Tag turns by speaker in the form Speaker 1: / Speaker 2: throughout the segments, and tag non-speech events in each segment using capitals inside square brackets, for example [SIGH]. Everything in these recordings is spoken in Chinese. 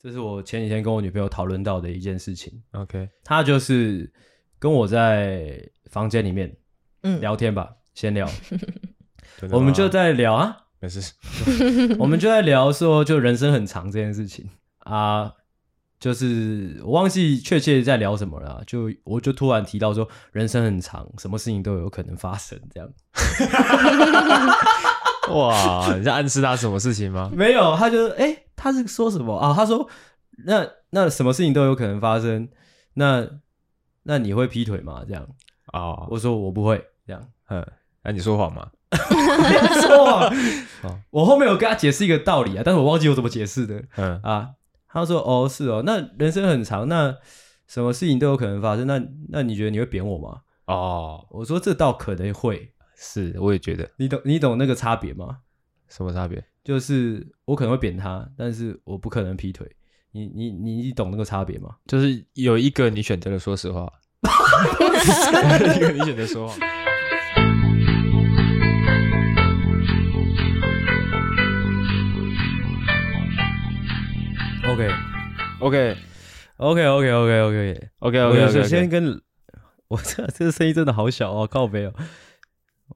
Speaker 1: 这是我前几天跟我女朋友讨论到的一件事情。
Speaker 2: OK，
Speaker 1: 她就是跟我在房间里面
Speaker 3: 嗯，
Speaker 1: 聊天吧，闲聊，
Speaker 2: 真的
Speaker 1: 我们
Speaker 2: 吗
Speaker 1: 就在聊啊，
Speaker 2: 没事，
Speaker 1: 我们就在聊说，就人生很长这件事情啊，就是我忘记确切在聊什么了啊，就我就突然提到说，人生很长，什么事情都有可能发生，这样
Speaker 2: [LAUGHS] 哇，你在暗示他什么事情吗？
Speaker 1: 没有，他就哎、诶他是说什么啊？他说那那什么事情都有可能发生，那那你会劈腿吗？这样，
Speaker 2: [LAUGHS] 哦，
Speaker 1: 我说我不会，这样。
Speaker 2: 嗯，那你说谎吗？
Speaker 1: 说谎
Speaker 2: 哦
Speaker 1: 我后面有跟他解释一个道理啊，但是我忘记我怎么解释的
Speaker 2: 嗯，
Speaker 1: 啊。他说：“哦，是哦，那人生很长，那什么事情都有可能发生。那那你觉得你会扁我吗
Speaker 2: 哦？”，
Speaker 1: 我说：“这倒可能会。
Speaker 2: 是，我也觉得”
Speaker 1: 你懂你懂那个差别吗？
Speaker 2: 什么差别？
Speaker 1: 就是我可能会扁他，但是我不可能劈腿。你你你你懂那个差别吗？
Speaker 2: 就是有一个你选择了说实 [LAUGHS] 话，有一个你选择说谎。
Speaker 1: OK
Speaker 2: OK
Speaker 1: OK OK OK OK
Speaker 2: OK
Speaker 1: OK
Speaker 2: OK
Speaker 1: OK，
Speaker 2: OK，
Speaker 1: 先跟 [LAUGHS] 我这这个声音真的好小哦，靠背哦。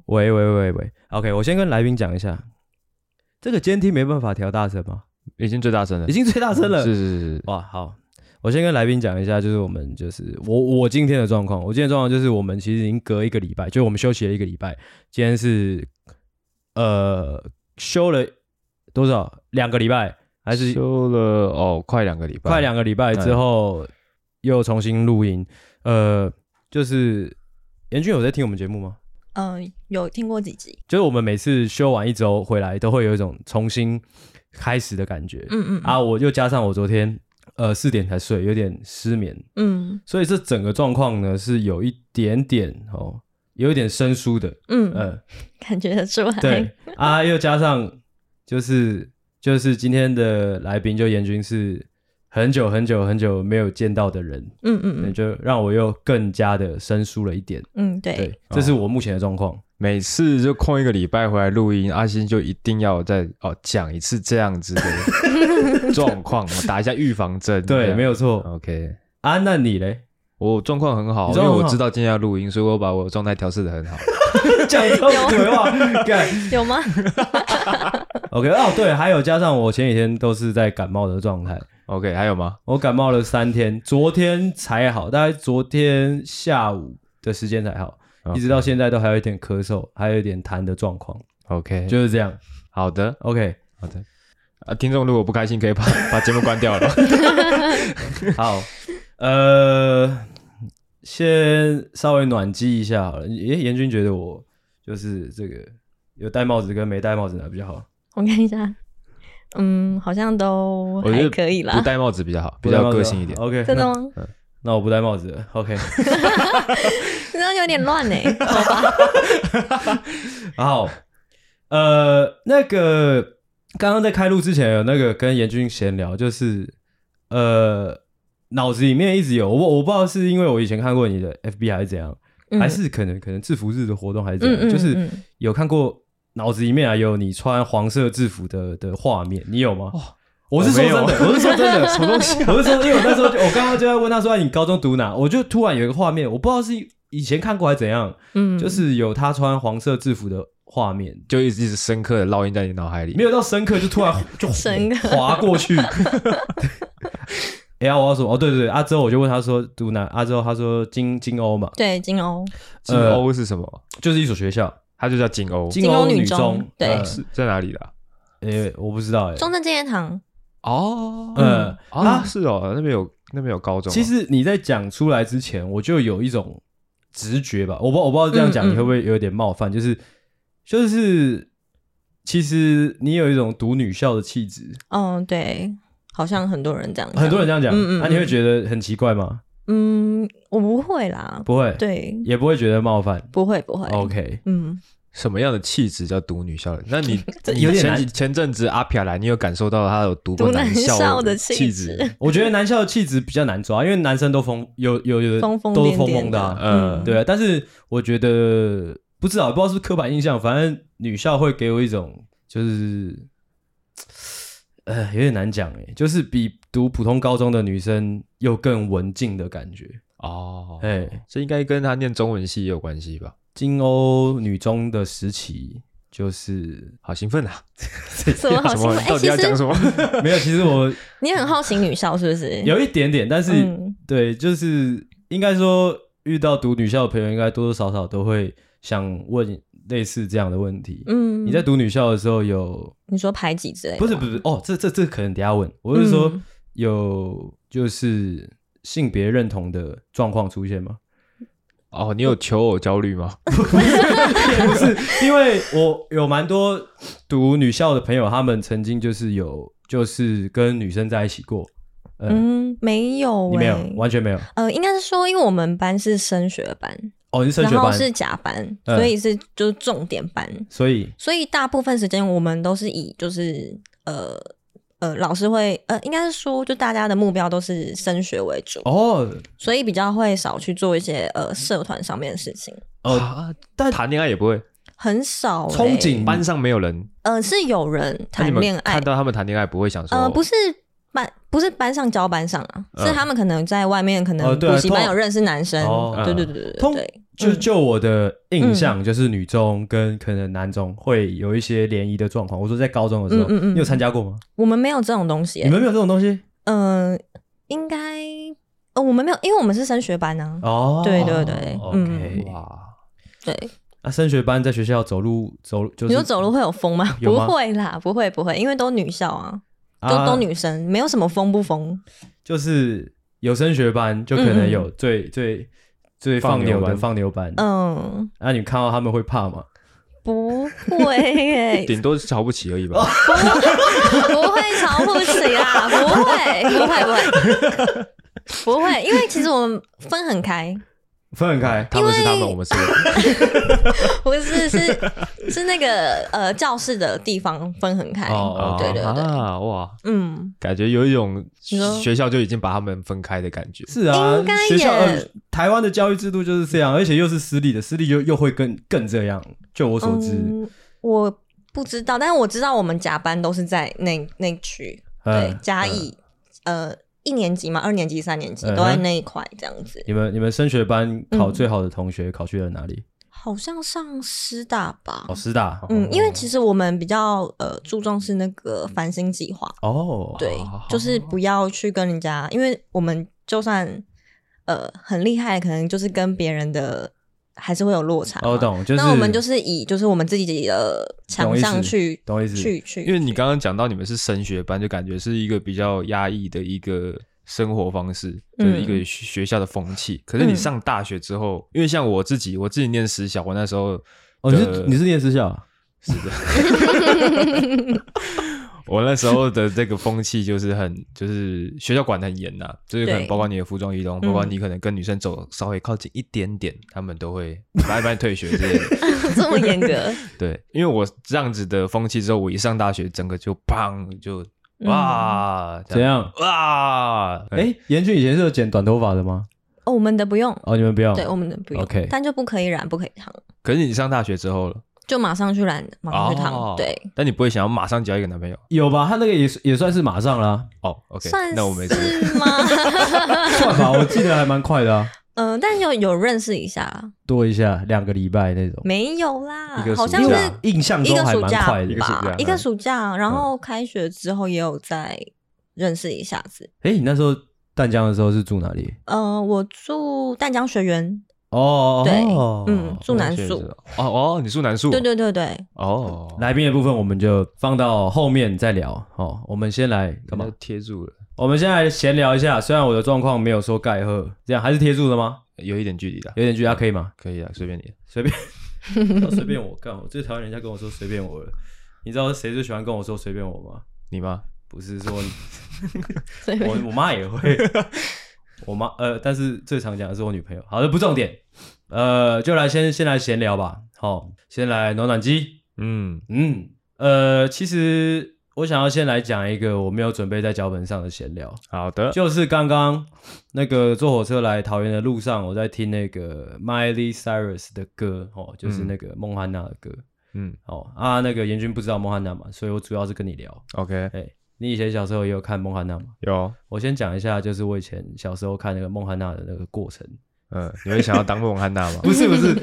Speaker 1: 喂喂喂喂，OK，我先跟来宾讲一下，这个监听没办法调大声吗？
Speaker 2: 已经最大声了，哦
Speaker 1: 已经最大声了。
Speaker 2: 是是是是，
Speaker 1: 哇，好，我先跟来宾讲一下，就是我们就是我我今天的状况，我今天的状况就是我们其实已经隔一个礼拜，就我们休息了一个礼拜，今天是呃休了多少两个礼拜还是
Speaker 2: 休了哦，快两个礼拜，哎
Speaker 1: 快两个礼拜之后又重新录音，呃，就是严俊有在听我们节目吗？
Speaker 3: 嗯、有听过几集？
Speaker 1: 就是我们每次休完一周回来，都会有一种重新开始的感觉。
Speaker 3: 嗯嗯
Speaker 1: 啊，我又加上我昨天呃四点才睡，有点失眠，
Speaker 3: 嗯
Speaker 1: 所以这整个状况呢是有一点点哦，有一点生疏的。
Speaker 3: 嗯，
Speaker 1: 嗯，
Speaker 3: 感觉得出来。
Speaker 1: 对啊，又加上就是就是今天的来宾就严军是很久很久很久没有见到的人，
Speaker 3: 嗯嗯
Speaker 1: 那
Speaker 3: 嗯
Speaker 1: 就让我又更加的生疏了一点。
Speaker 3: 嗯，对，
Speaker 1: 对，这是我目前的状况。
Speaker 2: 每次就空一个礼拜回来录音，阿星就一定要再哦讲一次这样子的 [LAUGHS] 状况，我打一下预防针。
Speaker 1: 对，没有错
Speaker 2: OK，
Speaker 1: 啊。那你嘞？
Speaker 2: 我状况很好，
Speaker 1: 你
Speaker 2: 因
Speaker 1: 状
Speaker 2: 为
Speaker 1: 况
Speaker 2: 我
Speaker 1: 好
Speaker 2: 知道今天要录音，所以我把我的状态调试的很好。
Speaker 1: 讲这种鬼话，干
Speaker 3: 有吗？ [LAUGHS]
Speaker 1: OK 哦，对，还有加上我前几天都是在感冒的状态，
Speaker 2: OK，还有吗？
Speaker 1: 我感冒了三天，昨天才好，大概昨天下午的时间才好，
Speaker 2: 哦嗯
Speaker 1: 一直到现在都还有一点咳嗽，还有一点痰的状况，
Speaker 2: OK，就
Speaker 1: 就是这样。
Speaker 2: 好的
Speaker 1: OK，
Speaker 2: 好的。啊，听众如果不开心，可以把 [LAUGHS] 把节目关掉了。
Speaker 1: 好，呃，先稍微暖机一下好了。诶，严军觉得我就是这个有戴帽子跟没戴帽子哪比较好？
Speaker 3: 我看一下，嗯，好像都
Speaker 2: 我觉
Speaker 3: 还
Speaker 2: 得
Speaker 3: 可以
Speaker 2: 不
Speaker 3: 啦。
Speaker 2: 戴帽子比较好，比较有个性一点。
Speaker 1: OK，
Speaker 3: 真的
Speaker 1: 那？
Speaker 3: 吗？
Speaker 1: 那我不戴帽子了。OK，
Speaker 2: [LAUGHS]
Speaker 3: 真的有点乱呢、欸好
Speaker 1: [LAUGHS]
Speaker 3: 吧，
Speaker 1: 好，呃，那个刚刚在开录之前有那个跟严军闲聊，就是呃，脑子里面一直有我，我不知道是因为我以前看过你的 FB 还是怎样，
Speaker 3: 嗯
Speaker 1: 还是可能可能制服日的活动还是怎
Speaker 3: 嗯
Speaker 1: 样，
Speaker 3: 嗯，
Speaker 1: 就是
Speaker 3: 嗯嗯
Speaker 1: 有看过脑子里面啊有你穿黄色制服的的画面，你有吗？我是说真
Speaker 2: 哦我没
Speaker 1: 的，
Speaker 2: 有
Speaker 1: 我是说真
Speaker 2: [LAUGHS]
Speaker 1: 的，什么东西、我是说，因为我那时候就我刚刚就在问他说你高中读哪，我就突然有一个画面，我不知道是以前看过还是怎样，
Speaker 3: 嗯，
Speaker 1: 就是有他穿黄色制服的画面，
Speaker 2: 就一直一直深刻的烙印在你脑海里。
Speaker 1: 没有到深刻，就突
Speaker 3: [LAUGHS]
Speaker 1: 然就
Speaker 3: 深刻
Speaker 1: 划过
Speaker 3: [LAUGHS]
Speaker 1: 去。哎呀，我要说哦，对对对，啊之后我就问他说读哪，啊之后他说金金欧嘛，
Speaker 3: 对金欧，
Speaker 2: 金欧是什么？
Speaker 1: 就是一所学校，
Speaker 2: 它就叫金欧，
Speaker 1: 金
Speaker 3: 欧
Speaker 1: 女
Speaker 3: 女中对
Speaker 1: 呃
Speaker 2: 是在哪里的啊？
Speaker 1: 哎，我不知道哎，
Speaker 3: 中正纪念堂，
Speaker 2: 哦
Speaker 1: 嗯
Speaker 2: 啊，
Speaker 1: 啊，
Speaker 2: 是哦，那边有那边有高中啊。
Speaker 1: 其实你在讲出来之前，我就有一种直觉吧，我不我不知道这样讲
Speaker 3: 嗯嗯
Speaker 1: 你会不会有点冒犯，就是就是，其实你有一种读女校的气质，
Speaker 3: 嗯，对，好像很多人这样讲，
Speaker 1: 很多人这样讲，
Speaker 3: 嗯嗯
Speaker 1: 那你会
Speaker 3: 嗯
Speaker 1: 觉得很奇怪吗？
Speaker 3: 嗯，我不会啦，
Speaker 1: 不会，
Speaker 3: 对，
Speaker 1: 也不会觉得冒犯。
Speaker 3: 不会不会
Speaker 1: 哦 OK，
Speaker 3: 嗯，
Speaker 2: 什么样的气质叫读女校的？那你
Speaker 1: 这
Speaker 2: 你
Speaker 1: 有点
Speaker 2: 前
Speaker 1: 难
Speaker 2: 几前阵子阿撇来，你有感受到他有读过
Speaker 3: 读男
Speaker 2: 校
Speaker 3: 校的
Speaker 2: 气
Speaker 3: 气
Speaker 2: 质？
Speaker 3: 质
Speaker 1: 我觉得男校的气质比较难抓，因为男生都疯，有有有的
Speaker 3: 疯疯
Speaker 1: 都是
Speaker 3: 癫
Speaker 1: 疯
Speaker 3: 癫
Speaker 1: 疯的啊、
Speaker 2: 嗯
Speaker 1: 对啊。但是我觉得不知道，不知道是不是刻板印象，反正女校会给我一种就是呃，有点难讲哎，就是比读普通高中的女生又更文静的感觉。
Speaker 2: 哦，
Speaker 1: 哎、
Speaker 2: 这应该跟他念中文系也有关系吧？
Speaker 1: 金欧女中的时期就是 [LAUGHS]
Speaker 2: 好兴奋啊！
Speaker 3: 什
Speaker 2: [LAUGHS]
Speaker 3: 么好
Speaker 2: 什
Speaker 3: 兴
Speaker 2: 么
Speaker 3: 奋？？哎、
Speaker 2: 到底要
Speaker 3: 其
Speaker 2: 讲
Speaker 3: 实
Speaker 2: 什么？
Speaker 1: 没有，其实我
Speaker 3: 你很好奇女校是不是？
Speaker 1: 有一点点，但是、
Speaker 3: 嗯
Speaker 1: 对，就是应该说遇到读女校的朋友，应该多多少少都会想问类似这样的问题。
Speaker 3: 嗯，
Speaker 1: 你在读女校的时候有
Speaker 3: 你说排挤之类的
Speaker 1: 不是
Speaker 3: 吗
Speaker 1: 不是哦，这这这可能等一下问，我是说
Speaker 3: 嗯
Speaker 1: 有就是性别认同的状况出现吗？
Speaker 2: [LAUGHS] 哦，你有求偶焦虑吗？
Speaker 1: 也不是，因为我有蛮多读女校的朋友，他们曾经就是有就是跟女生在一起过，嗯，
Speaker 3: 嗯，没有、欸，
Speaker 1: 你没有，完全没有。
Speaker 3: 呃，应该是说，因为我们班是升学班，
Speaker 1: 哦，你是升学
Speaker 3: 然后
Speaker 1: 班，
Speaker 3: 是甲班，
Speaker 1: 嗯
Speaker 3: 所以是就是重点班，
Speaker 1: 所以
Speaker 3: 所以大部分时间我们都是以就是呃呃老师会呃，应该是说就大家的目标都是升学为主，
Speaker 1: 哦
Speaker 3: 所以比较会少去做一些呃社团上面的事情，
Speaker 1: 哦，嗯
Speaker 2: [LAUGHS] 啊，但谈恋爱也不会，
Speaker 3: 很少、欸、
Speaker 1: 憧憬
Speaker 2: 班上没有人，
Speaker 3: 呃是有人
Speaker 2: 那你
Speaker 3: 谈
Speaker 2: 们
Speaker 3: 恋爱
Speaker 2: 看，到他们谈恋爱不会想说，
Speaker 1: 哦
Speaker 3: 呃不是。班不是班上交班上啊，
Speaker 2: 嗯
Speaker 3: 是他们可能在外面，可
Speaker 1: 哦
Speaker 3: 能
Speaker 1: 对啊
Speaker 3: 补习班
Speaker 1: 通
Speaker 3: 有认识男生，
Speaker 1: 哦
Speaker 3: 对对对对对
Speaker 1: 通
Speaker 3: 对，
Speaker 1: 就
Speaker 3: 嗯
Speaker 1: 就我的印象，就是女中跟可能男中会有一些联谊的状况。我说在高中的时候，
Speaker 3: 嗯嗯嗯
Speaker 1: 你有参加过吗？
Speaker 3: 我们没有这种东西、
Speaker 1: 你们没有这种东西
Speaker 3: 嗯、应该呃我们没有，因为我们是升学班呢、
Speaker 1: 哦。
Speaker 3: 对对对嗯
Speaker 1: OK，
Speaker 2: 哇，
Speaker 3: 对，
Speaker 1: 那啊升学班在学校走路走就是
Speaker 3: 你说走路会有风吗？
Speaker 1: 有
Speaker 3: 不
Speaker 1: 吗
Speaker 3: 会啦，不会不会，因为都女校啊，都、
Speaker 1: 啊
Speaker 3: 都女生，没有什么风不风。
Speaker 1: 就是有升学班，就可能
Speaker 3: 嗯嗯
Speaker 1: 有最最最
Speaker 2: 放
Speaker 1: 放牛
Speaker 2: 牛
Speaker 1: 的
Speaker 2: 班
Speaker 1: 放牛班。
Speaker 3: 嗯，
Speaker 1: 那、你看到他们会怕吗？
Speaker 3: 不会、欸，
Speaker 2: 顶多是瞧不起而已
Speaker 3: 哦
Speaker 2: 吧。
Speaker 3: 不会瞧不起啦，不会不会不会。不会，因为其实我们分很开，
Speaker 1: 分很开，
Speaker 2: 他们是他们，我们
Speaker 3: [LAUGHS]
Speaker 2: 是我
Speaker 3: 不是是是那个呃教室的地方分很开，
Speaker 1: 哦
Speaker 2: 们。
Speaker 3: 对对对，
Speaker 2: 啊，哇，
Speaker 3: 嗯，
Speaker 2: 感觉有一种
Speaker 3: 你说
Speaker 2: 学校就已经把他们分开的感觉。
Speaker 1: 是啊
Speaker 3: 应该，
Speaker 1: 学校、
Speaker 3: 也
Speaker 1: 呃、台湾的教育制度就是这样，而且又是私立的，私立就又会更更这样。就我所知，
Speaker 3: 嗯，我不知道，但是我知道我们甲班都是在那那区，对
Speaker 1: 嗯，
Speaker 3: 嘉义，呃，一年级嘛，二年级、三年级
Speaker 1: 嗯哼
Speaker 3: 都在那一块这样子。
Speaker 1: 你们你们升学班考
Speaker 3: 嗯
Speaker 1: 最好的同学考去了哪里？
Speaker 3: 好像上师大吧
Speaker 1: 哦，，师大。
Speaker 3: 嗯，因为其实我们比较呃注重是那个繁星计划，
Speaker 1: 哦，
Speaker 3: 对
Speaker 2: 好好好，
Speaker 3: 就是不要去跟人家，因为我们就算呃很厉害，可能就是跟别人的还是会有落差嘛。
Speaker 1: 哦，我懂，就是
Speaker 3: 那我们就是以就是我们自己的强
Speaker 1: 懂
Speaker 3: 项
Speaker 1: 意思
Speaker 3: 去
Speaker 1: 懂意思
Speaker 3: 去去，
Speaker 2: 因为你刚刚讲到你们是升学班，就感觉是一个比较压抑的一个生活方式，
Speaker 3: 嗯
Speaker 2: 就是一个学学校的风气。可是你上大学之后，因为像我自己，我自己念私校，我那时候
Speaker 1: 哦，你是
Speaker 2: 的
Speaker 1: 你是念私校啊？
Speaker 2: 是的，我那时候的这个风气就是很， [LAUGHS] 就是学校管得很严呐、就是可能
Speaker 3: 对
Speaker 2: 包括你的服装仪容，
Speaker 3: 嗯
Speaker 2: 包括你可能跟女生走稍微靠近一点点，他们都会拜拜退学之类的。
Speaker 3: [LAUGHS] [LAUGHS] 这么严格，
Speaker 2: 对，因为我这样子的风气之后，我一上大学，整个就砰就哇、
Speaker 3: 嗯
Speaker 2: 这
Speaker 1: 怎样？
Speaker 2: 哇！哎、
Speaker 1: 哎，严俊以前是有剪短头发的吗？
Speaker 3: 哦，我们的不用，
Speaker 1: 哦，你们不要。
Speaker 3: 对，我们的不用
Speaker 1: OK
Speaker 3: 但就不可以染，不可以烫，
Speaker 2: 可是你上大学之后了，
Speaker 3: 就马上去染，马上去烫，对，，
Speaker 2: 但你不会想要马上交一个男朋友
Speaker 1: 有吧？他那个也是也算是马上
Speaker 3: [LAUGHS]
Speaker 1: 啦，
Speaker 2: 哦？OK，
Speaker 3: 算
Speaker 2: 那我没事。
Speaker 3: 是吗？ [LAUGHS]
Speaker 1: 算吧，我记得还蛮快的啊，
Speaker 3: 嗯，但有有认识一下啦，
Speaker 1: 多一下两个礼拜那种。
Speaker 3: 没有啦
Speaker 2: 一个，暑
Speaker 3: 好像
Speaker 2: 假
Speaker 3: 是
Speaker 1: 印象
Speaker 3: 一
Speaker 1: 中
Speaker 3: 个
Speaker 1: 还
Speaker 3: 暑
Speaker 1: 蛮
Speaker 3: 假
Speaker 1: 快的。
Speaker 3: 吧，一个暑假，然
Speaker 1: 嗯
Speaker 3: 后开学之后也有再认识一下子。
Speaker 1: 哎，你那时候淡江的时候是住哪里？
Speaker 3: 呃，我住淡江学园，
Speaker 1: 哦，
Speaker 3: 对
Speaker 1: 哦，
Speaker 3: 嗯，住南
Speaker 2: 我也
Speaker 3: 树
Speaker 2: 是，哦哦，你住南树？
Speaker 3: 对对
Speaker 1: [LAUGHS]
Speaker 3: 对对，
Speaker 2: 哦，
Speaker 1: 来宾的部分我们就放到后面再聊。哦，我们先来干
Speaker 2: 干
Speaker 1: 嘛
Speaker 2: 嘛？贴住了？
Speaker 1: 我们先来闲聊一下。虽然我的状况没有说盖赫，这样还是贴住的吗？
Speaker 2: 有一点距离的，
Speaker 1: 有点距离，可以
Speaker 2: [LAUGHS]
Speaker 1: 吗？
Speaker 2: 可以啊，随便你。
Speaker 1: 随便，要随便我干，我最讨厌人家跟我说随便我了。你知道谁最喜欢跟我说随便我吗？
Speaker 2: 你吗？
Speaker 1: 不是说你
Speaker 3: 所以
Speaker 1: 我我妈也会，我妈呃，但是最常讲的是我女朋友。好的，不重点，呃，就来先先来闲聊吧。好，先来暖暖机。
Speaker 2: 嗯，
Speaker 1: 嗯，呃，其实我想要先来讲一个我没有准备在脚本上的闲聊，
Speaker 2: 好
Speaker 1: [LAUGHS]
Speaker 2: 的。
Speaker 1: 就是刚刚那个坐火车来桃园的路上，我在听那个 Miley Cyrus 的歌哦，就是那个孟汉娜的歌。
Speaker 2: 嗯
Speaker 1: 哦啊，那个严君不知道孟汉娜嘛，所以我主要是跟你聊。
Speaker 2: ，OK，
Speaker 1: 哎，你以前小时候也有看《孟汉娜》吗？
Speaker 2: 有，
Speaker 1: 我先讲一下，就是我以前小时候看那个《孟汉娜》的那个过
Speaker 2: [LAUGHS]
Speaker 1: 程。
Speaker 2: 嗯，你会想要当孟汉娜吗？
Speaker 1: 不是不是，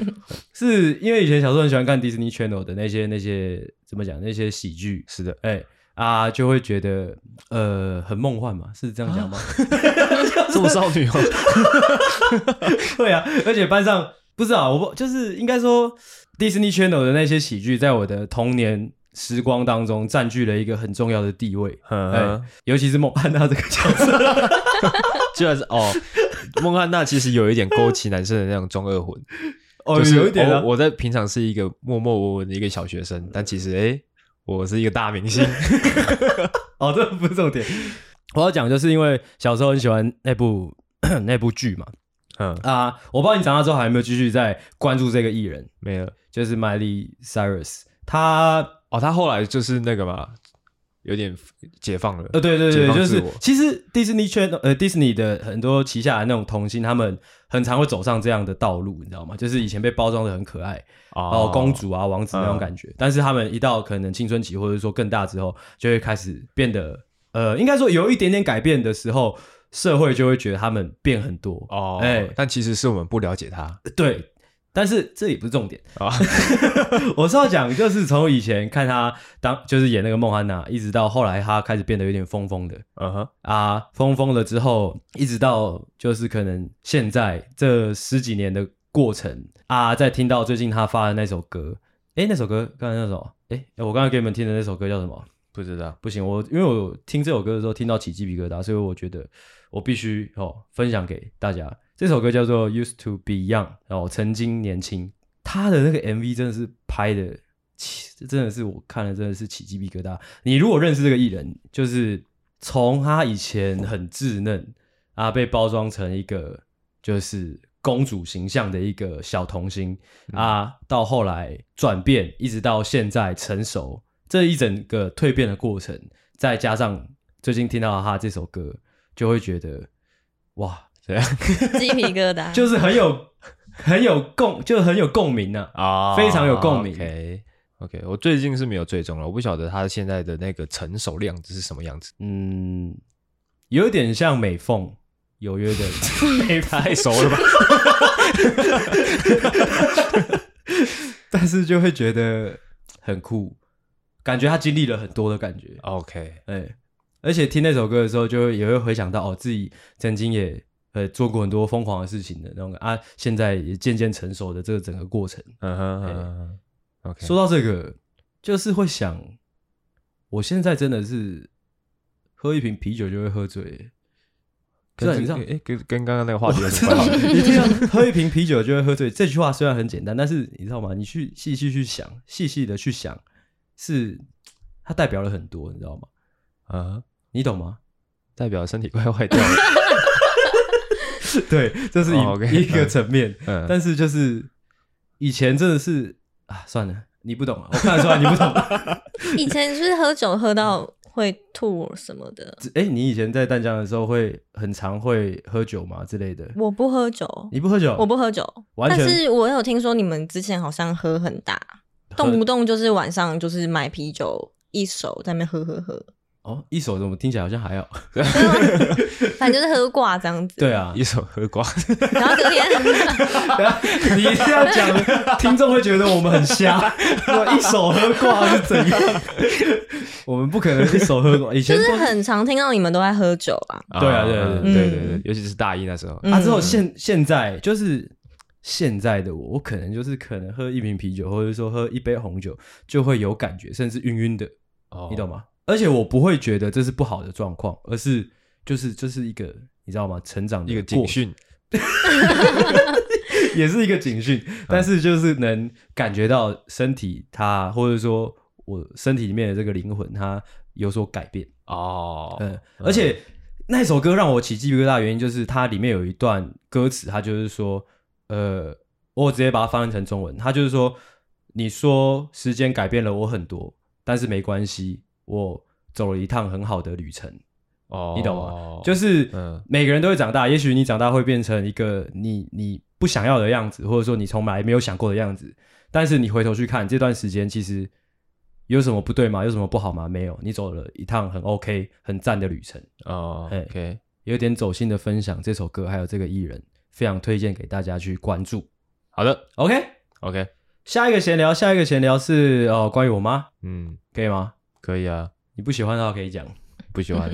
Speaker 1: 是因为以前小时候很喜欢看 Disney Channel 的那些那些怎么讲那些喜剧，
Speaker 2: 是的，
Speaker 1: 哎、啊，就会觉得呃很梦幻嘛，是这样讲吗？
Speaker 2: [LAUGHS] 这么少 [LAUGHS] 女哦，
Speaker 1: [LAUGHS] 对啊，而且班上不是啊，我不就是应该说 Disney Channel 的那些喜剧，在我的童年时光当中占据了一个很重要的地位，哎、
Speaker 2: 嗯，
Speaker 1: 尤其是孟汉娜这个角色，
Speaker 2: [LAUGHS] 居然是哦，孟汉娜其实有一点勾起男生的那种中二魂，
Speaker 1: [LAUGHS] 哦，
Speaker 2: 就是
Speaker 1: 有一点啊
Speaker 2: 哦，我在平常是一个默默无闻的一个小学生，但其实哎，我是一个大明星，
Speaker 1: 哦，这不是重点。我要讲就是因为小时候很喜欢那部 [CLEARS THROAT] 那部剧嘛，
Speaker 2: [LAUGHS] 嗯，
Speaker 1: 啊，我不知道你长大之后还有没有继续在关注这个艺人，
Speaker 2: 没了。
Speaker 1: 就是 Miley Cyrus，他
Speaker 2: 哦，他后来就是那个嘛，有点解放了，
Speaker 1: 呃，对对
Speaker 2: 解
Speaker 1: 对，
Speaker 2: 放
Speaker 1: 就
Speaker 2: 自
Speaker 1: 是
Speaker 2: 我
Speaker 1: 其实 Disney Channel 呃 Disney 的很多旗下的那种童星，他们很常会走上这样的道路，你知道吗？就是以前被包装的很可爱，哦，公主啊、王子那种感
Speaker 2: 嗯
Speaker 1: 觉。但是他们一到可能青春期，或者说更大之后，就会开始变得，呃，应该说有一点点改变的时候，社会就会觉得他们变很多。
Speaker 2: 哦，
Speaker 1: 哎
Speaker 2: 但其实是我们不了解他
Speaker 1: 对，但是这也不是重点， [LAUGHS]
Speaker 2: [LAUGHS] 啊，
Speaker 1: 我是要讲，就是从以前看他当就是演那个孟汉娜，一直到后来他开始变得有点疯疯的。
Speaker 2: 嗯哼，
Speaker 1: 啊，疯疯了之后，一直到就是可能现在这十几年的过程啊，在听到最近他发的那首歌，诶，那首歌刚才那首，诶，我刚才给你们听的那首歌叫什么？
Speaker 2: 不知道，
Speaker 1: 不行，我因为我听这首歌的时候听到起鸡皮疙瘩，所以我觉得我必须哦分享给大家。这首歌叫做《Used to Be Young》，哦，曾经年轻。他的那个 MV 真的是拍的起，这真的是我看了真的是起鸡皮疙瘩。你如果认识这个艺人，就是从他以前很稚嫩啊，被包装成一个就是公主形象的一个小童星，啊，到后来转变，一直到现在成熟，这一整个蜕变的过程，再加上最近听到他这首歌，就会觉得哇，
Speaker 2: 怎样
Speaker 3: 鸡皮疙瘩。
Speaker 1: [LAUGHS] 就是很有很有共，就很有共鸣呢、啊。
Speaker 2: 啊
Speaker 1: 非常有共鸣
Speaker 2: OK OK，我最近是没有追踪了，我不晓得他现在的那个成熟量子是什么样子，
Speaker 1: 嗯，有点像美凤有约的美拍，
Speaker 2: [LAUGHS] 太熟了吧？
Speaker 1: [LAUGHS] 但是就会觉得很酷，感觉他经历了很多的感觉。
Speaker 2: OK，
Speaker 1: 哎、而且听那首歌的时候，就会也会回想到哦，自己曾经也呃做过很多疯狂的事情的那种啊，现在也渐渐成熟的这个整个过程。
Speaker 2: 嗯哼嗯哼，OK，
Speaker 1: 哎说到这个，就是会想，我现在真的是喝一瓶啤酒就会喝醉耶，
Speaker 2: 跟
Speaker 1: 对
Speaker 2: 这
Speaker 1: 你知道
Speaker 2: 个诶跟跟刚刚那个话
Speaker 1: 我
Speaker 2: 题有
Speaker 1: 知
Speaker 2: 什
Speaker 1: 道
Speaker 2: 么关系？，
Speaker 1: [LAUGHS] 你听到喝一瓶啤酒就会喝醉这句话虽然很简单，但是你知道吗？你去细细去想，细细的去想，是它代表了很多，你知道吗？
Speaker 2: 啊，
Speaker 1: 你懂吗？
Speaker 2: [LAUGHS] 代表身体快坏掉
Speaker 1: [LAUGHS]
Speaker 2: 了，
Speaker 1: 对，这是一、
Speaker 2: 哦，OK，
Speaker 1: 一个层面，
Speaker 2: 嗯
Speaker 1: 但是就是以前真的是啊，算了，你不懂，我看得出来你不懂。 [LAUGHS]
Speaker 3: 以前是不是喝酒喝到会吐什么的，
Speaker 1: 哎、你以前在淡江的时候会很常会喝酒吗之类的？
Speaker 3: 我不喝酒，
Speaker 1: 你不喝酒，
Speaker 3: 我不喝酒，
Speaker 1: 完
Speaker 3: 但
Speaker 1: 全
Speaker 3: 是我有听说你们之前好像喝很大，动不动就是晚上就是买啤酒一手在那边喝喝喝，
Speaker 1: 哦，一手怎么听起来好像
Speaker 3: [LAUGHS]
Speaker 1: 还好？
Speaker 3: 反正就是喝挂这样子。
Speaker 1: 对啊，
Speaker 2: 一手喝光，
Speaker 3: 然后隔天
Speaker 1: 你这样讲，听众会觉得我们很瞎。 [LAUGHS] 我一手喝挂是怎样？ [LAUGHS] 我们不可能一手喝挂，以前
Speaker 3: 就是
Speaker 1: 光
Speaker 3: 很常听到你们都在喝酒啊。
Speaker 1: 对啊对啊对
Speaker 2: 嗯对
Speaker 3: 啊嗯
Speaker 2: 对对，尤其是大一那时候，
Speaker 3: 嗯
Speaker 1: 啊，之后现现在就是现在的我，我可能就是可能喝一瓶啤酒，或者说喝一杯红酒，就会有感觉，甚至晕晕的，
Speaker 2: 哦
Speaker 1: 你懂吗？而且我不会觉得这是不好的状况，而是就是这、是一个你知道吗？成长的
Speaker 2: 一个
Speaker 1: 过
Speaker 2: 警讯，
Speaker 1: [LAUGHS] 也是一个警讯，
Speaker 2: 嗯
Speaker 1: 但是就是能感觉到身体它，或者说我身体里面的这个灵魂它有所改变。
Speaker 2: 哦，
Speaker 1: 嗯，而且那首歌让我起鸡皮疙瘩的原因就是它里面有一段歌词，它就是说，呃，我直接把它翻译成中文，它就是说，你说时间改变了我很多，但是没关系，我走了一趟很好的旅程，
Speaker 2: 哦，
Speaker 1: 你懂吗？就是
Speaker 2: 嗯
Speaker 1: 每个人都会长大，也许你长大会变成一个你你不想要的样子，或者说你从来没有想过的样子，但是你回头去看这段时间，其实有什么不对吗？有什么不好吗？没有，你走了一趟很 OK、很赞的旅程。
Speaker 2: 哦
Speaker 1: 嘿
Speaker 2: ，OK，
Speaker 1: 有点走心的分享这首歌，还有这个艺人，非常推荐给大家去关注。
Speaker 2: 好的
Speaker 1: OK，
Speaker 2: ，OK，
Speaker 1: 下一个闲聊，下一个闲聊是哦，关于我妈，
Speaker 2: 嗯，
Speaker 1: 可以吗？
Speaker 2: 可以啊，
Speaker 1: 你不喜欢的话可以讲。
Speaker 2: 不喜
Speaker 1: [LAUGHS]
Speaker 2: 欢，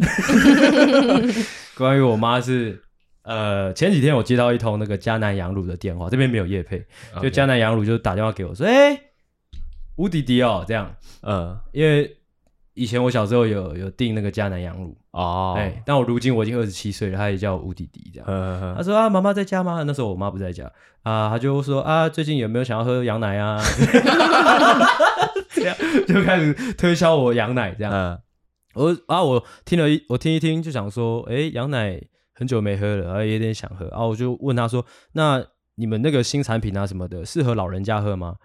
Speaker 1: 关于我妈是，呃，前几天我接到一通那个迦南羊乳的电话，这边没有叶配，就
Speaker 2: OK
Speaker 1: 迦，南羊乳就打电话给我说，哎、吴迪迪哦，这样，
Speaker 2: 嗯，
Speaker 1: 因为以前我小时候有有订那个迦南羊乳，
Speaker 2: 哦，
Speaker 1: 哎、但我如今我已经二十七岁了，她也叫我吴迪迪这样。
Speaker 2: 呵呵
Speaker 1: 他
Speaker 2: 呵，
Speaker 1: 说啊，妈妈在家吗？那时候我妈不在家啊，他就说啊，最近有没有想要喝羊奶啊？ [LAUGHS] 这样就开始推销我羊奶这样。
Speaker 2: 嗯，
Speaker 1: 我啊，我听了一，我听一听就想说，哎、羊奶很久没喝了，啊，有点想喝啊，我就问他说，那你们那个新产品啊什么的，适合老人家喝吗？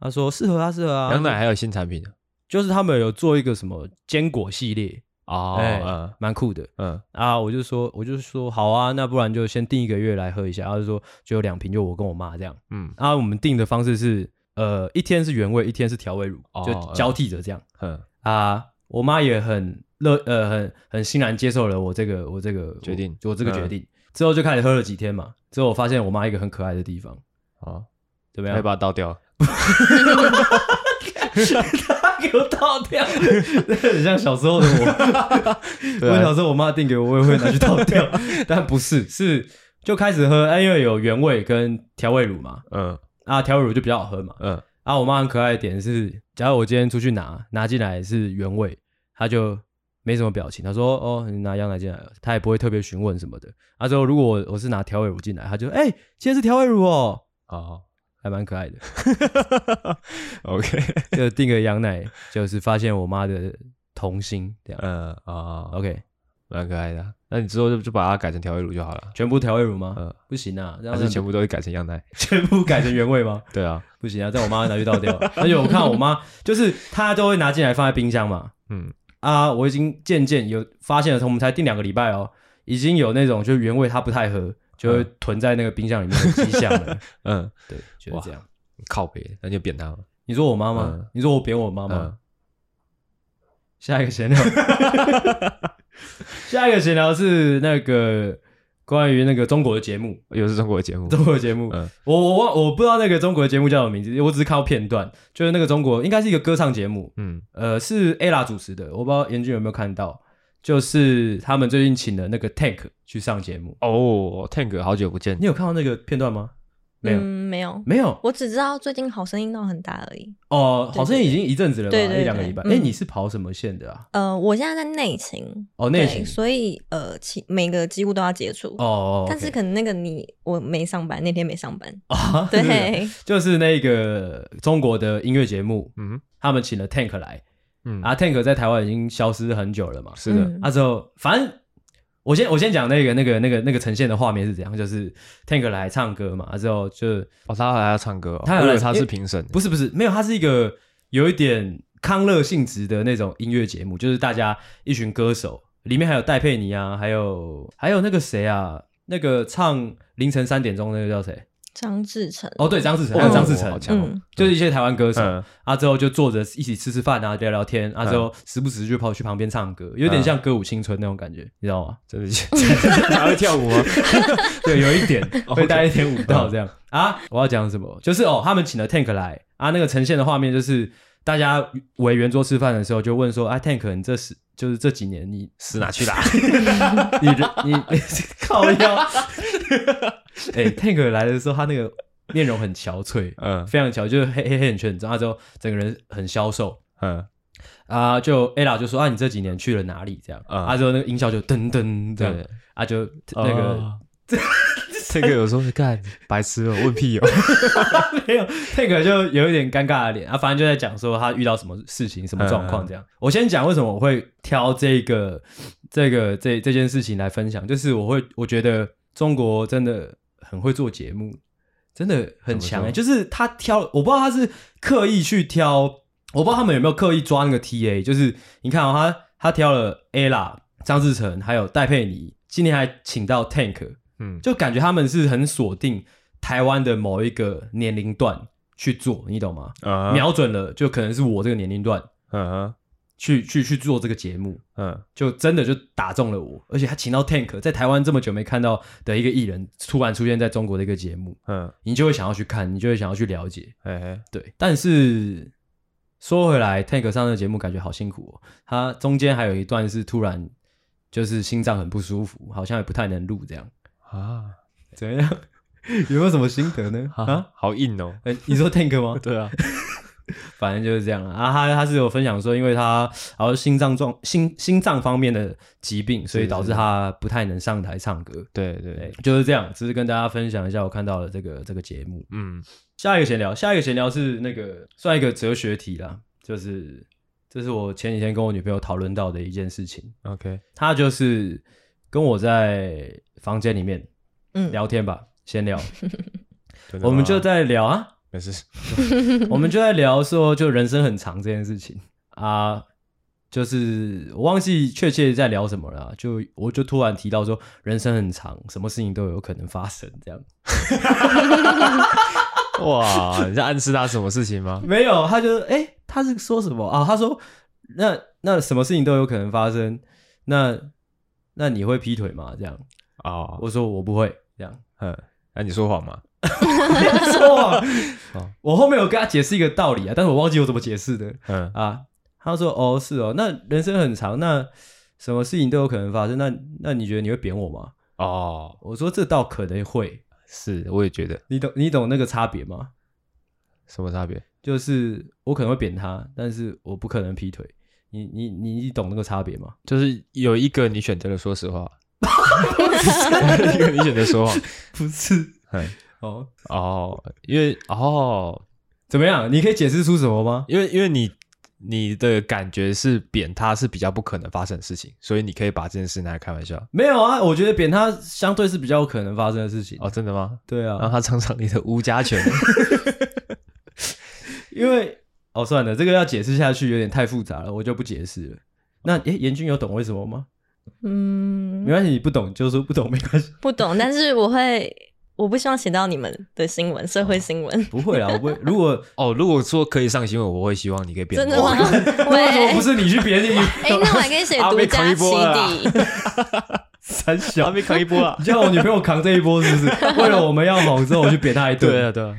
Speaker 1: 他说适合啊，适合啊。
Speaker 2: 羊奶还有新产品
Speaker 1: 就是他们有做一个什么坚果系列，
Speaker 2: 哦，
Speaker 1: 哎
Speaker 2: 嗯
Speaker 1: 蛮酷的。
Speaker 2: 嗯，
Speaker 1: 啊，我就说，我就说好啊，那不然就先订一个月来喝一下。他就说就有两瓶，就我跟我妈这样。
Speaker 2: 嗯
Speaker 1: 啊，我们订的方式是，呃，一天是原味，一天是调味乳，
Speaker 2: 哦
Speaker 1: 就交替着这样。
Speaker 2: 嗯，
Speaker 1: 啊，我妈也很乐，呃，很很欣然接受了我这个我这个
Speaker 2: 决定
Speaker 1: 我，我这个决
Speaker 2: 嗯
Speaker 1: 定。之后就开始喝了几天嘛。之后我发现我妈一个很可爱的地方，
Speaker 2: 好，
Speaker 1: 怎么
Speaker 2: 可以
Speaker 1: 样？
Speaker 2: 把它倒掉，
Speaker 1: 她给我倒掉， [LAUGHS] 很像小时候的 [LAUGHS] 我。
Speaker 2: 对啊
Speaker 1: 我小时候我妈订给我，我也会拿去倒 [LAUGHS] 掉，但不是，是就开始喝，哎，因为有原味跟调味乳嘛，
Speaker 2: 嗯
Speaker 1: 啊，调味乳就比较好喝嘛。
Speaker 2: 嗯，
Speaker 1: 啊，我妈很可爱的点是，假如我今天出去拿拿进来是原味，她就没什么表情，她说哦，你拿羊奶进来了，她也不会特别询问什么的。啊，之后如果我我是拿调味乳进来，她就哎、今天是调味乳哦， [LAUGHS]
Speaker 2: 哦
Speaker 1: 还蛮可爱的。
Speaker 2: ，OK，
Speaker 1: [LAUGHS] 就订个羊奶，就是发现我妈的童心这样。
Speaker 2: 嗯啊
Speaker 1: OK，
Speaker 2: 蛮可爱的啊。那你之后就就把它改成调味乳就好了，
Speaker 1: 全部调味乳吗？
Speaker 2: 嗯
Speaker 1: 不行啊，这
Speaker 2: 还
Speaker 1: 样
Speaker 2: 是
Speaker 1: 子
Speaker 2: 全部都会改成羊奶？
Speaker 1: [LAUGHS] 全部改成原味吗？
Speaker 2: 对啊，
Speaker 1: 不行啊，这样我妈拿去倒掉。
Speaker 2: [LAUGHS]
Speaker 1: 而且我看我妈，就是她都会拿进来放在冰箱嘛，
Speaker 2: 嗯，
Speaker 1: 啊，我已经渐渐有发现了，从我们才订两个礼拜哦，已经有那种就原味它不太喝，就会囤在那个冰箱里面的迹象
Speaker 2: [LAUGHS]
Speaker 1: 了。
Speaker 2: 嗯，
Speaker 1: 对，就是这样。
Speaker 2: 靠北，那就扁它嘛。
Speaker 1: 你说我妈吗？
Speaker 2: 嗯
Speaker 1: 你说我扁我妈吗？
Speaker 2: 嗯
Speaker 1: 下一个
Speaker 2: [LAUGHS]
Speaker 1: 闲聊，下一个闲聊是那个关于那个中国的节目，
Speaker 2: 又是中国的节目，
Speaker 1: 中国的节目。
Speaker 2: 嗯
Speaker 1: 我我忘我不知道那个中国的节目叫什么名字，我只是看到片段，就是那个中国应该是一个歌唱节目，
Speaker 2: 嗯
Speaker 1: 呃，是 ella 主持的，我不知道严俊有没有看到，就是他们最近请了那个 Tank 去上节目，
Speaker 2: 哦，Tank 好久不见
Speaker 1: 你，有看到那个片段吗？没有，
Speaker 3: 嗯，没有，
Speaker 1: 没有
Speaker 3: 我只知道最近好声音闹很大而已。
Speaker 1: 哦，
Speaker 3: 对
Speaker 1: 好像已经一阵子了吧，
Speaker 3: 对对对
Speaker 1: 一两个礼拜。
Speaker 3: 嗯
Speaker 1: 哎，你是跑什么线的啊？
Speaker 3: 呃，我现在在内勤，
Speaker 1: 哦，内
Speaker 3: 对
Speaker 1: 勤。
Speaker 3: 所以呃，其每个几乎都要接触。
Speaker 1: 哦哦，
Speaker 3: 但是
Speaker 1: OK
Speaker 3: 可能那个你我没上班，那天没上班。
Speaker 1: 啊，
Speaker 3: 对，
Speaker 1: 就是那个中国的音乐节目，
Speaker 2: 嗯
Speaker 1: 他们请了 Tank 来，
Speaker 2: 嗯
Speaker 1: 啊，Tank 在台湾已经消失很久了嘛，
Speaker 2: 是的，
Speaker 3: 嗯
Speaker 1: 啊，之后反正我先我先讲那个那个那个那个呈现的画面是怎样，就是 Tank 来唱歌嘛，啊之后就
Speaker 2: 哦，他还要唱歌哦，
Speaker 1: 他还
Speaker 2: 我以
Speaker 1: 来
Speaker 2: 为他
Speaker 1: 因
Speaker 2: 是
Speaker 1: 为
Speaker 2: 评审，
Speaker 1: 不是不是没有，它是一个有一点康乐性质的那种音乐节目，就是大家一群歌手，里面还有戴佩妮啊，还有还有那个谁啊，那个唱凌晨三点钟那个叫谁？
Speaker 3: 张志成，
Speaker 1: 哦，对，张志成，
Speaker 2: 哦
Speaker 1: 还有张志
Speaker 2: 哦好
Speaker 1: 成，
Speaker 2: 强哦
Speaker 3: 嗯，
Speaker 1: 就是一些台湾歌手。
Speaker 2: 嗯
Speaker 1: 啊，之后就坐着一起吃吃饭啊，聊聊天啊，之后时不时就跑去旁边唱歌，有点像歌舞青春那种感觉，你知道吗？
Speaker 2: 嗯 [LAUGHS] 真的假的，还会跳 [LAUGHS] 舞吗？
Speaker 1: [LAUGHS]
Speaker 2: 哦
Speaker 1: 对，有一
Speaker 2: [LAUGHS]
Speaker 1: 点会带一点舞
Speaker 2: 嗯
Speaker 1: 蹈这样啊。我要讲什么？就是哦，他们请了 Tank 来啊，那个呈现的画面就是大家围圆桌吃饭的时候，就问说：“哎，Tank，你这是就是这几年你
Speaker 2: 死哪去 [LAUGHS] 啦？
Speaker 1: 你人你 [LAUGHS] 靠腰？”哎，Tank 来的时候，他那个面容很憔悴，
Speaker 2: 嗯
Speaker 1: 非常憔，就是黑黑黑眼圈很重，他之后整个人很消瘦。
Speaker 2: 嗯，
Speaker 1: 啊，就 ella 就说啊，你这几年去了哪里？这样，
Speaker 2: 嗯
Speaker 1: 啊，之后那个音效就噔噔这样
Speaker 2: 对，
Speaker 1: 啊，就那个、
Speaker 2: [LAUGHS] 哦 Tank 有时候干白痴哦，问屁哦，
Speaker 1: 没有，那个就有一点尴尬的脸啊，反正就在讲说他遇到什么事情、什
Speaker 2: 嗯
Speaker 1: 么状况这样。我先讲为什么我会挑这个、这个、这这件事情来分享，就是我会我觉得中国真的很会做节目，真的很强、欸。
Speaker 2: 怎么说
Speaker 1: 就是他挑，我不知道他是刻意去挑，我不知道他们有没有刻意抓那个 TA，就是你看、哦、他他挑了 ella、张志成还有戴佩妮，今天还请到 Tank。
Speaker 2: [LAUGHS] 嗯，
Speaker 1: 就感觉他们是很锁定台湾的某一个年龄段去做，你懂吗？
Speaker 2: 啊
Speaker 1: 瞄准了，就可能是我这个年龄段，
Speaker 2: 嗯哼，
Speaker 1: 去去去做这个节目，
Speaker 2: 嗯，
Speaker 1: 就真的就打中了我，而且他请到 Tank 在台湾这么久没看到的一个艺人，突然出现在中国的一个节目，
Speaker 2: 嗯，
Speaker 1: 你就会想要去看，你就会想要去了解，
Speaker 2: 嘿嘿，
Speaker 1: 对。但是说回来，Tank 上的节目感觉好辛苦哦，他中间还有一段是突然就是心脏很不舒服，好像也不太能录这样，
Speaker 2: 啊
Speaker 1: 怎样？ [LAUGHS] 有没有什么心得呢？啊
Speaker 2: 啊，，好硬哦，
Speaker 1: 呃你说 Tank [LAUGHS] 吗？
Speaker 2: 对啊，
Speaker 1: 反正就是这样啊啊。他他是有分享说，因为他然后心脏状心心脏方面的疾病，所以导致他不太能上台唱歌。
Speaker 2: 对
Speaker 1: 对
Speaker 2: 对对，，
Speaker 1: 就是这样，只是跟大家分享一下我看到的这个这个节目。
Speaker 2: 嗯，
Speaker 1: 下一个闲聊，下一个闲聊是那个算一个哲学题啦，就是这是我前几天跟我女朋友讨论到的一件事情。
Speaker 2: OK，
Speaker 1: 她就是跟我在房间里面
Speaker 3: 嗯，
Speaker 1: 聊天吧，闲聊，
Speaker 2: 真的
Speaker 1: 我们
Speaker 2: 吗
Speaker 1: 就在聊啊，
Speaker 2: 没事，
Speaker 1: 我们就在聊说，就人生很长这件事情啊，就是我忘记确切在聊什么了啊，就我就突然提到说，人生很长，什么事情都有可能发生，这样
Speaker 2: [LAUGHS] 哇，你在暗示他什么事情吗？
Speaker 1: 没有，他就哎、诶他是说什么啊？他说那那什么事情都有可能发生，那那你会劈腿吗？这样，
Speaker 2: [LAUGHS] 哦，
Speaker 1: 我说我不会，这样。
Speaker 2: 嗯，那你说谎吗？
Speaker 1: 错
Speaker 2: 哦，
Speaker 1: 我后面有跟他解释一个道理啊，但是我忘记我怎么解释的。
Speaker 2: 嗯，
Speaker 1: 啊，他说哦是哦，那人生很长，那什么事情都有可能发生，那那你觉得你会扁我吗？
Speaker 2: 哦，
Speaker 1: 我说这倒可能会，
Speaker 2: 是，我也觉得
Speaker 1: 你懂你懂那个差别吗？
Speaker 2: 什么差别？
Speaker 1: 就是我可能会扁他，但是我不可能劈腿。你你你你懂那个差别吗？ [LAUGHS]
Speaker 2: 就是有一个你选择了说实话，一个你选择说 [LAUGHS] 谎，
Speaker 1: 不是
Speaker 2: 嗯，
Speaker 1: 哦，
Speaker 2: 哦，因为哦，
Speaker 1: 怎么样？你可以解释出什么吗？
Speaker 2: 因为因为你你的感觉是扁他是比较不可能发生的事情，所以你可以把这件事拿来开玩笑。
Speaker 1: 没有啊，我觉得扁他相对是比较有可能发生的事情。
Speaker 2: 哦，真的吗？
Speaker 1: 对啊，
Speaker 2: 让他尝尝你的吴家 [LAUGHS] 拳。
Speaker 1: 因为哦算了，这个要解释下去有点太复杂了，我就不解释了。那诶，严君有懂为什么吗？没
Speaker 3: 嗯，
Speaker 1: 关系，你不懂就说不懂，没关系。
Speaker 3: 不懂，但是我会，我不希望写到你们的新闻，社
Speaker 1: 哦
Speaker 3: 会新闻。
Speaker 1: 不会啦，我不会。如
Speaker 3: [LAUGHS]
Speaker 1: 果
Speaker 2: 哦，如果说可以上新闻，我会希望你可以变
Speaker 3: 真的
Speaker 1: [LAUGHS]
Speaker 3: 吗？
Speaker 1: 我不
Speaker 3: 喂，
Speaker 1: 是你去别人
Speaker 3: 哎、那我还可以写
Speaker 2: 啊
Speaker 3: 独
Speaker 2: 被
Speaker 3: 家
Speaker 2: 坑一
Speaker 3: 起
Speaker 2: 波了啦
Speaker 3: 底，
Speaker 1: [LAUGHS] 三
Speaker 2: 阿 [LAUGHS]
Speaker 1: 小，
Speaker 2: 被扛一波了
Speaker 1: 你。叫我女朋友扛这一波是不是？为了我们要红之后，我去扁她一顿。
Speaker 2: 对啊，，对啊，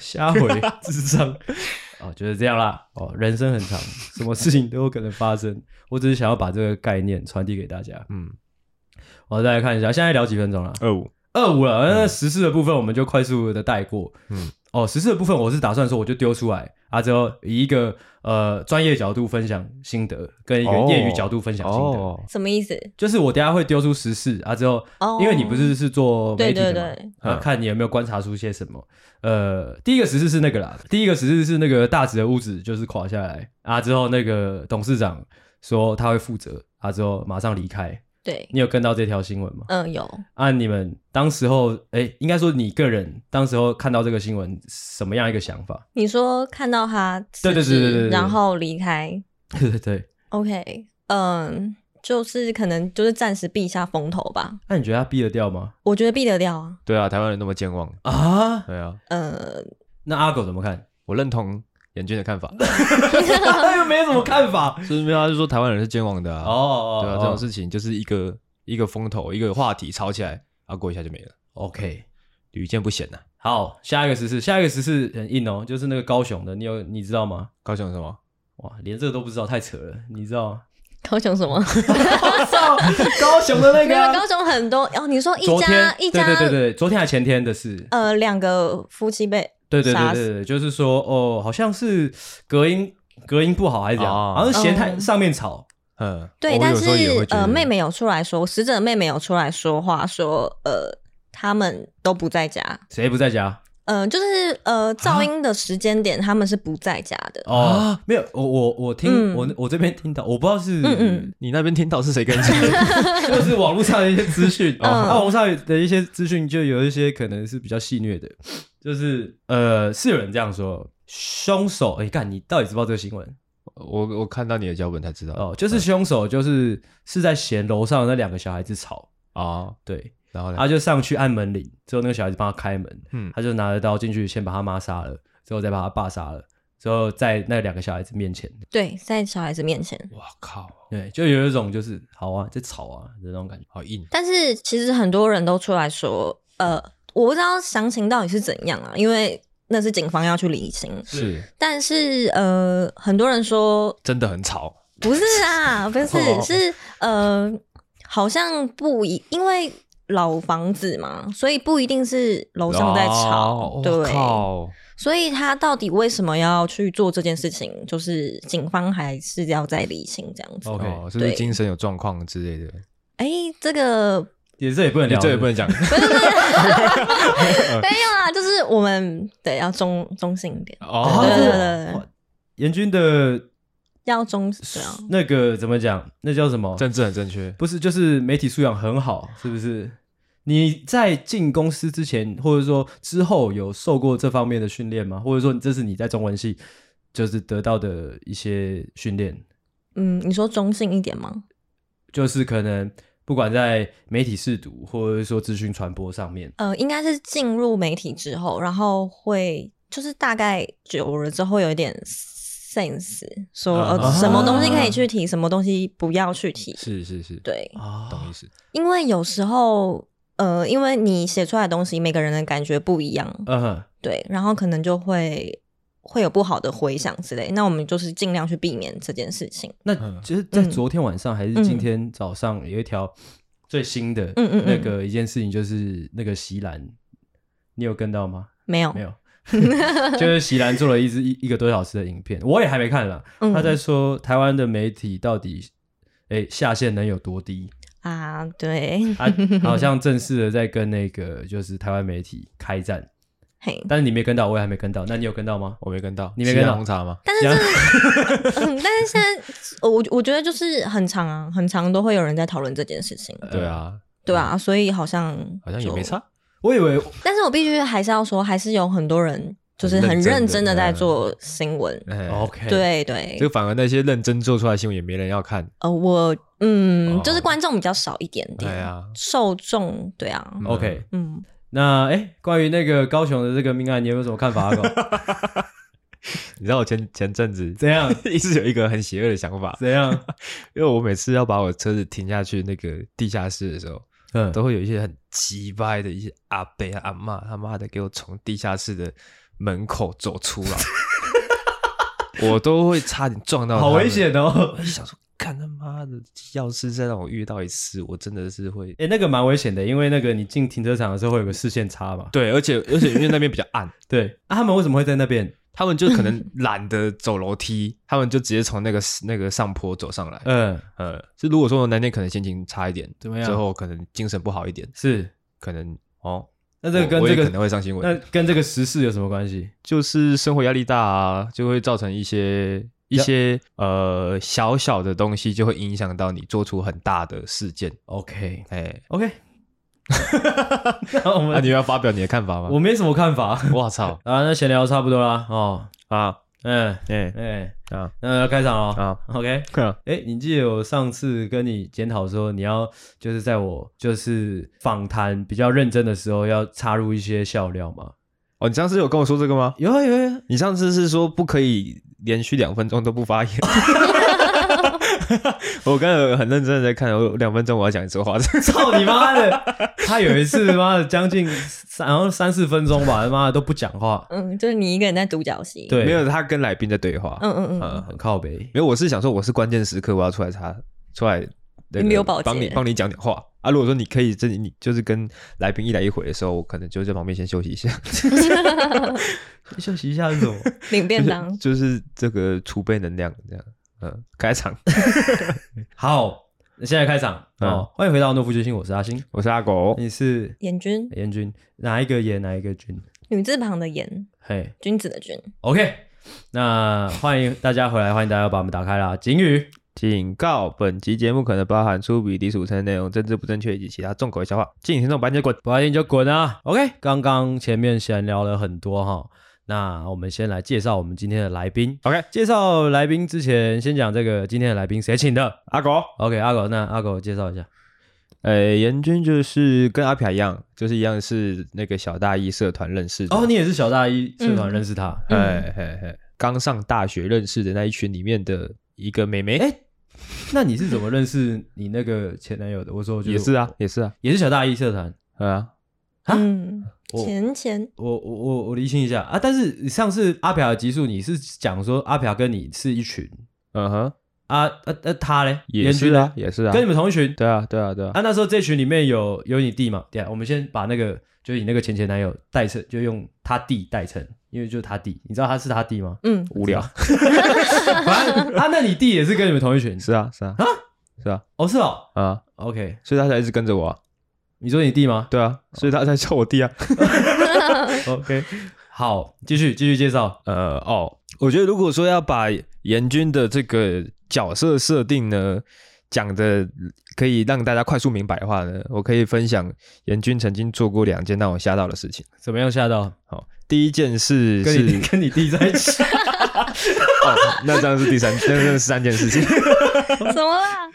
Speaker 1: 瞎回智障。哦，就是这样啦。哦，人生很长，什么事情都有可能发生。我只是想要把这个概念传递给大家。
Speaker 2: 嗯，
Speaker 1: 我再来看一下，现在聊几分钟了？
Speaker 2: 二五，
Speaker 1: 二五了。那时事的部分我们就快速的带过。
Speaker 2: 嗯，
Speaker 1: 哦，时事的部分我是打算说我就丢出来，啊，之后以一个呃专业角度分享心得，跟一个
Speaker 2: 哦
Speaker 1: 业余角度分享心得。
Speaker 2: 哦，
Speaker 3: 什么意思？
Speaker 1: 就是我等一下会丢出时事啊，之后
Speaker 3: 哦，
Speaker 1: 因为你不是是做媒体的嘛，
Speaker 3: 对对对
Speaker 1: 啊
Speaker 2: 嗯
Speaker 1: 看你有没有观察出些什么。呃，第一个时事是那个啦，第一个时事是那个大直的屋子就是垮下来啊，之后那个董事长说他会负责啊，之后马上离开。
Speaker 3: 对，
Speaker 1: 你有跟到这条新闻吗？
Speaker 3: 嗯，有，
Speaker 1: 啊，你们当时候，哎，应该说你个人当时候看到这个新闻什么样一个想法？ [LAUGHS]
Speaker 3: 你说看到他辞
Speaker 1: 对
Speaker 3: 职，
Speaker 1: 对对对对对
Speaker 3: 然后离开
Speaker 1: 对对对，
Speaker 3: ，OK，嗯，就是可能就是暂时避一下风头吧，
Speaker 1: 那、啊你觉得他避得掉吗？
Speaker 3: 我觉得避得掉啊，
Speaker 2: 对啊，台湾人那么健忘，
Speaker 1: 啊，
Speaker 2: 对啊，
Speaker 3: 呃，
Speaker 1: 那阿狗怎么看？ [LAUGHS]
Speaker 2: 我认同严俊的看法，
Speaker 1: 他又没什么看法。
Speaker 2: [LAUGHS] 就是没有，他就说台湾人是健忘的啊，
Speaker 1: 哦哦，
Speaker 2: 对啊，
Speaker 1: 哦
Speaker 2: 这种事情就是一个一个风头，一个话题炒起来，啊，过一下就没了，
Speaker 1: OK。
Speaker 2: 屡见不鲜啊呐。
Speaker 1: 好，下一个时事，下一个时事很硬哦，就是那个高雄的，你有你知道吗？
Speaker 2: 高雄有什么？
Speaker 1: 哇，连这个都不知道，太扯了，你知道吗？
Speaker 3: 高雄什么？
Speaker 1: 操，高雄的那
Speaker 3: [LAUGHS] 没
Speaker 1: 个
Speaker 3: 有
Speaker 1: 啊、
Speaker 3: 高雄很多哦，你说一
Speaker 1: 昨天
Speaker 3: 家一
Speaker 1: 对
Speaker 3: 家，
Speaker 1: 对对对，昨天还前天的事，
Speaker 3: 呃，两个夫妻被
Speaker 1: 对对对
Speaker 3: 杀
Speaker 1: 对
Speaker 3: 死
Speaker 1: 对，就是说哦，好像是隔音隔音不好还是怎样，
Speaker 2: 哦
Speaker 1: 好像嫌太、
Speaker 3: 哦
Speaker 1: 上面吵，
Speaker 2: 嗯，
Speaker 3: 对，
Speaker 2: 我
Speaker 3: 但
Speaker 2: 有
Speaker 3: 是
Speaker 2: 时候也会觉
Speaker 3: 呃，
Speaker 2: 得
Speaker 3: 妹妹有出来说，死者的妹妹有出来说话，说呃，他们都不在家，
Speaker 1: 谁不在家？
Speaker 3: 呃，就是呃，噪音的时间点他们是不在家的，
Speaker 1: 哦，没有，我我我听、
Speaker 3: 嗯
Speaker 1: 我我这边听到，我不知道是
Speaker 3: 嗯嗯
Speaker 2: 你那边听到是谁跟你
Speaker 3: [LAUGHS]
Speaker 2: 讲？
Speaker 1: 就是网络上的一些资讯，
Speaker 3: 嗯
Speaker 1: 啊，网络上的一些资讯就有一些可能是比较戏谑的，就是呃，是有人这样说，凶手，哎、干，你到底知不知道这个新闻？
Speaker 2: 我我看到你的脚本才知道
Speaker 1: 哦，就是凶手就是是在嫌楼上的那两个小孩子吵，
Speaker 2: 哦，
Speaker 1: 对，
Speaker 2: 然后呢？
Speaker 1: 他就上去按门铃，之后那个小孩子帮他开门，
Speaker 2: 嗯
Speaker 1: 他就拿着刀进去先把他妈杀了，之后再把他爸杀了，之后在那两个小孩子面前，
Speaker 3: 对，在小孩子面前。
Speaker 2: 哇靠，
Speaker 1: 对，就有一种就是好啊，在吵啊的那种感觉。
Speaker 2: 好硬！
Speaker 3: 但是其实很多人都出来说，呃，我不知道详情到底是怎样啊，因为那是警方要去理清。
Speaker 2: 是
Speaker 3: 但是呃，很多人说
Speaker 2: 真的很吵，
Speaker 3: 不是
Speaker 2: [LAUGHS]
Speaker 3: 啊，不
Speaker 2: 哦
Speaker 3: 是是呃，好像不一，因为老房子嘛，所以不一定是楼上在吵，
Speaker 2: 哦我
Speaker 3: 对。
Speaker 2: 靠，
Speaker 3: 所以他到底为什么要去做这件事情，就是警方还是要再理清这样子。
Speaker 1: OK
Speaker 2: 哦是不是
Speaker 3: 对
Speaker 2: 精神有状况之类的？
Speaker 3: 哎、这个
Speaker 1: 也这也不能聊，
Speaker 2: 这也不
Speaker 3: [LAUGHS]
Speaker 2: 能讲，呃
Speaker 3: 没有啊，就是我们对要中中性一点，
Speaker 2: 哦
Speaker 3: 对对对对
Speaker 1: 哇严军的
Speaker 3: 要中对啊，
Speaker 1: 那个怎么讲？那叫什么？
Speaker 2: 政治很正确，
Speaker 1: 不是，就是媒体素养很好，是不是？你在进公司之前，或者说之后，有受过这方面的训练吗？或者说，这是你在中文系就是得到的一些训练，
Speaker 3: 嗯，你说中性一点吗？
Speaker 1: 就是可能不管在媒体试读，或者说资讯传播上面，
Speaker 3: 呃，应该是进入媒体之后，然后会就是大概久了之后有一点 sense，说
Speaker 2: 啊
Speaker 3: 呃什么东西可以去提，什么东西不要去提，
Speaker 2: 是是是，
Speaker 3: 对，
Speaker 1: 啊
Speaker 2: 懂意思。
Speaker 3: 因为有时候。呃，因为你写出来的东西，每个人的感觉不一样，
Speaker 1: 嗯哼，
Speaker 3: 对，然后可能就会会有不好的回响之类。那我们就是尽量去避免这件事情。
Speaker 1: 那
Speaker 2: 嗯
Speaker 1: 其实，在
Speaker 3: 嗯
Speaker 1: 昨天晚上还是今天早上，有一条最新的
Speaker 3: 嗯嗯嗯
Speaker 1: 那个一件事情，就是那个席兰，你有跟到吗？
Speaker 3: 没有，
Speaker 1: 没有， [LAUGHS] 就是席兰做了一支一一个多小时的影片，我也还没看啦。
Speaker 3: 嗯
Speaker 1: 他在说台湾的媒体到底。哎，下限能有多低？
Speaker 3: 啊，对，
Speaker 1: 他好像正式的在跟那个就是台湾媒体开战，
Speaker 3: 嘿，
Speaker 1: 但是你没跟到，我也还没跟到。那你有跟到吗？
Speaker 2: 我没跟到，
Speaker 1: 你没跟到
Speaker 2: 西洋红茶吗？
Speaker 3: 但是
Speaker 1: 这
Speaker 3: [LAUGHS] 嗯，但是现在呃我我觉得就是很长啊，很长都会有人在讨论这件事情，
Speaker 2: 对啊，
Speaker 3: 对啊，所以好像
Speaker 2: 好像也
Speaker 3: 就
Speaker 2: 没。差。
Speaker 1: 我以为
Speaker 3: 但是我必须还是要说，还是有很多人就是
Speaker 2: 很
Speaker 3: 很
Speaker 2: 认
Speaker 3: 认
Speaker 2: 真
Speaker 3: 真
Speaker 2: 的
Speaker 3: 的在
Speaker 2: 嗯
Speaker 3: 做新闻，
Speaker 2: 哎
Speaker 1: OK，，
Speaker 3: 对对
Speaker 2: 这，个反而那些认真做出来的新闻也没人要看。
Speaker 3: 呃，我嗯，就是
Speaker 2: 哦
Speaker 3: 观众比较少一点
Speaker 2: 对
Speaker 3: 点，
Speaker 2: 啊，
Speaker 3: 受众对啊，
Speaker 1: OK，
Speaker 3: 嗯，
Speaker 1: 那哎，诶关于那个高雄的这个命案，你有没有什么看 [LAUGHS] 法、啊？狗
Speaker 2: 你知道我前前阵子
Speaker 1: 怎样？
Speaker 2: [LAUGHS] 一直有一个很邪恶的想法，
Speaker 1: 怎样？
Speaker 2: 因为我每次要把我车子停下去那个地下室的时候，
Speaker 1: 嗯，
Speaker 2: 都会有一些很鸡掰的一些阿伯啊阿妈他妈的给我从地下室的门口走出
Speaker 1: [LAUGHS]
Speaker 2: 来，我都会差点撞到，
Speaker 1: 好危！险哦！
Speaker 2: 我就想说，干他妈的，要是再让我遇到一次，我真的是会。
Speaker 1: 哎、那个蛮危险的，因为那个你进停车场的时候会有个视线差嘛。
Speaker 2: 对，而且而且因为那边比较暗，
Speaker 1: 对，啊、他们为什么会在那边？
Speaker 2: 他们就可能懒得走楼梯， [LAUGHS] 他们就直接从那个那个上坡走上来。
Speaker 1: 嗯，
Speaker 2: 呃，是如果说我那天可能心情差一点，
Speaker 1: 怎么样
Speaker 2: 之后可能精神不好一点，
Speaker 1: 是。
Speaker 2: 可能哦，
Speaker 1: 那这个
Speaker 2: 我
Speaker 1: 跟
Speaker 2: 我
Speaker 1: 这
Speaker 2: 也
Speaker 1: 个
Speaker 2: 可能会上新
Speaker 1: 那
Speaker 2: 闻，
Speaker 1: 跟这个时事有什么关系？
Speaker 2: 就是生活压力大啊，就会造成一些一些呃小小的东西，就会影响到你做出很大的事件。
Speaker 1: OK
Speaker 2: 哎，
Speaker 1: [LAUGHS] OK，那我
Speaker 2: 那、
Speaker 1: 们、
Speaker 2: 啊你要发表你的看法吗？
Speaker 1: 我没什么看法 [LAUGHS]
Speaker 2: 我操
Speaker 1: 啊，那闲聊差不多啦哦，
Speaker 2: [LAUGHS] 啊！
Speaker 1: 嗯
Speaker 2: 哎
Speaker 1: 哎、
Speaker 2: 啊
Speaker 1: 那要开场哦、
Speaker 2: 啊！
Speaker 1: OK，
Speaker 2: 哼
Speaker 1: 哎、你记得我上次跟你检讨说，你要就是在我就是访谈比较认真的时候，要插入一些笑料
Speaker 2: [LAUGHS]
Speaker 1: 吗？
Speaker 2: 哦，你上次有跟我说这个吗？
Speaker 1: 有啊有啊，
Speaker 2: 你上次是说不可以连续两分钟都不发言。 [LAUGHS] 我刚才有很认真的在看，我两分钟我要讲一次话。
Speaker 1: 操你妈的！他有一次妈的将近三，然后三四分钟吧，他妈的都不讲话，
Speaker 3: 嗯，就是你一个人在独角戏，，
Speaker 1: 对，
Speaker 2: 没有他跟来宾在对话。
Speaker 3: 嗯嗯嗯，
Speaker 2: 嗯，
Speaker 1: 呃很靠北。
Speaker 2: 没有，我是想说我是关键时刻我要出来插出来那个
Speaker 3: 没有保洁
Speaker 2: 帮你帮你讲点话啊。如果说你可以这你就是跟来宾一来一回的时候，我可能就在旁边先休息一下，
Speaker 1: 休息一下是什么？
Speaker 3: 领
Speaker 2: 嗯
Speaker 3: 便当，
Speaker 2: [LAUGHS] 就是这个储备能量这样。嗯，
Speaker 1: [LAUGHS]
Speaker 2: 开场，
Speaker 1: [LAUGHS] 好，那现在开场
Speaker 2: 嗯
Speaker 1: 哦，欢迎回到诺夫觉醒，我是阿星，
Speaker 2: 我是阿狗。
Speaker 1: 你是
Speaker 3: 严君，
Speaker 2: 哎
Speaker 1: 严君，哪一个严哪一个君？
Speaker 3: 女字旁的严，
Speaker 1: 嘿
Speaker 3: 君子的君，
Speaker 1: ，OK，那欢迎大家回来，欢迎大家把我们打开啦。景宇，
Speaker 2: 警告：本集节目可能包含粗鄙、低俗、成人内容、政治不正确以及其他重口味笑话，敬请听众把你的滚。
Speaker 1: 不爱听就滚啊！OK，刚刚前面闲聊了很多哈，那我们先来介绍我们今天的来宾。
Speaker 2: OK，
Speaker 1: 介绍来宾之前，先讲这个今天的来宾谁请的
Speaker 2: 阿狗，
Speaker 1: ？OK，阿狗，那阿狗介绍一下。
Speaker 2: 呃，严军就是跟阿飘一样，就是一样是那个小大一社团认识的。
Speaker 1: 哦哦，你也是小大一社团认识他，
Speaker 3: 嗯
Speaker 2: 哎嘿嘿，刚上大学认识的那一群里面的一个妹妹，哎，
Speaker 1: 那你是怎么认识你那个前男友的？我说就
Speaker 2: 也是，啊，也是啊，
Speaker 1: 也是小大一社团。
Speaker 2: 嗯啊，
Speaker 1: 啊
Speaker 3: 嗯，
Speaker 1: 我
Speaker 3: 钱钱，
Speaker 1: 我我我我厘清一下啊！但是上次阿朴的集数，你是讲说阿朴跟你是一群
Speaker 2: 嗯哼，
Speaker 1: 啊啊啊，他嘞
Speaker 2: 也是啊，，也是
Speaker 1: 严君嘞，
Speaker 2: 啊
Speaker 1: 跟你们同一群
Speaker 2: 对啊，对啊，对啊，
Speaker 1: 啊。那时候这群里面有有你弟嘛？对啊，我们先把那个就是你那个前前男友代称，就用他弟代称，因为就是他弟，你知道他是他弟吗？
Speaker 3: 嗯，
Speaker 2: 无聊，
Speaker 1: [LAUGHS] 反正啊，那你弟也是跟你们同一群？
Speaker 2: 是啊，是啊，是啊，
Speaker 1: 哦，是哦
Speaker 2: 啊，
Speaker 1: ，OK，
Speaker 2: 所以他才一直跟着我啊，
Speaker 1: 你说你弟吗
Speaker 2: 对啊，所以他才叫我弟啊，
Speaker 1: ？OK，好，继续继续介绍。
Speaker 2: 呃，哦，我觉得如果说要把严军的这个角色设定呢讲的可以让大家快速明白的话呢，我可以分享严军曾经做过两件让我吓到的事情。
Speaker 1: 怎么样吓到？
Speaker 2: 好，第一件事
Speaker 1: 跟你 [LAUGHS]
Speaker 2: 是
Speaker 1: 跟你弟在一起，
Speaker 2: 哦，那这样是第三， [LAUGHS] 那这是三
Speaker 1: [LAUGHS]
Speaker 2: 件事情。
Speaker 3: [LAUGHS] 怎么啦？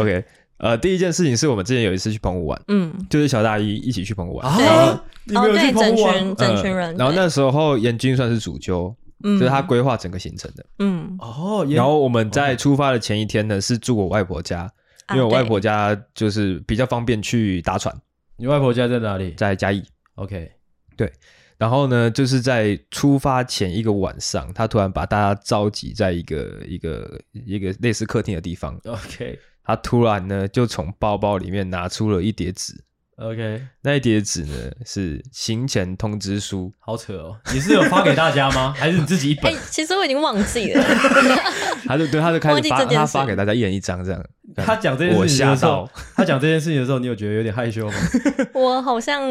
Speaker 2: OK，呃，第一件事情是我们之前有一次去澎湖玩，
Speaker 3: 嗯，
Speaker 2: 就是小大一一起去澎湖玩。
Speaker 1: 啊
Speaker 3: 对，
Speaker 1: 你
Speaker 3: 哦，
Speaker 1: 们有去
Speaker 3: 对，
Speaker 1: 澎
Speaker 3: 整
Speaker 1: 湖啊
Speaker 3: 群整群人，
Speaker 2: 呃然后
Speaker 3: 对
Speaker 2: 那时候严军算是主揪，
Speaker 3: 嗯
Speaker 2: 就是他规划整个行程的。
Speaker 3: 嗯，
Speaker 1: 哦，
Speaker 2: 然后我们在出发的前一天呢，是住我外婆家，因
Speaker 3: 啊
Speaker 2: 为我外
Speaker 3: 对
Speaker 2: 婆家就是比较方便去搭船，
Speaker 1: 你外婆家在哪里
Speaker 2: 在嘉义。
Speaker 1: ？OK，
Speaker 2: 然后呢，就是在出发前一个晚上，他突然把大家召集在一个一个一个类似客厅的地方，
Speaker 1: OK
Speaker 2: 他突然呢就从包包里面拿出了一叠纸，
Speaker 1: OK，
Speaker 2: 那一叠纸呢是行前通知书，
Speaker 1: 好扯哦！你是有发给大家 [LAUGHS] 吗？还是你自己一
Speaker 3: 哎
Speaker 1: 本？，
Speaker 3: 其实我已经忘记了，
Speaker 2: [LAUGHS] 他就对他就开
Speaker 3: 忘
Speaker 2: 始
Speaker 3: 记
Speaker 2: 发
Speaker 3: 这件
Speaker 2: 他
Speaker 3: 事
Speaker 2: 发给大家一人一张这样。
Speaker 1: 他讲这件事情
Speaker 2: 我
Speaker 1: 的
Speaker 2: 吓
Speaker 1: 时候
Speaker 2: 到，
Speaker 1: 他讲这件事情的时候，你有觉得有点害羞 [LAUGHS] 吗？
Speaker 3: 我好像，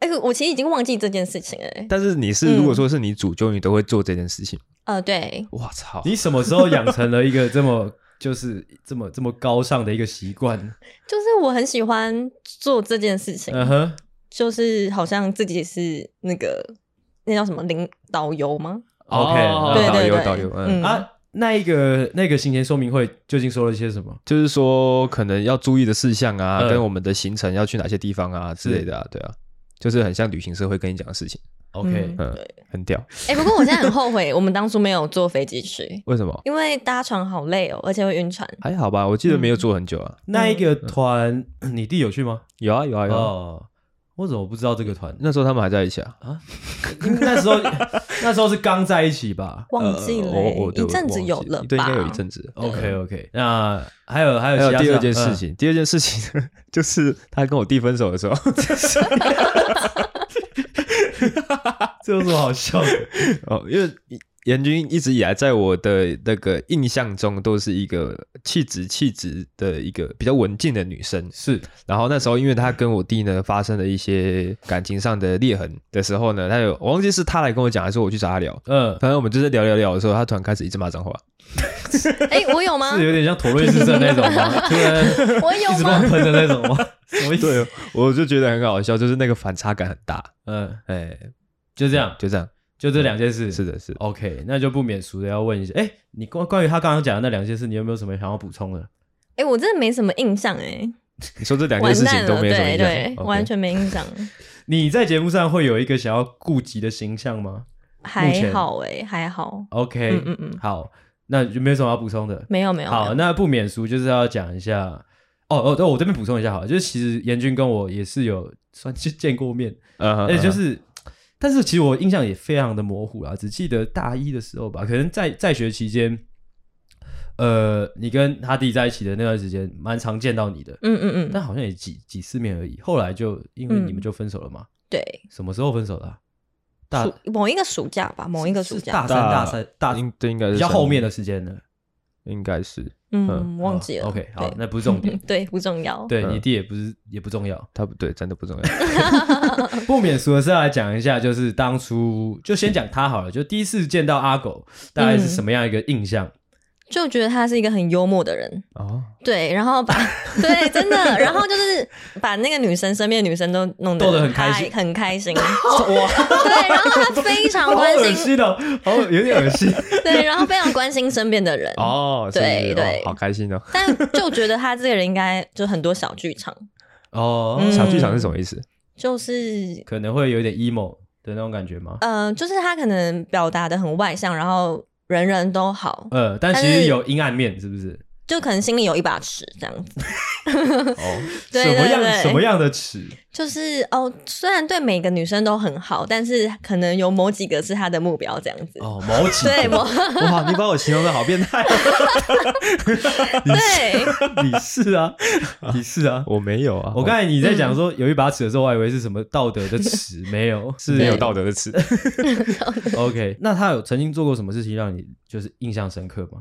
Speaker 3: 哎，我其实已经忘记这件事情了，哎
Speaker 2: 但是你是如果说是你主揪，你都会做这件事情。
Speaker 3: 呃，对，
Speaker 2: 我操！
Speaker 1: 你什么时候养成了一个这么就是这么这么高尚的一个习惯？
Speaker 3: 就是我很喜欢做这件事情，
Speaker 1: 嗯哼，
Speaker 3: 就是好像自己是那个那叫什么领导游吗？
Speaker 1: OK，
Speaker 2: 哦
Speaker 1: 对
Speaker 2: 导
Speaker 3: 对
Speaker 2: 游
Speaker 3: 对
Speaker 2: 导游，嗯，
Speaker 3: 嗯
Speaker 1: 啊，那一个那个行前说明会究竟说了些什么？
Speaker 2: 就是说可能要注意的事项啊，
Speaker 1: 嗯
Speaker 2: 跟我们的行程要去哪些地方啊之类的啊，对啊，就是很像旅行社会跟你讲的事情，
Speaker 1: OK，
Speaker 2: 嗯，很屌。
Speaker 3: 哎、不过我现在很后悔，我们当初没有坐飞机去，
Speaker 2: 为什么？
Speaker 3: 因为搭船好累哦，而且会晕船。
Speaker 2: 还好吧，我记得没有做很久啊。
Speaker 1: 那一个团， [CLEARS THROAT] 你弟有去吗？
Speaker 2: 有啊有啊有啊，
Speaker 1: 哦，我怎么不知道这个团？ [LAUGHS]
Speaker 2: 那时候他们还在一起啊。
Speaker 1: 那时候 [LAUGHS] 那时候是刚在一起吧
Speaker 3: 忘记了、
Speaker 2: 呃我我对
Speaker 3: 一阵
Speaker 2: 我
Speaker 3: 子
Speaker 2: 忘
Speaker 3: 有
Speaker 2: 记
Speaker 3: 了吧？
Speaker 2: 对，应该有一阵子。
Speaker 1: ？OK OK，那还有还有
Speaker 2: 呃还
Speaker 1: 哦其
Speaker 2: 有
Speaker 1: 他
Speaker 2: 第
Speaker 1: 事啊
Speaker 2: 二件事
Speaker 1: 嗯 [LAUGHS]
Speaker 2: 情，第二件事情 [LAUGHS] 呢就是他跟我弟分手的
Speaker 1: [LAUGHS]
Speaker 2: 时候，
Speaker 1: 这有什么好笑的？
Speaker 2: 哦，因为严军一直以来在我的那个印象中都是一个气质气质的一个比较文静的女生，
Speaker 1: 是
Speaker 2: 然后那时候，因为他跟我弟呢发生了一些感情上的裂痕的时候呢，他有我忘记是他来跟我讲，还是我去找他聊。
Speaker 1: 嗯，
Speaker 2: 反正我们就是聊聊聊的时候，他突然开始一直骂脏话。
Speaker 3: 哎、我
Speaker 2: [LAUGHS]
Speaker 3: 有吗？
Speaker 1: 是有点像妥瑞氏症那种吗？啊突然 [LAUGHS]
Speaker 3: 我有
Speaker 1: 一直
Speaker 3: 吗
Speaker 1: 乱？喷的那种吗？ [LAUGHS] 什么意思？
Speaker 2: 对，我就觉得很好笑，就是那个反差感很大。
Speaker 1: 嗯，
Speaker 2: 哎，
Speaker 1: 就这样，
Speaker 2: 就这样，
Speaker 1: 就这两件事。
Speaker 2: 是的，是的。
Speaker 1: OK，那就不免俗的要问一下，哎，你关关于他刚刚讲的那两件事，你有没有什么想要补充的？
Speaker 3: 哎、我真的没什么印象哎、
Speaker 2: 你说这两件
Speaker 3: 完
Speaker 2: 事
Speaker 3: 蛋
Speaker 2: 情都
Speaker 3: 了，
Speaker 2: 没有什么
Speaker 3: 对
Speaker 2: 影
Speaker 3: 对
Speaker 2: 响，，OK
Speaker 3: 完。全没印象，
Speaker 1: 你在节目上会有一个想要顾及的形象吗
Speaker 3: 还好哎、还好，
Speaker 1: ？OK，
Speaker 3: 嗯嗯嗯，
Speaker 1: 好，那就没有什么要补充的。
Speaker 3: 没有没有，没
Speaker 1: 好，
Speaker 3: 有
Speaker 1: 那不免俗就是要讲一下，哦哦，对，我这边补充一下好了，就是其实严军跟我也是有算是见过面，
Speaker 2: 嗯哼，
Speaker 1: 而且哎就
Speaker 2: 嗯哼
Speaker 1: 是，但是其实我印象也非常的模糊啦，只记得大一的时候吧，可能在在学期间，呃，你跟他弟在一起的那段时间，蛮常见到你的，
Speaker 3: 嗯嗯嗯，
Speaker 1: 但好像也几几次面而已。后来就因为你们
Speaker 3: 嗯
Speaker 1: 就分手了嘛？
Speaker 3: 对，
Speaker 1: 什么时候分手的啊、大
Speaker 3: 暑某一个暑假吧，某一个暑
Speaker 1: 是
Speaker 3: 假
Speaker 1: 大，三、大三、大
Speaker 2: 应呃这应该是
Speaker 1: 比较后面
Speaker 2: 的，
Speaker 1: 的时间了，
Speaker 2: 应该是
Speaker 3: 嗯，忘记了。
Speaker 1: 哦 OK，好
Speaker 3: 对，
Speaker 1: 那不是重点。
Speaker 3: [LAUGHS] 对，不重要。
Speaker 1: 对
Speaker 2: 嗯
Speaker 1: 你弟也不是也不重要，
Speaker 2: 他不对，真的不重要。
Speaker 1: 不免俗的是要来讲一下，就是当初就先讲他好了，就第一次见到阿狗大概是
Speaker 3: 嗯
Speaker 1: 什么样一个印象？
Speaker 3: 就觉得他是一个很幽默的人，
Speaker 2: 哦，
Speaker 3: 对，然
Speaker 1: [LAUGHS]
Speaker 3: 后把对真的，然后就是把那个女生身边的女生都弄
Speaker 1: 逗得很开心
Speaker 3: 嗨很开
Speaker 1: [LAUGHS]
Speaker 3: 心，
Speaker 1: 哇，
Speaker 3: 对，然后他非常
Speaker 1: [LAUGHS] 好
Speaker 3: 关
Speaker 1: 恶
Speaker 3: 心，
Speaker 1: 心哦，好有点恶
Speaker 3: [LAUGHS]
Speaker 1: 心。
Speaker 3: 对，然后非常关心身边的人，
Speaker 2: 哦，是
Speaker 3: 对
Speaker 2: 是哦
Speaker 3: 对
Speaker 2: 好开心哦。
Speaker 3: 但就觉得他这个人应该就很多小剧场，
Speaker 1: 哦，嗯
Speaker 3: 嗯
Speaker 2: 小剧场是什么意思？
Speaker 3: 就是
Speaker 1: 可能会有点 emo，的那种感觉吗？
Speaker 3: 呃，就是他可能表达的很外向，然后人人都好，
Speaker 1: 呃，但
Speaker 3: 但
Speaker 1: 其实
Speaker 3: 是
Speaker 1: 有阴暗面，是不是？
Speaker 3: 就可能心里有一把尺这样子。
Speaker 2: 哦，
Speaker 3: 对
Speaker 1: 什么
Speaker 3: 对
Speaker 1: 样
Speaker 3: 对
Speaker 1: 什么样的尺？
Speaker 3: 就是哦，虽然对每个女生都很好，但是可能有某几个是他的目标这样子。
Speaker 1: 哦，毛尺。
Speaker 3: 对某
Speaker 1: 哇，你把我形容的好变态、啊 [LAUGHS]
Speaker 3: 对，
Speaker 1: 你是啊，你是啊。
Speaker 2: 我没有啊，
Speaker 1: 我刚才你在
Speaker 3: 嗯
Speaker 1: 讲说有一把尺的时候，我还以为是什么道德的尺，没
Speaker 3: [LAUGHS]
Speaker 1: 有，是
Speaker 2: 没有道德
Speaker 1: [LAUGHS]
Speaker 2: 的词。
Speaker 1: OK，那 [LAUGHS] 他有曾经做过什么事情让你就是印象深刻吗？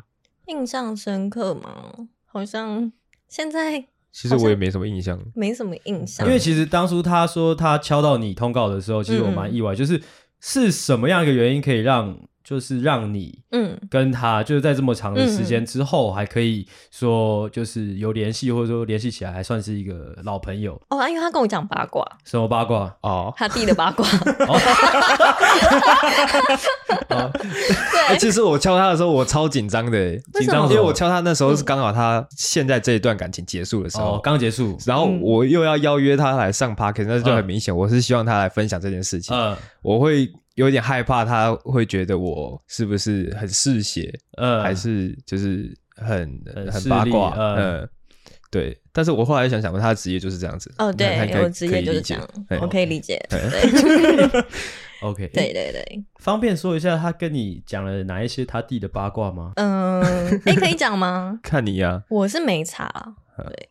Speaker 3: 印象深刻吗？好像现在
Speaker 2: 其实我也没什么印象，
Speaker 3: 没什么印象
Speaker 1: 因。为其实当初他说他敲到你通告的时候，其实我蛮意
Speaker 3: 嗯
Speaker 1: 外，就是是什么样一个原因可以让就是让你
Speaker 3: 嗯，
Speaker 1: 跟他就是在这么长的时间之后还可以说就是有联系，或者说联系起来还算是一个老朋友？
Speaker 3: 哦，啊因为他跟我讲八卦，
Speaker 1: 什么八卦？
Speaker 2: 哦，
Speaker 3: 他弟的八卦。
Speaker 2: 哎，其实我敲他的时候，我超紧张的欸，
Speaker 1: 紧张什么
Speaker 2: 因为我敲他那时候是刚好他现在这一段感情结束的时
Speaker 1: 哦
Speaker 2: 候，，
Speaker 1: 刚结嗯束。
Speaker 2: 然
Speaker 3: 嗯
Speaker 2: 后我又要邀约他来上 p a r k 那就很明显，我是希望他来分享这件事情，
Speaker 1: 呃
Speaker 2: 我会有点害怕，他会觉得我是不是很嗜血，
Speaker 1: 呃，
Speaker 2: 还是就是很
Speaker 1: 很
Speaker 2: 很
Speaker 1: 势
Speaker 2: 八
Speaker 1: 利
Speaker 2: 卦，
Speaker 1: 呃
Speaker 2: 嗯，对。但是我后来想想过，他的职业就是这样子，
Speaker 3: 哦，
Speaker 2: [LAUGHS] 那他
Speaker 3: 对
Speaker 2: 可，以
Speaker 3: 我职
Speaker 2: 可
Speaker 3: 业
Speaker 2: 以
Speaker 3: 就是
Speaker 2: 理
Speaker 3: 这
Speaker 2: 解
Speaker 3: 样，
Speaker 2: 哎
Speaker 3: 我可以理解。
Speaker 2: 哎
Speaker 3: 对
Speaker 1: OK。
Speaker 3: 对， [LAUGHS] 对对，
Speaker 1: 方便说一下他跟你讲了哪一些他弟的八卦吗？
Speaker 3: 嗯，哎，可以讲吗？ [LAUGHS]
Speaker 2: 看你呀，
Speaker 3: 我是没查啦，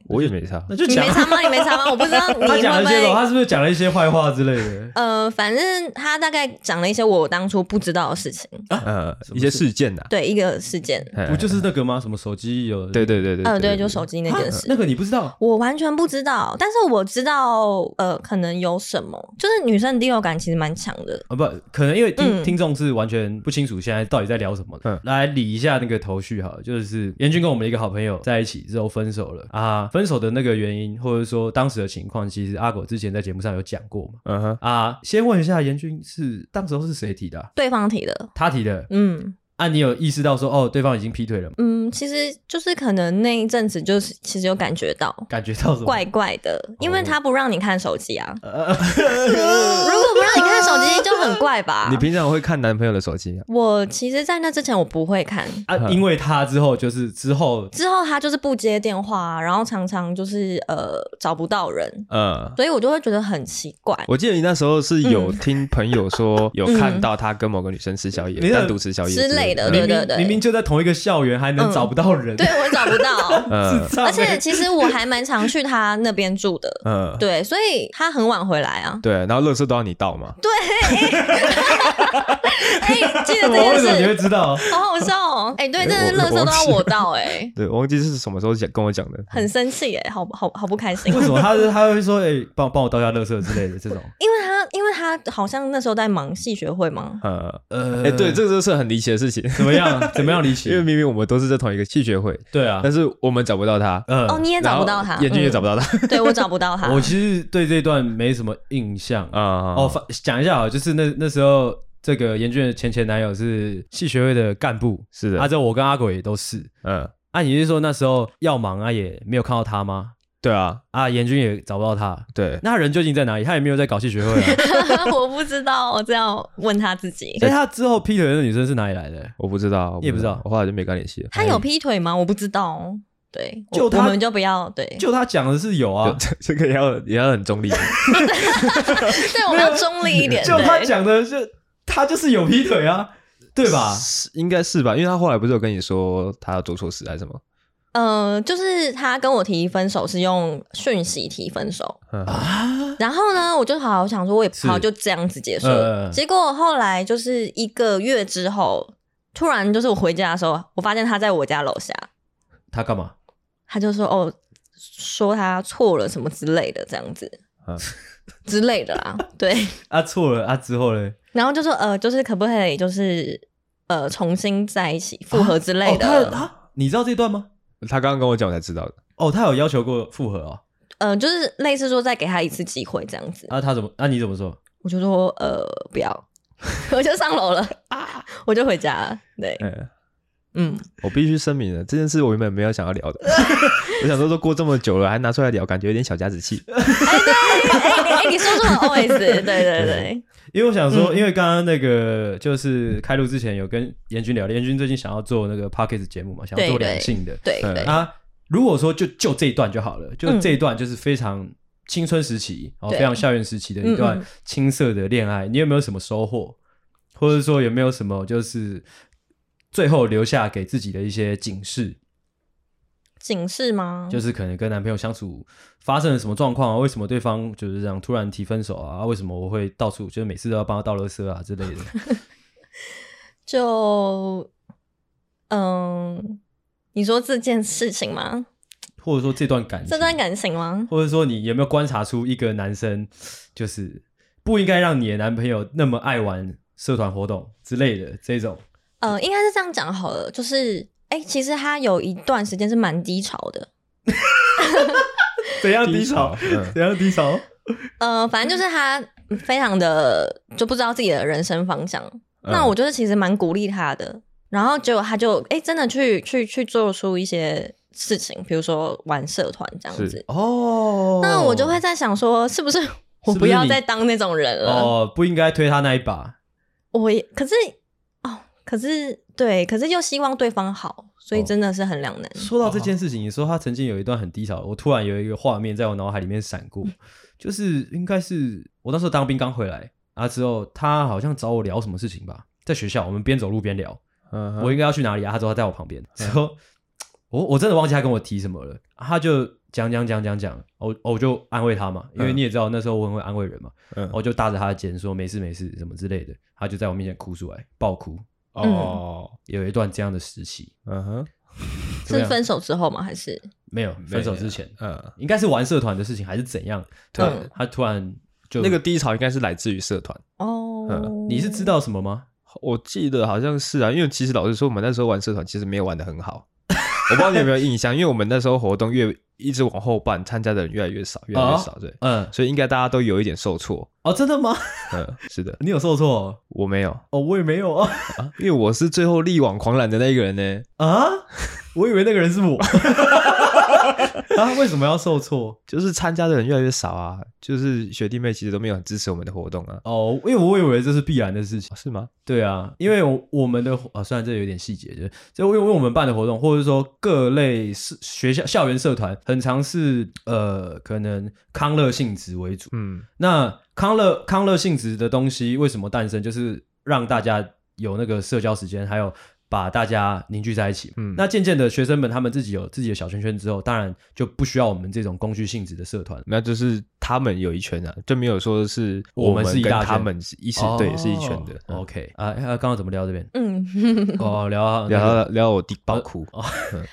Speaker 2: 我也没差，
Speaker 1: 那就
Speaker 3: 你
Speaker 1: 讲
Speaker 3: 没查吗？你没查吗？我不知 [LAUGHS] 道你
Speaker 1: 他
Speaker 3: 会
Speaker 1: 讲了
Speaker 3: 不
Speaker 1: 一些什么，
Speaker 3: 会。
Speaker 1: 他是不是讲了一些坏话之类的？
Speaker 3: 呃，反正他大概讲了一些我当初不知道的事情，
Speaker 2: 呃，
Speaker 1: 什么
Speaker 2: 一些
Speaker 1: 事
Speaker 2: 事件呐，
Speaker 3: 对一个事件，
Speaker 2: 哎
Speaker 1: 不就是那个吗？什么手机有？
Speaker 2: 对对对对，
Speaker 3: 呃，对，就手机那
Speaker 1: 啊，
Speaker 3: 件事，
Speaker 1: 那个你不知道？
Speaker 3: 我完全不知道，但是我知道，呃，可能有什么，就是女生的第六感其实蛮强的，
Speaker 1: 啊，不可能，因为听、
Speaker 3: 嗯
Speaker 1: 听众是完全不清楚现在到底在聊什么的。
Speaker 2: 嗯
Speaker 1: 来理一下那个头绪哈，就是严军跟我们的一个好朋友在一起之后分手了啊，分手的那个原因或者说当时的情况，其实阿狗之前在节目上有讲过嘛
Speaker 2: 嗯哼，
Speaker 1: 啊。先问一下严军是当时候是谁提的啊、
Speaker 3: 对方提的，
Speaker 1: 他提的
Speaker 3: 嗯
Speaker 1: 啊，你有意识到说哦，对方已经劈腿了吗？
Speaker 3: 嗯，其实就是可能那一阵子就是其实有感觉到
Speaker 1: 感觉到什么？
Speaker 3: 怪怪的，因为他不让你看手机 [LAUGHS] 啊，
Speaker 1: 呃，
Speaker 3: 如果不让你看手机就很怪吧
Speaker 2: 你。平常会看男朋友的手机啊？
Speaker 3: 我其实，在那之前我不会看，
Speaker 2: 嗯
Speaker 1: 啊，因为他之后就是之后
Speaker 3: 之后他就是不接电话啊、然后常常就是呃找不到人，
Speaker 2: 嗯，
Speaker 3: 所以我就会觉得很奇怪。
Speaker 2: 我记得你那时候是有听朋友说有看到他跟某个女生吃宵夜
Speaker 1: 没，有
Speaker 2: 单独吃宵夜
Speaker 3: 之类
Speaker 2: 嗯
Speaker 3: 的对
Speaker 1: 明明
Speaker 3: 对
Speaker 1: 明明就在同一个校园，还能找不到人，
Speaker 3: 对，我找
Speaker 2: [LAUGHS]
Speaker 3: 不到，
Speaker 2: 嗯
Speaker 1: 智障欸，
Speaker 3: 而且其实我还蛮常去他那边住的，
Speaker 2: 嗯，
Speaker 3: 对，所以他很晚回
Speaker 2: [LAUGHS]
Speaker 3: 来啊。
Speaker 2: 对，然后乐色都要你倒嘛，
Speaker 3: 哎、记得这
Speaker 1: 我为
Speaker 3: 件
Speaker 1: 什么你会
Speaker 3: 事，
Speaker 1: 知道？
Speaker 3: 好好笑哦。哎、对，真的是
Speaker 2: 我我
Speaker 3: 垃圾都要
Speaker 2: 忘记了
Speaker 3: 我到哎、
Speaker 2: 对，我忘记是什么时候讲跟我讲的，
Speaker 3: 很生气哎、好好好不开心
Speaker 1: 为。什么他是他会说哎，欸帮帮我倒一下垃圾之类的这种？
Speaker 3: 因为他，因为他好像那时候在忙系学会嘛，
Speaker 2: 呃，
Speaker 1: 呃
Speaker 2: 哎，对，这就是很离奇的
Speaker 1: [LAUGHS]
Speaker 2: 事情，
Speaker 1: 怎么
Speaker 3: [LAUGHS]
Speaker 1: 样？怎么样离奇
Speaker 2: 因？为明明我们都是在同一个戏学会，
Speaker 1: 对啊
Speaker 2: 但，是我们找不到他，
Speaker 1: 呃
Speaker 3: 哦，，你也找不到
Speaker 2: 然
Speaker 3: 他，
Speaker 2: 后眼睛也找不
Speaker 3: 到，
Speaker 2: 到他
Speaker 3: 嗯、对我找不到他。
Speaker 1: 我其实对这段没什么印象啊。
Speaker 2: [LAUGHS] 啊，
Speaker 1: 哦，反讲一下啊，就是那那时候这个严俊的前前男友是系学会的干部，
Speaker 2: 是的
Speaker 1: 啊，之后我跟阿鬼也都是。
Speaker 2: 嗯，
Speaker 1: 啊，你是说那时候要忙啊，也没有看到他吗？
Speaker 2: 对啊，
Speaker 1: 啊，严俊也找不到他，
Speaker 2: 对，
Speaker 1: 那人究竟在哪里？他也没有在搞系学会
Speaker 3: [LAUGHS]
Speaker 1: 啊。
Speaker 3: 我不知道，我这样问他自己，
Speaker 1: 所以他之后劈腿的那女生是哪里来的？
Speaker 2: 我不知道，
Speaker 1: 你也不知道
Speaker 2: 我后来就没跟他联系了，
Speaker 3: 他有劈腿吗？我不知道哦。对，我
Speaker 1: 哎就他
Speaker 3: 我们就不要对，
Speaker 1: 就他讲的是有啊，
Speaker 2: [LAUGHS] 这这个也要也要很中立，
Speaker 3: 对，我们要中立一点。
Speaker 1: 就他
Speaker 3: 对
Speaker 1: 讲的是他就是有劈腿啊，对吧？
Speaker 2: 是应该是吧？因为他后来不是有跟你说他做错事还是什么？
Speaker 3: 呃，就是他跟我提分手是用讯息提分手，
Speaker 2: 嗯
Speaker 1: 啊
Speaker 3: 然后呢，我就好好想说，我也
Speaker 1: 是
Speaker 3: 好就这样子结束
Speaker 1: 嗯嗯
Speaker 3: 了。
Speaker 1: 嗯
Speaker 3: 结果后来就是一个月之后，突然就是我回家的时候，我发现他在我家楼下，
Speaker 1: 他干嘛？
Speaker 3: 他就说哦，说他错了什么之类的，这样子
Speaker 2: 嗯
Speaker 3: 之类的啦，对。
Speaker 1: 啊错了啊之后嘞，
Speaker 3: 然后就说呃，就是可不可以就是呃重新在一起复合之类
Speaker 1: 哦
Speaker 3: 的，
Speaker 1: 他他你知道这段吗？
Speaker 2: [LAUGHS] 他刚刚跟我讲，我才知道的。
Speaker 1: 哦，他有要求过复合哦，
Speaker 3: 呃，就是类似说再给他一次机会这样子。
Speaker 1: 啊他怎么？啊你怎么说？
Speaker 3: 我就说呃不要， [LAUGHS] 我就上楼了，
Speaker 1: 啊
Speaker 3: 我就回家了。对，
Speaker 2: 嗯，
Speaker 3: 嗯，
Speaker 2: 我必须声明了，这件事我原本没有想要
Speaker 1: [LAUGHS]
Speaker 2: 聊的。
Speaker 1: 呃
Speaker 2: 我想说，都过这么久了，还拿出来聊，感觉有点小家子气。
Speaker 3: 哎、哎、哎，你说出
Speaker 1: [LAUGHS]
Speaker 3: ，always，对对对，
Speaker 1: 因为我想说，
Speaker 3: 嗯
Speaker 1: 因为刚刚那个就是开录之前有跟严军聊，严军最近想要做那个 p o c k e t 节目嘛，想要做
Speaker 3: 对对
Speaker 1: 两性的。
Speaker 3: 对
Speaker 2: 嗯
Speaker 3: 对，
Speaker 1: 啊，如果说就就这一段就好了，就这一段就是非常青春时期，哦，
Speaker 3: 嗯对
Speaker 1: 非常校园时期的一段
Speaker 3: 嗯嗯
Speaker 1: 青涩的恋爱，你有没有什么收获，或者说有没有什么就是最后留下给自己的一些警示？
Speaker 3: 警示吗？
Speaker 1: 就是可能跟男朋友相处发生了什么状况啊？为什么对方就是这样突然提分手啊？啊为什么我会到处就是每次都要帮他倒垃圾啊之类
Speaker 3: [LAUGHS]
Speaker 1: 的？
Speaker 3: 就嗯，你说这件事情吗？
Speaker 1: 或者说这段感情，
Speaker 3: 这段感情吗？
Speaker 1: 或者说你有没有观察出一个男生就是不应该让你的男朋友那么爱玩社团活动之类的这种？
Speaker 3: 呃，应该是这样讲好了，就是哎、其实他有一段时间是蛮低潮的，
Speaker 1: [LAUGHS] 怎样
Speaker 2: 低
Speaker 1: 低
Speaker 2: 潮
Speaker 1: 潮？[LAUGHS]
Speaker 2: 嗯
Speaker 1: 怎样低潮？
Speaker 3: 呃，反正就是他非常的就不知道自己的人生方向。
Speaker 2: 嗯
Speaker 3: 那
Speaker 1: 嗯
Speaker 3: 我就是其实蛮鼓励他的，然后结果他就哎、真的去去去做出一些事情，比如说玩社团这样
Speaker 2: 是
Speaker 3: 子。
Speaker 1: 哦，
Speaker 3: 那我就会在想说，是不是我
Speaker 1: 是不
Speaker 3: 不
Speaker 1: 是
Speaker 3: 要
Speaker 1: 你
Speaker 3: 再当那种人了？
Speaker 1: 哦，不应该推他那一把。
Speaker 3: 我也可是哦，可是对，可是又希望对方好，所以
Speaker 1: 哦
Speaker 3: 真的是很两难。
Speaker 1: 说到这
Speaker 3: 哦
Speaker 1: 件事情，你说他曾经有一段很低潮，我突然有一个画面在我脑海里面闪
Speaker 3: [LAUGHS]
Speaker 1: 过，就是应该是我那时候当兵刚回来啊，之后他好像找我聊什么事情吧，在学校我们边走路边聊，
Speaker 2: 嗯
Speaker 1: 我应该要去哪里啊？他说他在我旁边，之后我我真的忘记他跟我提什么了，他就讲讲讲讲讲，我我就安慰他嘛，因为
Speaker 2: 嗯
Speaker 1: 你也知道那时候我很会安慰人嘛，
Speaker 2: 嗯
Speaker 1: 我就搭着他的肩说没事没事什么之类的，他就在我面前哭出来，爆哭，
Speaker 2: 哦，
Speaker 1: 有一段这样的时期，
Speaker 2: 嗯哼，
Speaker 1: 怎么
Speaker 3: 是
Speaker 1: 样
Speaker 3: 分手之后吗？还是
Speaker 1: 没有分手之前。
Speaker 2: 嗯，
Speaker 1: 应该是玩社团的事情还是怎样？
Speaker 2: 对
Speaker 1: 他他突然就
Speaker 2: 那个低潮应该是来自于社团，
Speaker 3: 哦？？
Speaker 1: 嗯你是知道什么吗？
Speaker 2: 我记得好像是啊，因为其实老实说，我们那时候玩社团其实没有玩的
Speaker 1: [LAUGHS]
Speaker 2: 很好，我不知道你有没有印象，因为我们那时候活动越一直往后办，参加的人越来越少，越来越少，对，
Speaker 1: 嗯，
Speaker 2: 所以应该大家都有一点受挫，
Speaker 1: 哦，真的吗？
Speaker 2: 嗯，是的，
Speaker 1: [LAUGHS] 你有受挫？
Speaker 2: 我没有，
Speaker 1: 哦，我也没有啊
Speaker 2: 因为我是最后力挽狂澜的那一个人呢，
Speaker 1: 啊！ [LAUGHS] 我以为那个人是我。 [LAUGHS] 啊，为什么要受挫？
Speaker 2: 就是参加的人越来越少啊，就是学弟妹其实都没有很支持我们的活动啊，哦
Speaker 1: 哦，因为我以为这是必然的事情。
Speaker 2: 是吗？
Speaker 1: 对啊，因为我我们的啊，虽然这有点细节，就是就因为我们办的活动，或者说各类是学校校园社团，很常是呃，可能康乐性质为主。
Speaker 2: 嗯，
Speaker 1: 那康乐康乐性质的东西为什么诞生？就是让大家有那个社交时间，还有把大家凝聚在一起。
Speaker 2: 嗯
Speaker 1: 那渐渐的，学生们他们自己有自己的小圈圈之后，当然就不需要我们这种工具性质的社团。
Speaker 2: 那就是他们有一圈啊，就没有说是
Speaker 1: 我们
Speaker 2: 们
Speaker 1: 是一
Speaker 2: 跟
Speaker 1: 大圈
Speaker 2: 他们是一起
Speaker 1: 哦
Speaker 2: 对是一圈的。嗯
Speaker 1: OK 啊，啊刚刚怎么聊这边
Speaker 3: 嗯，
Speaker 1: [LAUGHS] 哦，聊到
Speaker 2: 聊
Speaker 1: 那个
Speaker 2: 到聊到我弟爆哭，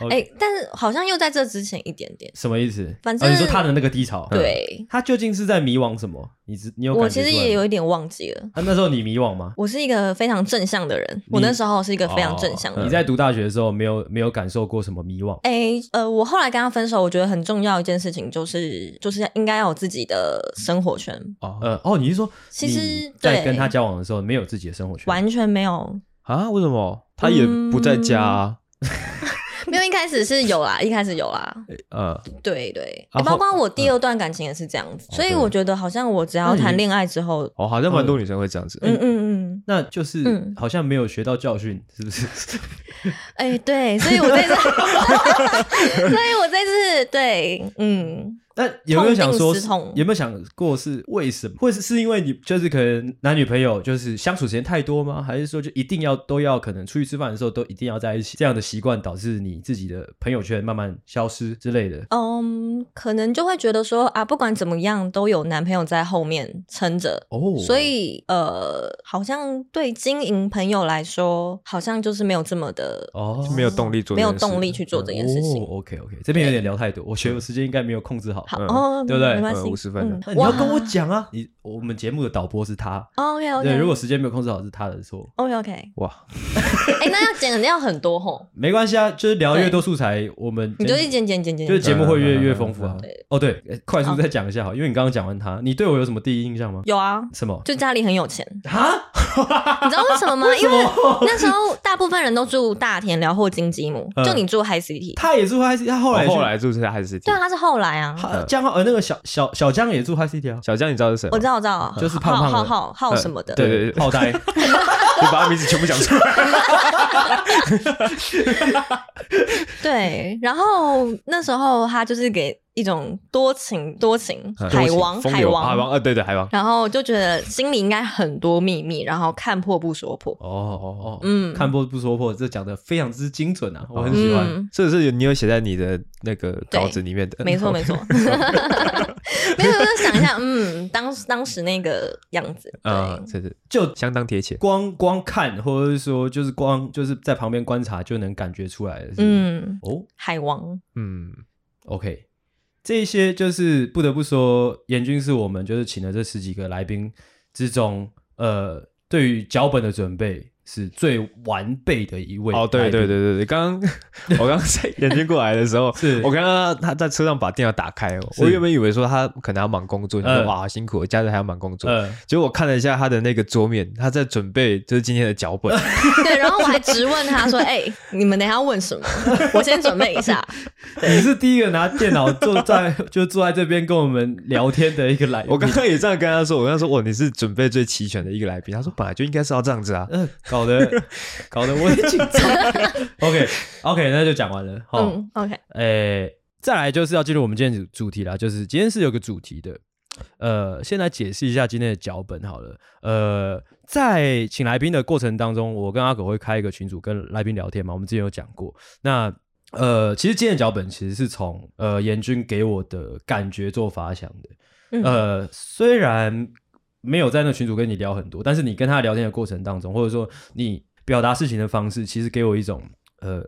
Speaker 3: 哎、但是好像又在这之前一点点。
Speaker 1: 什么意思？
Speaker 3: 反
Speaker 1: 哦
Speaker 3: 正
Speaker 1: 你说他的那个低潮，，嗯
Speaker 3: 对，
Speaker 1: 他究竟是在迷惘什么？你知你有感
Speaker 3: 我
Speaker 1: 觉
Speaker 3: 其实
Speaker 1: 出来
Speaker 3: 也
Speaker 1: 吗
Speaker 3: 有一点忘记了。
Speaker 1: 啊，那时候你迷惘吗？
Speaker 3: 我是一个非常正向的人，我那时候是一个非常正向的
Speaker 1: 你
Speaker 3: 人。
Speaker 1: 在读大学的时候没有没有感受过什么迷惘？
Speaker 3: 哎、呃，我后来跟他分手，我觉得很重要一件事情就是，就是应该要有自己的生活圈，
Speaker 2: 哦
Speaker 1: 呃，哦，你是说
Speaker 3: 其实
Speaker 1: 你在
Speaker 3: 对
Speaker 1: 跟他交往的时候没有自己的生活圈？
Speaker 3: 完全没有，
Speaker 2: 啊，为什么他也不在家啊？
Speaker 3: 没有一开始是有啦，一开始有啦，
Speaker 2: 呃，
Speaker 3: 对对，
Speaker 2: 啊
Speaker 3: 欸包
Speaker 2: 后
Speaker 3: 括我
Speaker 1: 嗯
Speaker 3: 第二段感情也是这样子，
Speaker 1: 哦
Speaker 3: 所以
Speaker 2: 对
Speaker 3: 我觉得好像我只要谈恋爱之后，
Speaker 2: 哦，好像蛮多女生会这样子。
Speaker 3: 嗯嗯
Speaker 1: 那就是
Speaker 3: 嗯
Speaker 1: 好像没有学到教训，是不是？
Speaker 3: 嗯，哎、对，所以我这次， [LAUGHS] 所以我这次对，嗯，
Speaker 1: 那有没有想说
Speaker 3: 痛定思痛，
Speaker 1: 有没有想过是为什么？或者是因为你就是可能男女朋友就是相处时间太多吗？还是说就一定要都要可能出去吃饭的时候都一定要在一起？这样的习惯导致你自己的朋友圈慢慢消失之类的？
Speaker 3: 嗯，可能就会觉得说啊，不管怎么样，都有男朋友在后面撑着。
Speaker 1: 哦，
Speaker 3: 所以，呃，好像对经营朋友来说，好像就是没有这么的，
Speaker 1: 哦
Speaker 2: 就没有动力做这
Speaker 3: 没
Speaker 2: 件事，
Speaker 3: 有动力去做这件事情。
Speaker 1: 哦、OK OK，这边有点聊太多，我学的时间应该没有控制好。
Speaker 3: 好、
Speaker 2: 嗯
Speaker 3: 哦，
Speaker 1: 对不对
Speaker 3: 没关系，
Speaker 2: 嗯50分
Speaker 1: 那
Speaker 3: 嗯
Speaker 1: 你要
Speaker 3: 哇哦
Speaker 1: 跟我讲啊！你我们节目的导播是他，
Speaker 3: ，OK
Speaker 1: [LAUGHS]
Speaker 3: OK，
Speaker 1: 对，
Speaker 3: [LAUGHS]
Speaker 1: 如果时间没有控制好是他的错。
Speaker 3: OK OK，
Speaker 2: 哇，
Speaker 3: 哎、那要剪掉很多吼。
Speaker 1: 没关系啊，就是聊越多素材，我们
Speaker 3: 你就一剪剪剪剪，
Speaker 1: 就是节目会越越丰富啊
Speaker 2: 嗯嗯嗯。
Speaker 1: 哦，对，呃快速再讲一下好，因为你刚刚讲完他，你对我有什么第一印象吗？
Speaker 3: [LAUGHS] 有啊，
Speaker 1: 什么？ [LAUGHS]
Speaker 3: 就家里很有钱，
Speaker 1: 哈？
Speaker 3: 你知道为什么吗？因为那时候大部分人都住大田寮或金鸡母，
Speaker 1: 嗯
Speaker 3: 就你住 High City。
Speaker 1: 他也住 High City，他后来
Speaker 2: 我
Speaker 1: 去
Speaker 2: 哦后来嗯住是还是
Speaker 3: 对啊，他是后来啊，
Speaker 1: 他江浩呃那个小小小江也住 High City 啊，
Speaker 2: 小江，你知道是谁吗？
Speaker 3: 我知道，我知道，
Speaker 1: 就是胖胖的
Speaker 3: 浩浩浩浩什么的。
Speaker 2: 对对对
Speaker 1: 好
Speaker 2: [LAUGHS]
Speaker 1: 呆，
Speaker 2: 你把他名字全部讲出来。
Speaker 3: 对，然后那时候他就是给一种多情多情
Speaker 2: 嗯
Speaker 3: 海王
Speaker 2: 风
Speaker 3: 海
Speaker 2: 流海
Speaker 3: 王，
Speaker 2: 王，呃，对对，海王。
Speaker 3: 然后就觉得心里应该很多秘密，然后看破不说破。
Speaker 1: 哦哦哦，
Speaker 3: 嗯
Speaker 1: 看破不说破，这讲的非常之精准啊，我很喜欢。
Speaker 3: 嗯，
Speaker 2: 这是你有写在你的那个稿子里面的，嗯
Speaker 3: 没错没错， [LAUGHS] 没有就是想一下，嗯，当当时那个样子，对，
Speaker 2: 嗯，这是
Speaker 1: 就
Speaker 2: 相当贴切。
Speaker 1: 光光看，或者是说就是光就是在旁边观察就能感觉出来的。嗯，
Speaker 3: 嗯，
Speaker 1: 哦
Speaker 3: 海王，
Speaker 2: 嗯，
Speaker 1: ，OK，这一些就是不得不说，严军是我们就是请了这十几个来宾之中，呃，对于脚本的准备是最完备的一位。
Speaker 2: 哦，对对对，对对，刚 [LAUGHS] 刚我刚刚在眼睛过来的时 [LAUGHS] 候，
Speaker 1: 是
Speaker 2: 我刚刚他在车上把电脑打开哦，
Speaker 1: 是
Speaker 2: 我原本以为说他可能要忙工作，你说
Speaker 1: 嗯
Speaker 2: 哇辛苦了，假日还要忙工作。
Speaker 1: 呃，
Speaker 2: 结果我看了一下他的那个桌面，他在准备就是今天的脚 [LAUGHS] 本，
Speaker 3: 对，然后我还直问他说，哎，你们等一下要问什么？我先准备一下，
Speaker 1: 你是第一个拿电脑坐在 [LAUGHS] 就坐在这边跟我们聊天的一个来宾。
Speaker 2: 我刚刚也这样跟他说，我跟他说哦哇你是准备最齐全的一个来宾，他说本来就应该是要这样子啊，
Speaker 1: 呃，搞得搞得我也紧
Speaker 2: [LAUGHS]
Speaker 1: 张。OK OK，那就讲完了。好，
Speaker 3: 嗯，OK，
Speaker 1: 诶、呃再来就是要进入我们今天的主题啦，就是今天是有个主题的。呃，先来解释一下今天的脚本好了。呃，在请来宾的过程当中，我跟阿狗会开一个群组跟来宾聊天嘛，我们之前有讲过。那呃，其实今天的脚本其实是从呃严军给我的感觉做发想的。
Speaker 3: 嗯
Speaker 1: 呃，虽然没有在那群组跟你聊很多，但是你跟他聊天的过程当中，或者说你表达事情的方式，其实给我一种呃，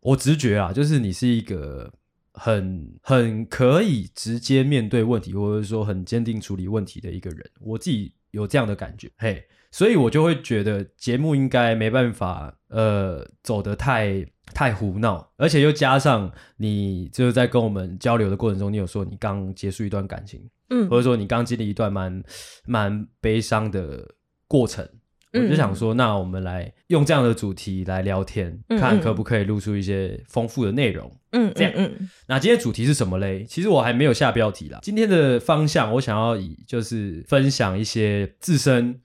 Speaker 1: 我直觉啊，就是你是一个很很可以直接面对问题，或者说很坚定处理问题的一个人。我自己有这样的感觉，嘿，所以我就会觉得节目应该没办法，呃，走得太太胡闹，而且又加上你就是在跟我们交流的过程中，你有说你刚结束一段感情，
Speaker 3: 嗯
Speaker 1: 或者说你刚经历一段蛮蛮悲伤的过程，我就想说，那我们来用这样的主题来聊天，
Speaker 3: 嗯
Speaker 1: 看
Speaker 3: 嗯
Speaker 1: 可不可以录出一些丰富的内容。
Speaker 3: 嗯
Speaker 1: 这样
Speaker 3: 嗯嗯
Speaker 1: 那今天主题是什么嘞？其实我还没有下标题啦。今天的方向，我想要以就是分享一些自身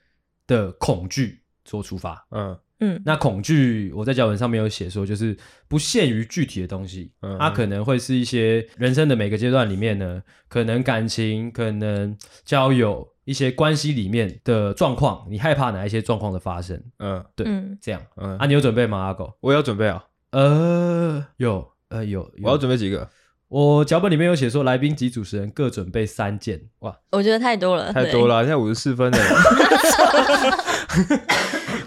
Speaker 1: 的恐惧做出发。
Speaker 2: 嗯
Speaker 3: 嗯
Speaker 1: 那恐惧，我在脚本上面有写说，就是不限于具体的东西，
Speaker 2: 嗯
Speaker 1: 它可能会是一些人生的每个阶段里面呢，可能感情，可能交友，一些关系里面的状况，你害怕哪一些状况的发生？
Speaker 2: 嗯
Speaker 1: 对
Speaker 3: 嗯，
Speaker 1: 这样
Speaker 2: 嗯
Speaker 1: 啊，，你有准备吗，阿狗？
Speaker 2: 我要准备啊，
Speaker 1: 呃，有，呃，有，有
Speaker 2: 我要准备几个，
Speaker 1: 我脚本里面有写说，来宾及主持人各准备三件，哇，
Speaker 3: 我觉得太多 [LAUGHS] 了，
Speaker 2: 太
Speaker 3: 对
Speaker 2: 多，了，现在五十四分了。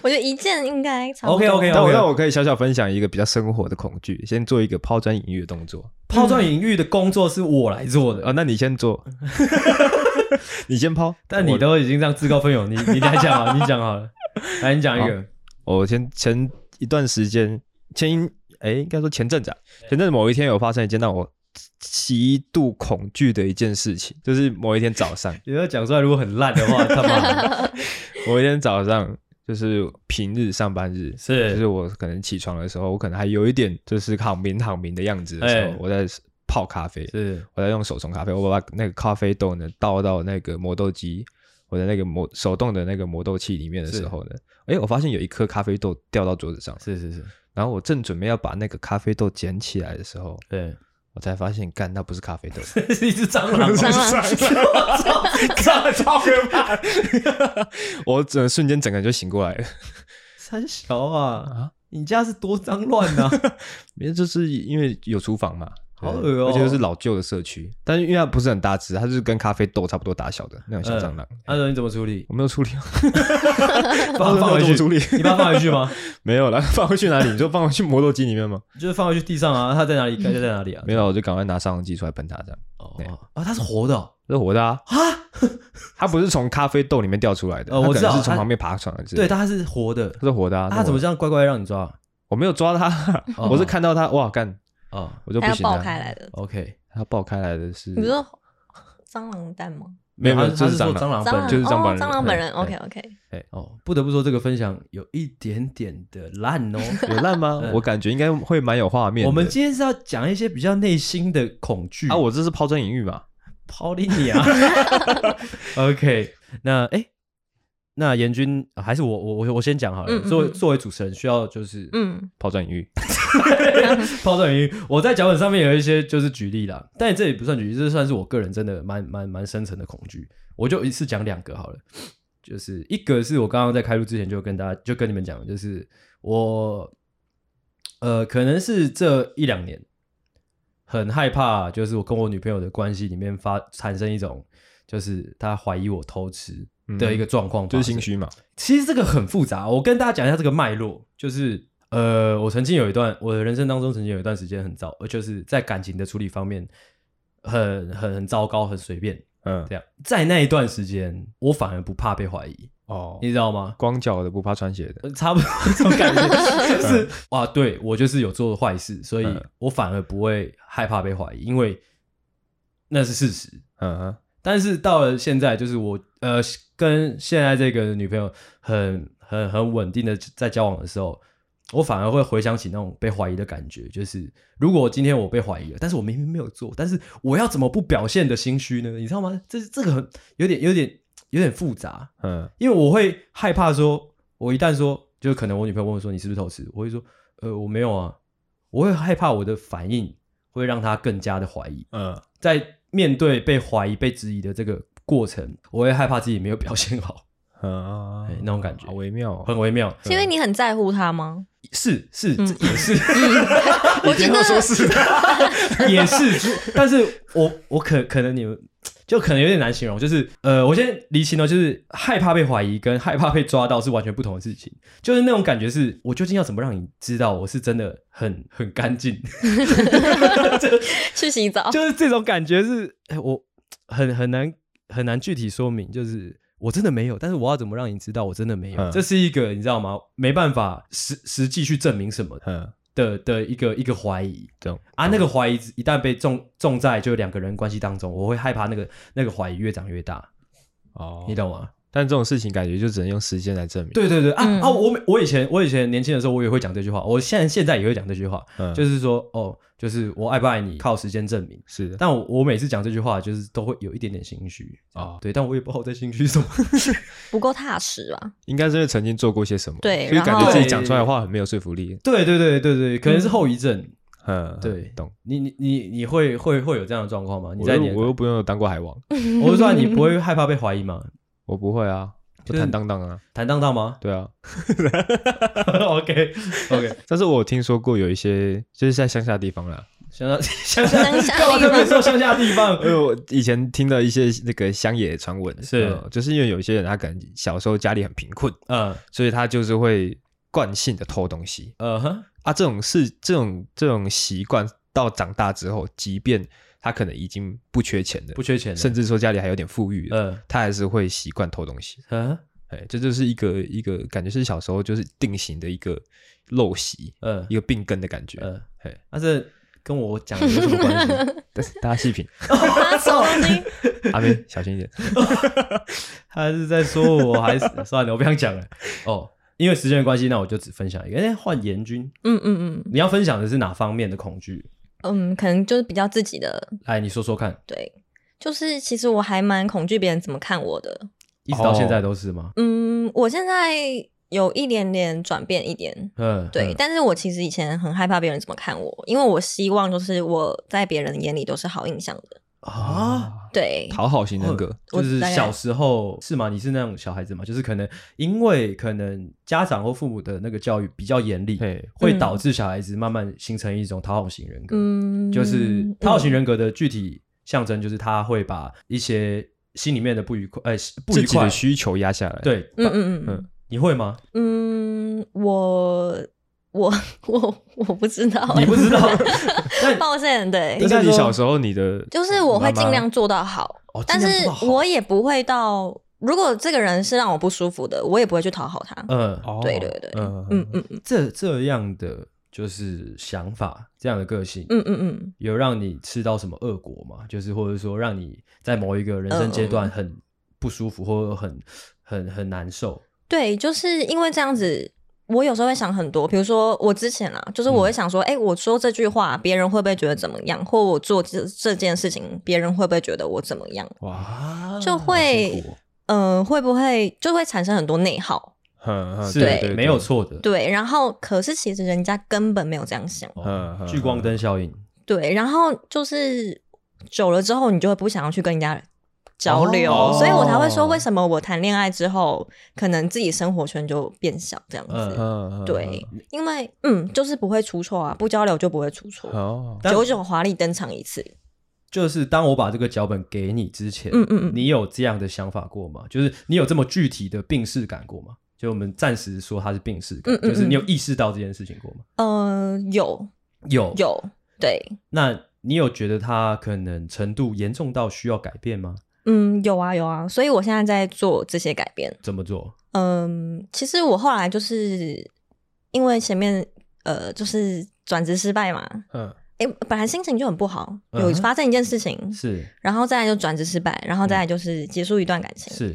Speaker 3: 我觉得一件应该差不多。
Speaker 1: OK，OK，OK
Speaker 2: 但我那我可以小小分享一个比较生活的恐惧，先做一个抛砖引玉的动作
Speaker 1: 抛砖引玉的工作是我来做的，呃
Speaker 2: 啊。那你先做，你先抛。
Speaker 1: 但你都已经让自告奋勇，你你来讲啊，你讲好了，来你讲一个，
Speaker 2: 我，我先前一段时间，前哎、应该说前阵子、啊，前阵子某一天有发生一件让我极度恐惧的一件事情，就是某一天早上，
Speaker 1: 你要讲出来，如果很烂的 [LAUGHS] 话，他妈的
Speaker 2: 某一天早上就是平日上班日，
Speaker 1: 是
Speaker 2: 就是我可能起床的时候，我可能还有一点就是躺平躺平的样子的时候，
Speaker 1: 哎
Speaker 2: 我在泡咖啡，
Speaker 1: 是
Speaker 2: 我在用手冲咖啡，我把那个咖啡豆呢倒到那个磨豆机，我的那个磨手动的那个磨豆器里面的时候呢，哎，我发现有一颗咖啡豆掉到桌子上，
Speaker 1: 是是是，
Speaker 2: 然后我正准备要把那个咖啡豆捡起来的时候，
Speaker 1: [LAUGHS] 对，
Speaker 2: 我才发现，干，那不是咖啡豆，
Speaker 1: [LAUGHS] 是一只蟑螂，
Speaker 2: [LAUGHS]
Speaker 3: 蟑螂
Speaker 1: 我操，蟑螂超可怕，
Speaker 2: 我整瞬间整个人就醒过来了，
Speaker 1: 三小啊，
Speaker 2: 啊，
Speaker 1: 你家是多脏乱啊 [LAUGHS] 呐？
Speaker 2: 因为就是因为有厨房嘛。对
Speaker 1: 好恶哦
Speaker 2: 而且又是老旧的社区，但是因为它不是很大只，它就是跟咖啡豆差不多大小的那种小蟑螂。
Speaker 1: 阿伦你怎么处理？
Speaker 2: 我没有处理好， [LAUGHS]
Speaker 1: 放放
Speaker 2: 我
Speaker 1: 回
Speaker 2: 怎么
Speaker 1: 去，
Speaker 2: 处理？
Speaker 1: 你把它放回去
Speaker 2: [LAUGHS]
Speaker 1: 吗？
Speaker 2: 没有啦，放回去哪里？你说放回去磨豆机里面吗？
Speaker 1: 就是放回去地上啊，它在哪里？该在哪里 [LAUGHS]
Speaker 2: [LAUGHS]
Speaker 1: 啊？
Speaker 2: 没有，我就赶快拿杀虫剂出来喷它，这样
Speaker 1: 哦
Speaker 2: 对
Speaker 1: 哦啊，它是活的哦
Speaker 2: 这是活的啊， [LAUGHS]
Speaker 1: 啊，
Speaker 2: 它不是从咖啡豆里面掉出来的，
Speaker 1: 呃
Speaker 2: 它
Speaker 1: 我
Speaker 2: 可
Speaker 1: 知道
Speaker 2: 能是从
Speaker 1: 它
Speaker 2: 旁边爬上来之类
Speaker 1: 对，
Speaker 2: 的，
Speaker 1: 它是活的，
Speaker 2: 它是活的啊，
Speaker 1: 啊
Speaker 2: 那
Speaker 1: 它怎么
Speaker 2: 我
Speaker 1: 这样乖乖让你抓
Speaker 2: 我没有抓它，
Speaker 1: 哦
Speaker 2: [LAUGHS] 我是看到它，哇，干，
Speaker 1: 啊
Speaker 2: 我就
Speaker 3: 它
Speaker 2: 不
Speaker 3: 要
Speaker 2: 行了，
Speaker 3: 爆开来的。
Speaker 1: ？OK，
Speaker 2: 它爆开来的是，
Speaker 3: 你说蟑螂蛋吗？
Speaker 2: 没有没有，
Speaker 1: 他
Speaker 2: 这
Speaker 1: 是
Speaker 2: 是嗯蟑
Speaker 1: 说蟑螂
Speaker 2: 螂。
Speaker 3: 蟑
Speaker 1: 本
Speaker 3: 螂
Speaker 1: 人
Speaker 2: 就是蟑螂
Speaker 3: 哦
Speaker 2: 本人
Speaker 3: 蟑螂本人
Speaker 2: 哎
Speaker 3: ，OK OK，
Speaker 1: 哦，不得不说这个分享有一点点的烂哦。
Speaker 2: 有烂
Speaker 1: [LAUGHS]
Speaker 2: 吗？我感觉应该会蛮有画面的。
Speaker 1: 我们今天是要讲一些比较内心的恐惧
Speaker 2: 啊，我这是抛砖引玉嘛。
Speaker 1: 抛你
Speaker 2: [LAUGHS]
Speaker 1: 你啊。OK，那哎、诶那严君、啊还是我我我我先讲好了。
Speaker 3: 嗯嗯
Speaker 1: 作为
Speaker 3: 嗯
Speaker 1: 作为主持人，需要就是
Speaker 3: 嗯，
Speaker 2: 抛砖引玉，
Speaker 1: [LAUGHS] 抛砖引玉。我在脚本上面有一些就是举例啦，但这也不算举例，这算是我个人真的蛮蛮蛮深层的恐惧。我就一次讲两个好了，就是一个是我刚刚在开录之前就跟大家就跟你们讲的，就是我呃可能是这一两年很害怕，就是我跟我女朋友的关系里面发产生一种就是她怀疑我偷吃的一个状况、
Speaker 2: 就是
Speaker 1: 发生
Speaker 2: 心虚嘛。
Speaker 1: 其实这个很复杂，我跟大家讲一下这个脉络，就是呃，我曾经有一段我的人生当中，曾经有一段时间很糟，呃就是在感情的处理方面很很很糟糕，很随便
Speaker 2: 嗯
Speaker 1: 这，样。在那一段时间，我反而不怕被怀疑，
Speaker 2: 哦
Speaker 1: 你知道吗？
Speaker 2: 光脚的不怕穿鞋的。
Speaker 1: 呃差不多这种感觉，就是哇，对我就是有做坏事，所以
Speaker 2: 嗯
Speaker 1: 我反而不会害怕被怀疑，因为那是事实。
Speaker 2: 嗯哼，
Speaker 1: 但是到了现在，就是我呃跟现在这个女朋友很很很稳定的在交往的时候，我反而会回想起那种被怀疑的感觉。就是如果今天我被怀疑了，但是我明明没有做，但是我要怎么不表现的心虚呢？你知道吗？这这个很有点有点有点复杂，
Speaker 2: 嗯，
Speaker 1: 因为我会害怕说，我一旦说，就可能我女朋友问我说你是不是偷吃，我会说呃我没有啊，我会害怕我的反应会让她更加的怀疑。
Speaker 2: 嗯，
Speaker 1: 在面对被怀疑、被质疑的这个过程，我会害怕自己没有表现好，
Speaker 2: 嗯
Speaker 1: 哎，那种感觉
Speaker 2: 好微妙哦。
Speaker 1: 很微妙。
Speaker 3: 是因为你很在乎他吗？ [LAUGHS]
Speaker 1: 是是，
Speaker 3: 嗯
Speaker 1: 这也是 [LAUGHS]
Speaker 3: 我觉得 [LAUGHS]
Speaker 2: 是
Speaker 1: 也是，但是我我可可能你们就可能有点难形容，就是呃，我先厘清了，就是害怕被怀疑跟害怕被抓到是完全不同的事情，就是那种感觉是，我究竟要怎么让你知道我是真的很很干净， [LAUGHS]
Speaker 3: 去洗澡，
Speaker 1: 就是这种感觉是，哎，我很很难很难具体说明，就是我真的没有，但是我要怎么让你知道我真的没有？
Speaker 2: 嗯
Speaker 1: 这是一个你知道吗？没办法实实际去证明什么
Speaker 2: 嗯，
Speaker 1: 的的一个一个怀疑
Speaker 2: 懂
Speaker 1: 啊，那个怀疑一旦被重重在就两个人关系当中，我会害怕那个那个怀疑越长越大，
Speaker 2: 哦
Speaker 1: 你懂吗？
Speaker 2: 但这种事情感觉就只能用时间来证明。
Speaker 1: 对对对啊、
Speaker 3: 嗯
Speaker 1: 啊！我每我以前我以前年轻的时候，我也会讲这句话，我现在现在也会讲这句话，
Speaker 2: 嗯，
Speaker 1: 就是是说哦，就是我爱不爱你靠时间证明。
Speaker 2: 是的。
Speaker 1: 但我我每次讲这句话，就是都会有一点点心虚啊
Speaker 2: 哦，
Speaker 1: 对，但我也不知道我在心虚什么。
Speaker 3: 不够踏实吧？
Speaker 2: 应该是因为曾经做过些什么，
Speaker 3: 对
Speaker 2: 所以感
Speaker 3: 然
Speaker 2: 觉
Speaker 3: 后
Speaker 2: 自己讲出来的话很没有说服力。
Speaker 1: [LAUGHS] 对对对对对，可能是后遗症。
Speaker 2: 嗯，
Speaker 1: 对
Speaker 2: 嗯懂。
Speaker 1: 你你你你会会会有这样的状况吗？你
Speaker 2: 我
Speaker 1: 在
Speaker 2: 又
Speaker 1: 你的
Speaker 2: [LAUGHS] 我又不用当过海王，
Speaker 1: 我是说你不会害怕被怀疑吗？
Speaker 2: 我不会啊，
Speaker 1: 就
Speaker 2: 我
Speaker 1: 是
Speaker 2: 坦荡荡啊，
Speaker 1: 坦荡荡吗
Speaker 2: 对啊。
Speaker 1: [LAUGHS] ？OK [LAUGHS] OK，
Speaker 2: 但是我有听说过有一些就是在乡下地方啦，
Speaker 1: 乡下乡下
Speaker 3: 乡下
Speaker 1: 干嘛
Speaker 3: 地
Speaker 1: 特别
Speaker 3: 方
Speaker 1: 说乡下地方 [LAUGHS]
Speaker 2: 因？为我以前听到一些那个乡野传闻，
Speaker 1: 是
Speaker 2: 嗯就是因为有一些人他可能小时候家里很贫困，
Speaker 1: 嗯
Speaker 2: 所以他就是会惯性的偷东西
Speaker 1: 呃哼，
Speaker 2: 啊。这种事，这种这种习惯，到长大之后，即便他可能已经不缺钱了，
Speaker 1: 不缺钱的，
Speaker 2: 甚至说家里还有点富裕了，
Speaker 1: 嗯
Speaker 2: 他还是会习惯偷东西。
Speaker 1: 嗯
Speaker 2: 哎，这就是一个一个感觉是小时候就是定型的一个陋习，
Speaker 1: 嗯
Speaker 2: 一个病根的感觉。
Speaker 1: 嗯，
Speaker 2: 嘿，
Speaker 1: 但是跟我讲的有什么关 [LAUGHS] 系？
Speaker 2: 但 [LAUGHS] 是大家细品，
Speaker 3: 他什么东西？
Speaker 2: 阿妹小心一点。
Speaker 1: 他是在说我还是算了，我不想讲了。哦，因为时间的关系，那我就只分享一个。哎，换严君，
Speaker 3: [LAUGHS] 嗯嗯嗯
Speaker 1: 你要分享的是哪方面的恐惧？
Speaker 3: 嗯，可能就是比较自己的，
Speaker 1: 来，你说说看，
Speaker 3: 对，就是其实我还蛮恐惧别人怎么看我的。
Speaker 1: 一直到
Speaker 2: 哦
Speaker 1: 现在都是吗？
Speaker 3: 嗯，我现在有一点点转变，一点
Speaker 1: 嗯，
Speaker 3: 对，
Speaker 1: 嗯，
Speaker 3: 但是我其实以前很害怕别人怎么看我，因为我希望就是我在别人眼里都是好印象的。
Speaker 1: 啊，
Speaker 3: 对，
Speaker 2: 讨好型人格，
Speaker 1: 就
Speaker 3: 我
Speaker 1: 是
Speaker 3: 大概
Speaker 1: 小时候是吗？你是那种小孩子吗？就是可能因为可能家长或父母的那个教育比较严厉，
Speaker 2: 对，
Speaker 1: 会导致小孩子慢慢形成一种讨好型人格。
Speaker 3: 嗯，
Speaker 1: 就是讨好型
Speaker 3: 嗯
Speaker 1: 人格的具体象征，就是他会把一些心里面的不愉快，呃，不
Speaker 2: 自
Speaker 1: 愉
Speaker 2: 己
Speaker 1: 快
Speaker 2: 的，需求压下来。，
Speaker 1: 对，
Speaker 3: 嗯嗯嗯
Speaker 2: 嗯
Speaker 1: 你会吗？
Speaker 3: 嗯，我我我 [LAUGHS] 我不知道，
Speaker 1: 你不
Speaker 3: [LAUGHS]
Speaker 1: 知道，但
Speaker 3: 抱歉，对
Speaker 2: 但，是你小哎时候你的
Speaker 3: 就是我会尽
Speaker 2: 妈
Speaker 3: 量做到好，
Speaker 1: 哦
Speaker 3: 但
Speaker 1: 尽量
Speaker 3: 是
Speaker 1: 做到好
Speaker 3: 我也不会到，如果这个人是让我不舒服的，我也不会去讨好他。
Speaker 1: 嗯，
Speaker 2: 妈哦，
Speaker 3: 对对对，
Speaker 2: 嗯
Speaker 3: 嗯嗯嗯，
Speaker 1: 呃这这样的就是想法这样的个性，
Speaker 3: 嗯嗯嗯，
Speaker 1: 有让你吃到什么恶果吗？就是或者说让你在某一个人生阶
Speaker 2: 嗯
Speaker 1: 段很不舒服，或者很很很难受？
Speaker 3: 对，就是因为这样子，我有时候会想很多。比如说我之前啊，就是我会想说，哎、我说这句话，别人会不会觉得怎么样？或我做这这件事情，别人会不会觉得我怎么样？
Speaker 2: 哇，
Speaker 3: 就会
Speaker 2: 好辛苦哦
Speaker 3: 嗯，会不会就会产生很多内耗？
Speaker 2: 哼哼
Speaker 1: 是
Speaker 3: 对
Speaker 2: 啊对，
Speaker 1: 没有错的。
Speaker 3: 对，然后可是其实人家根本没有这样想。
Speaker 1: 哦
Speaker 2: 嗯
Speaker 1: 聚光灯效应，
Speaker 3: 对，然后就是久了之后，你就会不想要去跟人家交流，
Speaker 2: 哦
Speaker 3: 所以我才会说，为什么我谈恋爱之后，可能自己生活圈就变小这样子。
Speaker 1: 嗯
Speaker 2: 嗯，
Speaker 3: 对，因为嗯，就是不会出错啊，不交流就不会出错
Speaker 2: 嗯，。哦，
Speaker 1: 但
Speaker 3: 久久华丽登场一次，
Speaker 1: 就是当我把这个脚本给你之前，
Speaker 3: 嗯嗯嗯
Speaker 1: 你有这样的想法过吗？就是你有这么具体的病逝感过吗？就我们暂时说它是病逝感，
Speaker 3: 嗯嗯嗯
Speaker 1: 就是你有意识到这件事情过吗？
Speaker 3: 嗯、有
Speaker 1: 有。
Speaker 3: 有，对，
Speaker 1: 那你有觉得它可能程度严重到需要改变吗？
Speaker 3: 嗯，有啊有啊，所以我现在在做这些改变。
Speaker 1: 怎么做？
Speaker 3: 嗯，其实我后来就是因为前面呃，就是转职失败嘛，
Speaker 2: 嗯，
Speaker 3: 哎、本来心情就很不好，有
Speaker 1: 嗯哼
Speaker 3: 发生一件事情，
Speaker 1: 是嗯
Speaker 3: 然后再来就转职失败，然后再来就是结束一段感情。
Speaker 1: 是，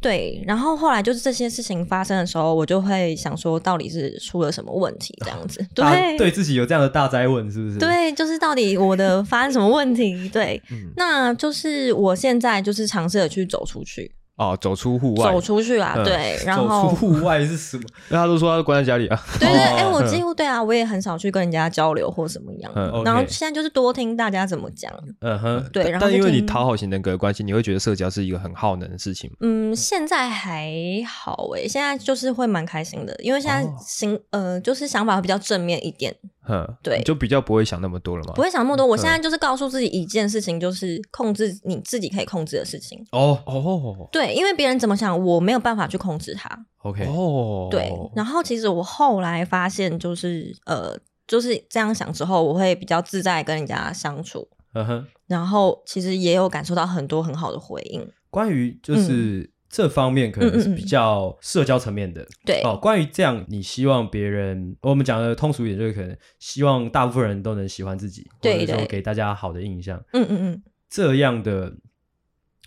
Speaker 3: 对，然后后来就是这些事情发生的时候，我就会想说，到底是出了什么问题这样子？
Speaker 1: [LAUGHS] 大
Speaker 3: 对
Speaker 1: 对自己有这样的大灾问，是不是？，
Speaker 3: 对，就是到底我的发生什么问题？对，
Speaker 2: 嗯
Speaker 3: 那就是我现在就是尝试的去走出去，
Speaker 2: 哦，走出户外，
Speaker 3: 走出去啊，
Speaker 2: 嗯
Speaker 3: 对，然
Speaker 1: 走出
Speaker 3: 后
Speaker 1: 户外是什么？
Speaker 2: 那他都说他关在家里啊，
Speaker 3: 对对，
Speaker 1: 哦
Speaker 3: 哎、诶我几乎对啊，我也很少去跟人家交流或怎么样。
Speaker 2: 嗯
Speaker 1: ，OK
Speaker 3: 然后现在就是多听大家怎么讲，
Speaker 1: 嗯哼，
Speaker 3: 对，
Speaker 2: 呃但
Speaker 3: 然后
Speaker 2: 但
Speaker 3: 就
Speaker 2: 因为你
Speaker 3: 听
Speaker 2: 讨好型人格的关系，你会觉得社交是一个很耗能的事情。
Speaker 3: 嗯，现在还好诶、现在就是会蛮开心的，因为现在
Speaker 2: 哦
Speaker 3: 心、呃就是想法会比较正面一点，
Speaker 2: 哼，
Speaker 3: 对
Speaker 2: 你就比较不会想那么多了嘛。
Speaker 3: 不会想那么
Speaker 1: 嗯
Speaker 3: 多。我现在就是告诉自己一件事情，就是控制你自己可以控制的事情。
Speaker 1: 哦
Speaker 2: 哦
Speaker 3: 对，因为别人怎么想，我没有办法去控制他。
Speaker 1: ，OK，
Speaker 2: 哦，
Speaker 3: 对，
Speaker 1: 嗯
Speaker 3: 然后其实我后来发现，就是呃，就是这样想之后，我会比较自在跟人家相处，
Speaker 1: 嗯哼。
Speaker 3: 然后其实也有感受到很多很好的回应。
Speaker 1: 关于
Speaker 3: 嗯
Speaker 1: 就是这方面，可能是比较社交层面的。
Speaker 3: 对，
Speaker 1: 哦，关于这样，你希望别人，我们讲的通俗一点，就是可能希望大部分人都能喜欢自己，
Speaker 3: 对
Speaker 1: 或者说
Speaker 3: 对
Speaker 1: 给大家好的印象。
Speaker 3: 嗯嗯嗯，
Speaker 1: 这样的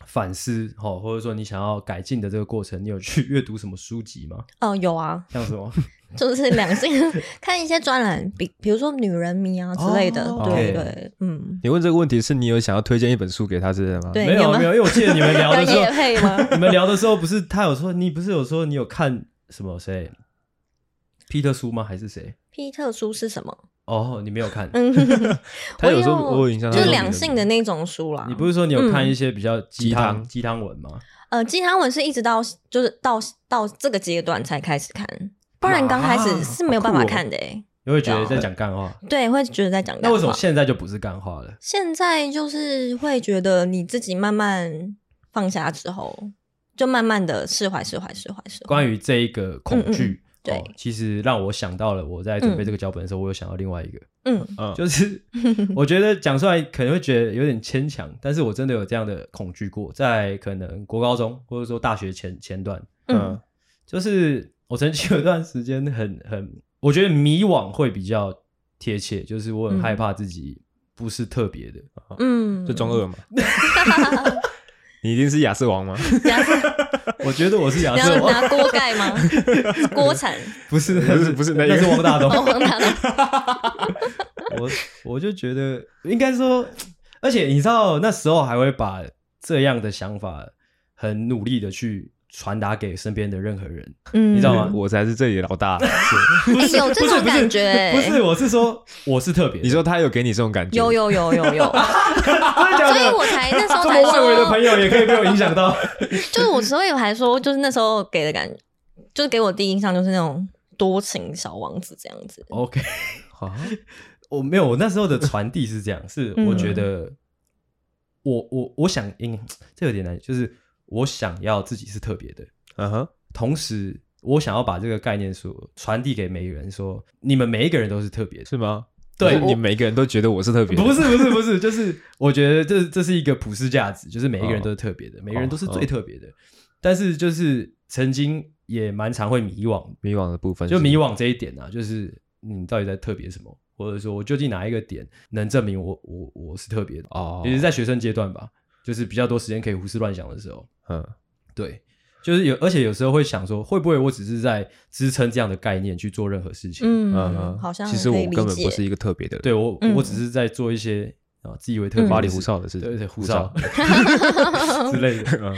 Speaker 1: 反思，哦，或者说你想要改进的这个过程，你有去 [LAUGHS] 阅读什么书籍吗？
Speaker 3: 哦、有啊，
Speaker 1: 像什么？
Speaker 3: 就是两性 [LAUGHS] 看一些专栏，比比如说女人迷啊之类的，
Speaker 1: 哦
Speaker 3: 对
Speaker 1: OK
Speaker 3: 对，嗯，
Speaker 2: 你问这个问题是你有想要推荐一本书给他之类的吗？
Speaker 3: 对
Speaker 1: 没
Speaker 3: 你有
Speaker 1: 有
Speaker 3: [LAUGHS]
Speaker 1: 啊
Speaker 3: 没有
Speaker 1: 没有，因为我记得你们聊的
Speaker 3: [LAUGHS] 要
Speaker 1: 时候
Speaker 3: 夜，配吗？
Speaker 1: 你们聊的时候不是他有说，你不是有说你有看什么谁？皮特书吗？还是谁？
Speaker 3: 皮特书是什么？
Speaker 1: 哦，你没有看，
Speaker 3: 嗯，
Speaker 1: [LAUGHS]
Speaker 2: 他有时候我
Speaker 3: 我
Speaker 2: 有印象
Speaker 3: 就
Speaker 2: 他
Speaker 3: 是
Speaker 2: 有
Speaker 3: 两性的那种书啦。
Speaker 1: 你不是说你有
Speaker 3: 嗯
Speaker 1: 看一些比较鸡汤、
Speaker 2: 嗯
Speaker 1: 鸡汤文吗？
Speaker 3: 呃，鸡汤文是一直到就是到到这个阶段才开始看，不然刚开始是没有办
Speaker 1: 哦
Speaker 3: 法看的诶、
Speaker 1: 你会觉得在讲干话。
Speaker 3: 对，会觉得在讲干
Speaker 1: 那为什么
Speaker 3: 话
Speaker 1: 现在就不是干话了？
Speaker 3: 现在就是会觉得你自己慢慢放下之后，就慢慢的释怀、释怀、释怀、释怀。
Speaker 1: 关于这一个恐惧，
Speaker 3: 嗯
Speaker 1: 哦
Speaker 3: 嗯对，
Speaker 1: 其实让我想到了我在准备这个脚本的时候，我有想到另外一个，
Speaker 3: 嗯
Speaker 2: 嗯，
Speaker 1: 就是
Speaker 3: [LAUGHS]
Speaker 1: 我觉得讲出来可能会觉得有点牵强，但是我真的有这样的恐惧过，在可能国高中或者说大学前前段，
Speaker 3: 嗯
Speaker 2: 嗯
Speaker 1: 就是我曾经有一段时间很很，我觉得迷惘会比较贴切，就是我很害怕自己不是特别 [LAUGHS] 的，
Speaker 3: 嗯，
Speaker 2: 就中二
Speaker 3: [LAUGHS]
Speaker 2: 嘛。你一定是亚瑟王吗？
Speaker 3: 然
Speaker 1: [LAUGHS]
Speaker 3: 后
Speaker 1: 我觉得我 [LAUGHS] 是亚
Speaker 3: 你
Speaker 1: 瑟
Speaker 3: 要
Speaker 1: 王，
Speaker 3: 拿锅盖吗？锅铲，
Speaker 1: [LAUGHS] 不是
Speaker 2: 不是不是那
Speaker 1: 那
Speaker 2: 个
Speaker 1: 是王大 [LAUGHS] 东，
Speaker 3: 哦，拿的，
Speaker 1: 我我就觉得嗯应该说，而且你知道那时候还会把这样的想法很努力的去传达给身边的任何 [LAUGHS] 人，
Speaker 3: 嗯
Speaker 1: 你知道吗
Speaker 2: 我才是这里的老大。
Speaker 3: 哎有这种感觉、哎
Speaker 1: 不是，我是说我是特别的， [LAUGHS]
Speaker 2: 你说他有给你这种感觉？
Speaker 3: 有有有有有，
Speaker 1: 真的假 [LAUGHS]
Speaker 3: 所以
Speaker 1: 的？
Speaker 3: 我才那时候
Speaker 1: 这
Speaker 3: 才
Speaker 1: 么外围的
Speaker 3: 说，
Speaker 1: 朋友也可以被我影响到，
Speaker 3: 就是我所以我还说， [LAUGHS] 就是那时候给的感觉，就是给我第一印象就是那种多情小王子这样子。
Speaker 2: [LAUGHS]
Speaker 1: OK，
Speaker 2: 啊？
Speaker 1: [LAUGHS] 我没有，我那时候的传递是这样，是
Speaker 3: 嗯
Speaker 1: 我觉得我我我想，嗯，这有点难，就是我想要自己是特别的，
Speaker 2: 嗯哼，
Speaker 1: 同时我想要把这个概念说传递给每一个人说，你们每一个人都是特别的。
Speaker 2: 是吗？
Speaker 1: 对
Speaker 2: 可是
Speaker 1: 我
Speaker 2: 你每个人都觉得我是特别的，
Speaker 1: 不是不是不是，就是我觉得这这是一个普世价值，就是每一个人
Speaker 2: 哦
Speaker 1: 都是特别的，每个人都是最特别的。但是就是曾经也蛮常会迷惘，
Speaker 2: 迷惘的部分，
Speaker 1: 就迷惘这一点啊，就是你到底在特别什么，或者说我究竟哪一个点能证明我我我是特别的？
Speaker 2: 哦
Speaker 1: 也是在学生阶段吧，就是比较多时间可以胡思乱想的时候。
Speaker 2: 嗯，
Speaker 1: 对，就是有，而且有时候会想说，会不会我只是在支撑这样的概念去做任何事情？
Speaker 3: 嗯，
Speaker 2: 嗯
Speaker 3: 好像
Speaker 2: 其实
Speaker 3: 可
Speaker 2: 我
Speaker 3: 以理
Speaker 2: 根本
Speaker 3: 解
Speaker 2: 不是一个特别的人，
Speaker 1: 对我，
Speaker 3: 嗯
Speaker 1: 我只是在做一些啊自以为特别
Speaker 3: 嗯
Speaker 1: 的
Speaker 2: 花里
Speaker 1: 事
Speaker 2: 胡哨的事情，
Speaker 1: 对对胡哨
Speaker 3: [LAUGHS]
Speaker 1: 之类的。嗯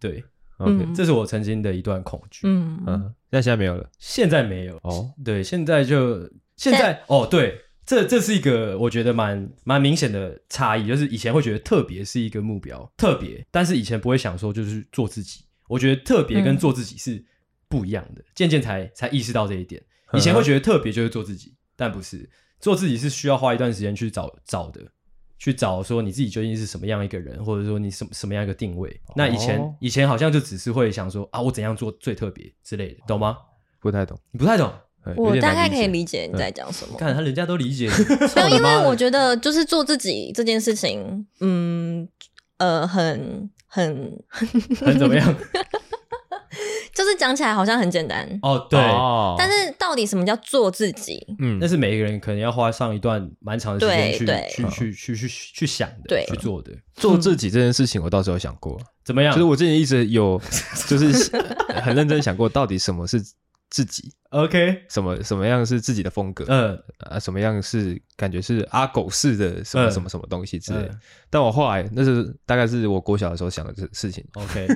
Speaker 1: 对，
Speaker 2: OK，
Speaker 3: 嗯
Speaker 1: 这是我曾经的一段恐惧，
Speaker 3: 嗯嗯
Speaker 2: 嗯，那现在没有了
Speaker 1: 现在没有。
Speaker 2: 哦，
Speaker 1: 对，现在就现
Speaker 3: 现
Speaker 1: 在哦，对，这这是一个我觉得蛮蛮明显的差异，就是以前会觉得特别是一个目标，特别，但是以前不会想说就是做自己。我觉得特别跟
Speaker 3: 嗯
Speaker 1: 做自己是不一样的，渐渐才才意识到这一点。以前
Speaker 2: 嗯哼
Speaker 1: 会觉得特别就是做自己，但不是做自己是需要花一段时间去找找的，去找说你自己究竟是什么样一个人，或者说你什么什么样一个定位。那以前、
Speaker 2: 哦
Speaker 1: 以前好像就只是会想说啊，我怎样做最特别之类的，懂吗？
Speaker 2: 不太懂，
Speaker 1: 你不太懂，
Speaker 2: 嗯有
Speaker 3: 我
Speaker 2: 点
Speaker 3: 大
Speaker 2: 难
Speaker 3: 概可以
Speaker 2: 解嗯
Speaker 3: 理解你在讲什么。
Speaker 1: 看他人家都理
Speaker 2: [LAUGHS]
Speaker 1: 解你，
Speaker 3: 没有，因为我
Speaker 1: 得
Speaker 3: 觉得就是做自己这件事情，嗯呃，很很，
Speaker 1: 很怎么
Speaker 2: [LAUGHS]
Speaker 1: 样？
Speaker 3: 就是讲起来好像很简单，
Speaker 1: 哦，对，
Speaker 2: 哦
Speaker 3: 但是到底什么叫做自己？
Speaker 2: 嗯
Speaker 1: 那是每一个人可能要花上一段蛮长的时间
Speaker 3: 对
Speaker 1: 去
Speaker 3: 对
Speaker 1: 去去去去去想的，
Speaker 3: 对
Speaker 1: 去做的，
Speaker 2: 做自己这件事情，我倒是有想过，
Speaker 1: 怎么样
Speaker 2: 其实？我之前一直有就是 [LAUGHS] 很认真想过，到底什么是自己，
Speaker 1: OK，
Speaker 2: 什么什么样是自己的风格，
Speaker 1: 嗯，
Speaker 2: 啊，什么样是感觉是阿狗式的什么什么什么东西之类的。
Speaker 1: 嗯
Speaker 2: 但我后来那是大概是我国小的时候想的这事 [LAUGHS] 情，
Speaker 1: ，OK，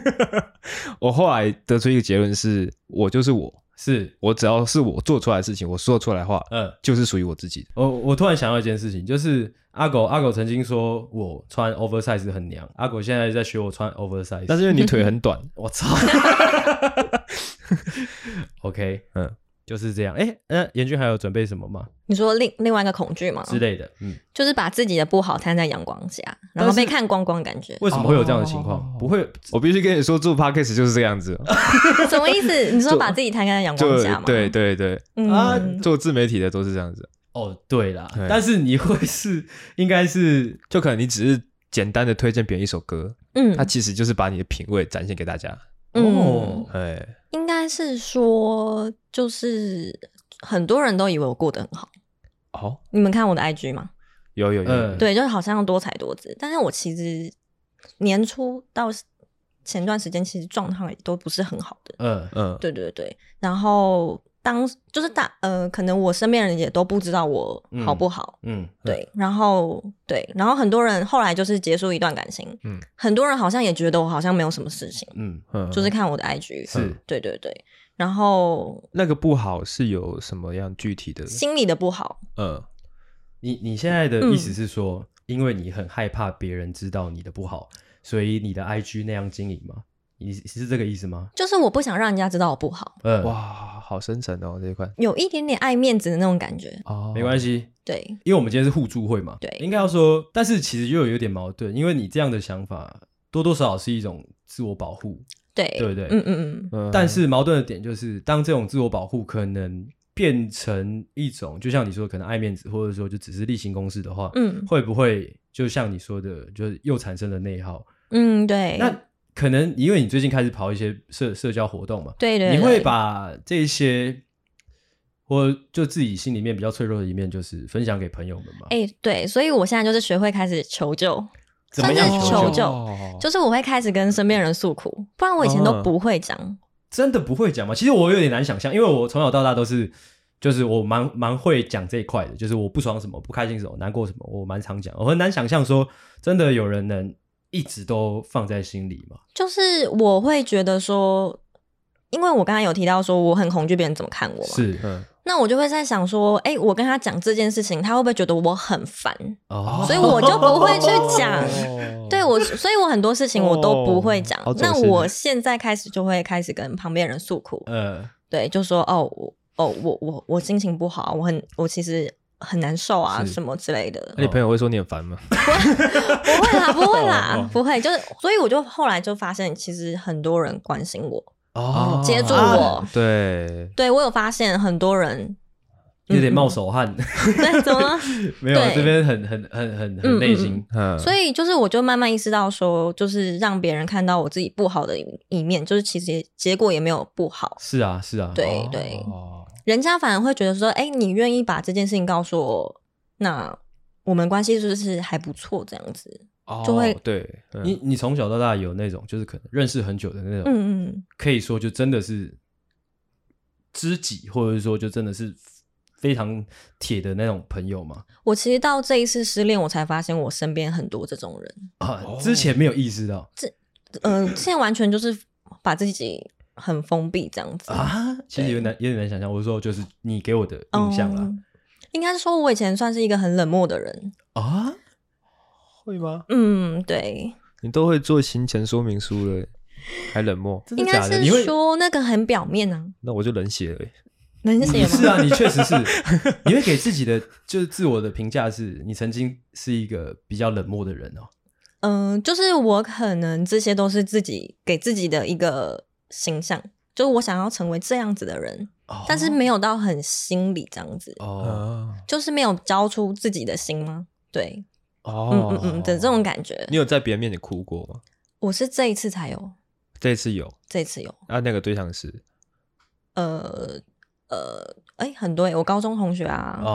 Speaker 2: 我后来得出一个结论是，我就是我，
Speaker 1: 是，
Speaker 2: 我只要是我做出来的事情，我说出来的话，
Speaker 1: 嗯，
Speaker 2: 就是属于我自己的。
Speaker 1: 我我突然想到一件事情，就是阿狗阿狗曾经说我穿 oversize 很娘，阿狗现在在学我穿 oversize，
Speaker 2: 但是因为你腿很短，
Speaker 1: 我操，OK，嗯
Speaker 2: 嗯，
Speaker 1: 就是这样。哎，那严俊还有准备什么吗
Speaker 3: 你说另另外一个恐惧吗？
Speaker 1: 之类的？嗯，
Speaker 3: 就是把自己的不好摊在阳光下，然
Speaker 1: 但
Speaker 3: 后
Speaker 1: 是
Speaker 3: 被看光光，感觉
Speaker 1: 为什么会有这样的情况？
Speaker 2: 哦
Speaker 1: 不会，
Speaker 2: [LAUGHS] 我必须跟你说，做 podcast 就是这样子，哦
Speaker 3: 什么意思？你说把自己摊在阳光
Speaker 2: 就
Speaker 3: 下吗？
Speaker 2: 对，对对，
Speaker 3: 嗯，
Speaker 1: 啊
Speaker 2: 做自媒体的都是这样子，
Speaker 1: 哦，对啦，
Speaker 2: 对
Speaker 1: 但是你会是应该是
Speaker 2: 就可能你只是简单的推荐别人一首歌，它
Speaker 3: 嗯
Speaker 2: 其实就是把你的品味展现给大家。
Speaker 3: 嗯
Speaker 1: 哦，
Speaker 2: 哎，
Speaker 3: 应该是说，就是很多人都以为我过得很好。
Speaker 2: 哦，
Speaker 3: 你们看我的 IG 吗？
Speaker 2: 有有有有，
Speaker 1: 嗯
Speaker 3: 对，就是好像多才多姿，但是我其实年初到前段时间，其实状态也都不是很好的。
Speaker 1: 嗯
Speaker 2: 嗯，
Speaker 3: 对对对，然后当就是大呃，可能我身边人也都不知道我好不好。
Speaker 1: 嗯，
Speaker 3: 对，然后对，然后很多人后来就是结束一段感情，
Speaker 2: 嗯
Speaker 3: 很多人好像也觉得我好像没有什么事情，
Speaker 1: 嗯，
Speaker 2: 嗯
Speaker 3: 就是看我的 IG，
Speaker 1: 是
Speaker 3: 对对对，然后
Speaker 2: 那个不好是有什么样具体的？
Speaker 3: 心理的不好，
Speaker 2: 嗯，
Speaker 1: 你你现在的意
Speaker 3: 嗯
Speaker 1: 思是说，因为你很害怕别人知道你的不好，所以你的 IG 那样经营吗？你是这个意思吗？
Speaker 3: 就是我不想让人家知道我不好，
Speaker 1: 嗯，
Speaker 2: 哇，
Speaker 1: 哇，
Speaker 2: 好深沉哦这一块
Speaker 3: 有一点点爱面子的那种感觉，
Speaker 2: 哦，
Speaker 1: 没关
Speaker 2: 系，
Speaker 1: 系，
Speaker 3: 对，
Speaker 1: 因为我们今天是互助会嘛，
Speaker 3: 对
Speaker 1: 应该要说，但是其实又有点矛盾，因为你这样的想法多多少少是一种自我保护，
Speaker 3: 对，
Speaker 1: 对不对？
Speaker 3: 嗯嗯嗯，
Speaker 2: 嗯
Speaker 1: 但是矛盾的点就是，当这种自我保护可能变成一种，就像你说，可能爱面子，或者说就只是例行公事的话，
Speaker 3: 嗯
Speaker 1: 会不会就像你说的，就是又产生了内耗？
Speaker 3: 嗯，对，
Speaker 1: 那可能因为你最近开始跑一些社社交活动嘛，
Speaker 3: 对对，
Speaker 1: 你会
Speaker 3: 对
Speaker 1: 把这些或就自己心里面比较脆弱的一面，就是分享给朋友们嘛？
Speaker 3: 哎、对，所以我现在就是学会开始求救，
Speaker 1: 怎么
Speaker 3: 真
Speaker 1: 样
Speaker 3: 的
Speaker 1: 求
Speaker 3: 求
Speaker 1: 救哦
Speaker 3: 救？就是我会开始跟身边人诉苦，不然我以前
Speaker 1: 嗯
Speaker 3: 都
Speaker 2: 哦
Speaker 3: 不会讲。
Speaker 1: 真的不会讲吗？其实我有点难想象，因为我从小到大都是。就是我蛮蛮会讲这一块的，就是我不爽什么、不开心什么、难过什么，我蛮常讲。我很难想象说，真的有人能一直都放在心里嘛？
Speaker 3: 就是我会觉得说，因为我刚才有提到说我很恐惧别人怎么看我嘛，
Speaker 1: 是
Speaker 2: 嗯，
Speaker 3: 那我就会在想说，哎、我跟他讲这件事情，他会不会觉得我很烦？
Speaker 1: 哦，
Speaker 3: 所以我就不会去讲。
Speaker 2: 哦
Speaker 3: 对我，所以我很多事情我都不会讲。
Speaker 2: 哦好走
Speaker 3: 那
Speaker 2: 心嗯
Speaker 3: 我现在开始就会开始跟旁边人诉苦，
Speaker 1: 呃，
Speaker 3: 对，就说哦，我哦，我我我心情不好，我很我其实很难受啊，
Speaker 1: 是
Speaker 3: 什么之类的。
Speaker 2: 那你朋友会说你很烦吗？
Speaker 3: 不会啦，不
Speaker 2: [LAUGHS]
Speaker 3: 会
Speaker 2: 哦
Speaker 3: 啦
Speaker 2: 哦，
Speaker 3: [LAUGHS] 不会。就是，所以我就后来就发现，其实很多人关心我，
Speaker 1: 哦
Speaker 3: 接住
Speaker 1: 啊
Speaker 3: 我。
Speaker 2: 对，
Speaker 3: 对我有发现很多人 [LAUGHS]
Speaker 1: 有点冒手汗。
Speaker 3: 对怎么了？
Speaker 1: 没有，
Speaker 3: 对
Speaker 1: 这边很很很很很
Speaker 3: 嗯
Speaker 1: 内
Speaker 3: 嗯
Speaker 1: 心。
Speaker 2: 嗯，
Speaker 3: 所以就是，我就慢慢意识到说，就是让别人看到我自己不好的一一面，就是其实也结果也没有不好。
Speaker 1: 是啊，是啊，
Speaker 3: 对对
Speaker 2: 哦
Speaker 3: 人家反而会觉得说，哎、你愿意把这件事情告诉我，那我们关系是不是还不错？这样子，
Speaker 2: 哦
Speaker 3: 就会
Speaker 2: 对，嗯
Speaker 1: 你你从小到大有那种就是可能认识很久的那种，
Speaker 3: 嗯嗯，
Speaker 1: 可以说就真的是知己，或者说就真的是非常铁的那种朋友吗？
Speaker 3: 我其实到这一次失恋，我才发现我身边很多这种人，
Speaker 1: 啊
Speaker 2: 哦，
Speaker 1: 之前没有意识到
Speaker 3: 呃，现在完全就是把自己很封闭这样子
Speaker 1: 啊，其实有点难，有点难想象。我说就是你给我的印象啦
Speaker 3: 嗯应该是说，我以前算是一个很冷漠的人。
Speaker 1: 啊，
Speaker 2: 会吗？
Speaker 3: 嗯，对，
Speaker 2: 你都会做行前说明书了，还冷漠，
Speaker 1: 真
Speaker 3: 应
Speaker 1: 的
Speaker 3: 该
Speaker 1: 假的？
Speaker 3: 是
Speaker 1: 你会
Speaker 3: 说那个很表面啊，
Speaker 2: 那我就冷血了欸。
Speaker 3: 能写
Speaker 1: 你
Speaker 3: 吗？
Speaker 1: 是啊，你确实是， [LAUGHS] 你会给自己的就是自我的评价是，你曾经是一个比较冷漠的人哦。
Speaker 3: 嗯、就是我可能这些都是自己给自己的一个形象，就我想要成为这样子的人，
Speaker 1: 哦
Speaker 3: 但是没有到很心里这样子，
Speaker 1: 哦
Speaker 2: 啊，
Speaker 3: 就是没有交出自己的心吗？对，嗯
Speaker 2: 哦
Speaker 3: 嗯，嗯的这种感觉，
Speaker 2: 你有在别人面前哭过吗？
Speaker 3: 我是这一次才有，
Speaker 2: 这次有，
Speaker 3: 这一次有，
Speaker 2: 啊，那个对象是
Speaker 3: 呃呃，哎、很多耶、我高中同学啊，
Speaker 1: 哦，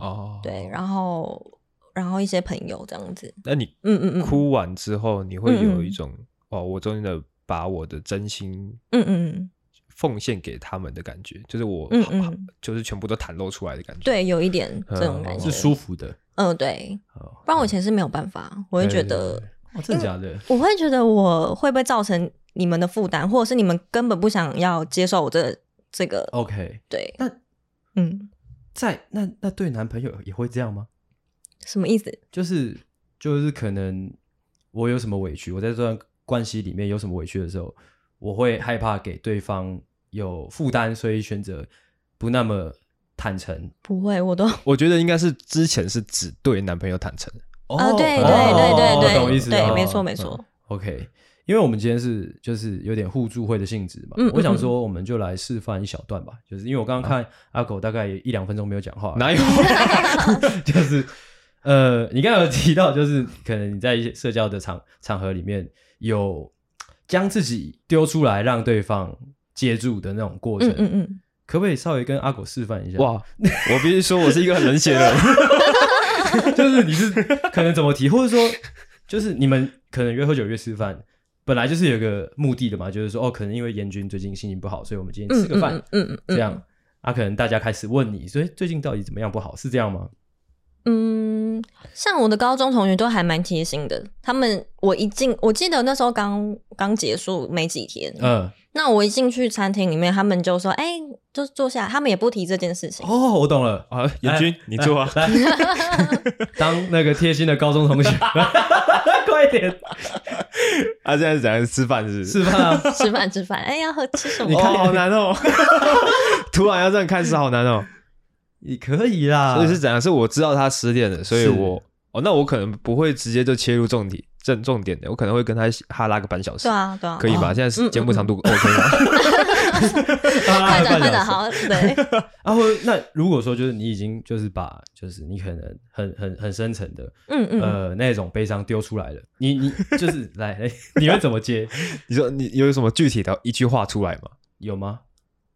Speaker 2: 哦，
Speaker 3: 对，然后然后一些朋友这样子，
Speaker 2: 那你
Speaker 3: 嗯嗯嗯，
Speaker 2: 哭完之后，你会有
Speaker 3: 嗯嗯
Speaker 2: 一种哦，我终于的把我的真心
Speaker 3: 嗯嗯嗯，
Speaker 2: 奉献给他们的感觉，就是我，
Speaker 3: 嗯嗯
Speaker 2: 就是全部都袒露出来的感觉。，
Speaker 3: 对，有一点这种感
Speaker 2: 哦
Speaker 3: 觉，
Speaker 1: 嗯是舒服的
Speaker 3: 嗯、对，
Speaker 1: 哦，
Speaker 3: 不然我以前是没有办法，我会觉得，
Speaker 1: 哦真的假的？
Speaker 3: 我会觉得我会不会造成你们的负担，或者是你们根本不想要接受我这这个，
Speaker 1: OK，
Speaker 3: 对，
Speaker 1: 那
Speaker 3: 嗯，
Speaker 1: 在那那对男朋友也会这样吗？
Speaker 3: 什么意思？
Speaker 1: 就是就是可能我有什么委屈，我在这段关系里面有什么委屈的时候，我会害怕给对方有负担，所以选择不那么坦诚。
Speaker 3: 不会，我都
Speaker 2: 我觉得应该是之前是只对男朋友坦诚，
Speaker 1: 哦
Speaker 3: 啊，对对
Speaker 2: 哦
Speaker 3: 对
Speaker 1: 我懂意
Speaker 3: 对
Speaker 1: 思，
Speaker 3: 对，对，
Speaker 1: 哦
Speaker 3: 没错没错，
Speaker 1: OK，因为我们今天是就是有点互助会的性质嘛，
Speaker 3: 嗯嗯
Speaker 1: 我想说我们就来示范一小段吧，就是因为我刚刚看阿狗大概一两分钟没有讲话，
Speaker 2: 哪有？
Speaker 1: [LAUGHS] 就是呃，你刚才有提到，就是可能你在一些社交的场场合里面有将自己丢出来让对方接住的那种过程，
Speaker 3: 嗯嗯嗯，
Speaker 1: 可不可以稍微跟阿狗示范一下？
Speaker 2: 哇，我必须说我是一个很冷血的人。
Speaker 1: [LAUGHS] 就是你是可能怎么提，或者说就是你们可能越喝酒越吃饭，本来就是有个目的的嘛，就是说哦，可能因为严君最近心情不好，所以我们今天吃个饭，
Speaker 3: 嗯嗯嗯嗯，
Speaker 1: 这样。啊，可能大家开始问你，所以最近到底怎么样不好，是这样吗？
Speaker 3: 嗯，像我的高中同学都还蛮贴心的。他们我一进，我记得那时候刚刚结束没几天，
Speaker 1: 嗯，
Speaker 3: 那我一进去餐厅里面，他们就说：“哎、就坐下。”他们也不提这件事
Speaker 1: [LAUGHS]
Speaker 3: 情。
Speaker 1: 哦，我懂了，
Speaker 2: 啊，严军，你坐啊。
Speaker 1: 来，当那个贴心的高中同学， [LAUGHS] 快点
Speaker 2: 啊，现在是怎样吃饭是不是？
Speaker 1: 示范啊！
Speaker 3: 吃饭吃饭，哎、要喝吃什
Speaker 2: [LAUGHS] 你
Speaker 3: 么？
Speaker 2: 看，好难哦。突然要这样开始，好难哦。
Speaker 1: 你可以啦，
Speaker 2: 所以是怎样？是我知道他失恋了，所以
Speaker 1: 啊是
Speaker 2: 我哦，那我可能不会直接就切入重点正重点的，我可能会跟他哈拉个半小时，
Speaker 3: 对啊对啊，
Speaker 2: 可以吧？
Speaker 1: 哦
Speaker 2: 现在是节目长度 OK 吗？ [LAUGHS]
Speaker 1: 啊
Speaker 3: 快点快
Speaker 1: 小
Speaker 3: 点，
Speaker 1: 时
Speaker 3: 好，对，
Speaker 1: 啊，或者那如果说就是你已经就是把就是你可能很很很深层的
Speaker 3: 嗯嗯，
Speaker 1: 呃那种悲伤丢出来了，你
Speaker 3: [LAUGHS]
Speaker 1: 你就是来来，你会怎么接？
Speaker 2: 你说你有什么具体的一句话出来吗？
Speaker 1: 有吗？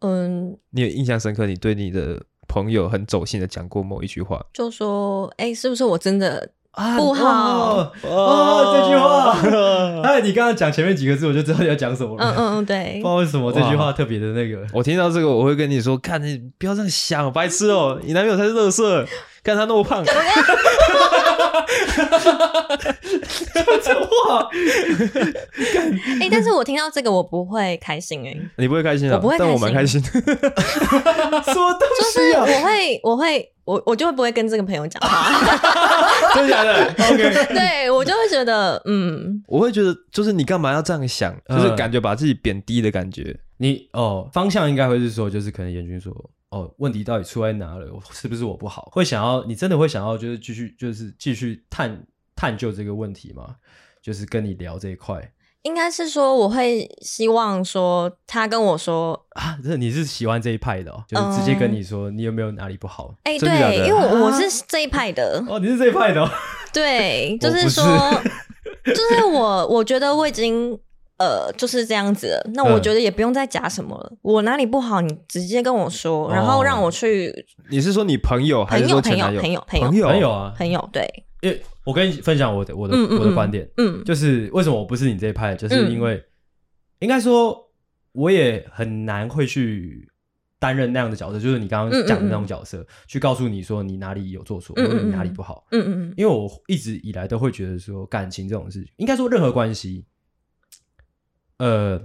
Speaker 3: 嗯，
Speaker 2: 你有印象深刻？你对你的朋友很走心的讲过某一句话？
Speaker 3: 就说：“哎、是不是我真的
Speaker 1: 啊
Speaker 3: 不好
Speaker 1: 哦哦这句话，
Speaker 2: 话，
Speaker 1: 哎，你刚刚讲前面几个字，我就知道你要讲什么？”
Speaker 3: 嗯
Speaker 1: 了。
Speaker 3: 嗯嗯，
Speaker 1: 不
Speaker 3: 对
Speaker 1: 知，道为什么这句话特别的那
Speaker 3: [LAUGHS]
Speaker 1: 个，
Speaker 2: [LAUGHS] 我听到这个，我会跟你说，看你不要这样想，白痴哦，你男朋友才是乐色，看他那么胖，
Speaker 1: 这话
Speaker 3: 哎、但是我听到这个我不会开心哎、
Speaker 2: 你不会开心啊？
Speaker 3: 我不会
Speaker 2: 但我
Speaker 3: 开
Speaker 2: 蛮
Speaker 3: 心
Speaker 2: 开心。
Speaker 1: 什么东
Speaker 3: 哎就是
Speaker 1: 西啊？
Speaker 3: 我会我会我我就会不会跟这个朋友讲话，
Speaker 2: [LAUGHS] 真的假的？OK，
Speaker 3: [LAUGHS] 对我就会觉得嗯，
Speaker 2: 我会觉得就是你干嘛要这样想，
Speaker 1: 嗯
Speaker 2: 就是感觉把自己贬低的感觉。
Speaker 1: 你哦，方向应该会是说，就是可能严军说，哦，问题到底出在哪了？我是不是我不好？会想要你真的会想要就是继续就是继续探探究这个问题吗？就是跟你聊这一块
Speaker 3: 应该是说我会希望说他跟我说，
Speaker 1: 啊，这你是喜欢这一派的、哦，就是直接跟你说你有没有哪里不好？
Speaker 3: 嗯哎、
Speaker 2: 真的假的
Speaker 3: 对，因为我我
Speaker 1: 啊
Speaker 3: 是这一派的，
Speaker 1: 哦，你是这一派的、哦，
Speaker 3: 对，就
Speaker 1: 我不
Speaker 3: 说，就是我我觉得我已经呃就是这样子了，那我
Speaker 1: 嗯
Speaker 3: 觉得也不用再夹什么了。我哪里不好，你直接跟我说，然后
Speaker 1: 哦
Speaker 3: 让我去
Speaker 2: 你是说你朋友还是
Speaker 3: 朋
Speaker 2: 说
Speaker 3: 友
Speaker 2: 前
Speaker 3: 朋友
Speaker 2: 男友？
Speaker 3: 朋友朋友
Speaker 2: 朋友
Speaker 1: 朋友啊，
Speaker 3: 朋友对，
Speaker 1: 因为我跟你分享我的我的
Speaker 3: 嗯嗯
Speaker 1: 我的
Speaker 3: 嗯
Speaker 1: 观点，
Speaker 3: 嗯
Speaker 1: 就是为什么我不是你这一派，就是因为应该说我也很难会去担任那样的角色，就是你刚刚讲的那种角色，去告诉你说你哪里有做错，或
Speaker 3: 嗯嗯嗯
Speaker 1: 者你哪里不好。
Speaker 3: 嗯嗯嗯，
Speaker 1: 因为我一直以来都会觉得说感情这种事情，应该说任何关系，呃，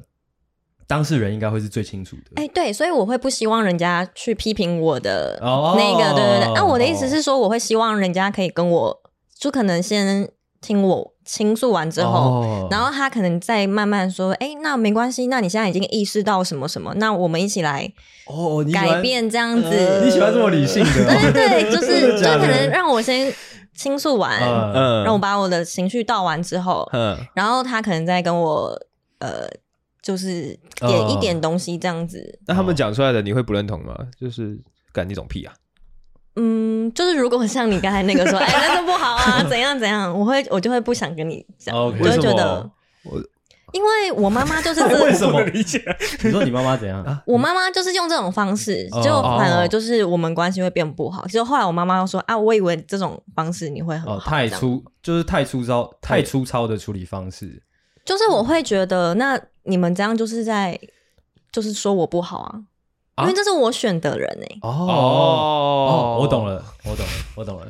Speaker 1: 当事人应该会是最清楚的。
Speaker 3: 哎、对，所以我会不希望人家去批评我的
Speaker 1: 哦
Speaker 3: 那个，对对对。啊，我的意思
Speaker 1: 哦
Speaker 3: 是说，我会希望人家可以跟我，就可能先听我倾诉完之后。
Speaker 1: 哦
Speaker 3: 然后他可能再慢慢说，哎，那没关系，那你现在已经意识到什么什么，那我们一起来
Speaker 1: 哦，你喜欢
Speaker 3: 改变这样子。
Speaker 1: 你喜欢这么理性的哦、
Speaker 3: 对对对，就是就
Speaker 1: 假的
Speaker 3: 可能让我先倾诉完，
Speaker 1: 呃
Speaker 2: 嗯，
Speaker 3: 让我把我的情绪倒完之后，
Speaker 2: 嗯
Speaker 3: 然后他可能再跟我呃，就是点一
Speaker 1: 哦
Speaker 3: 点东西这样子。
Speaker 2: 那他们讲出来的你会不认同吗？就是干你种屁啊！
Speaker 3: 嗯，就是如果像你刚才那个说， [LAUGHS] 哎，那是不好啊，怎样怎样，我会我就会不想跟你讲，我
Speaker 1: OK
Speaker 3: 就会觉
Speaker 2: 为
Speaker 3: 得
Speaker 2: 什么我
Speaker 3: 因为我妈妈就是
Speaker 1: 哎 [LAUGHS] 为
Speaker 3: 这，
Speaker 1: 什么？
Speaker 2: 理解？
Speaker 1: 你说你妈妈怎样？
Speaker 3: 我妈妈就是用这种方式，
Speaker 1: 嗯哦
Speaker 3: 就反
Speaker 1: 哦
Speaker 3: 而就是我们关系会变不好。其实后来我妈妈又说啊，我以为这种方式你会很好，
Speaker 1: 哦，太
Speaker 3: 这样
Speaker 1: 粗，就是太粗糙、太粗糙的处理方式。
Speaker 3: 就是我会觉得，那你们这样就是在就是说我不好啊，
Speaker 1: 啊
Speaker 3: 因为这是我选的人哎、
Speaker 1: 哦
Speaker 2: 哦
Speaker 1: 哦，我懂。了，我懂了，我懂了，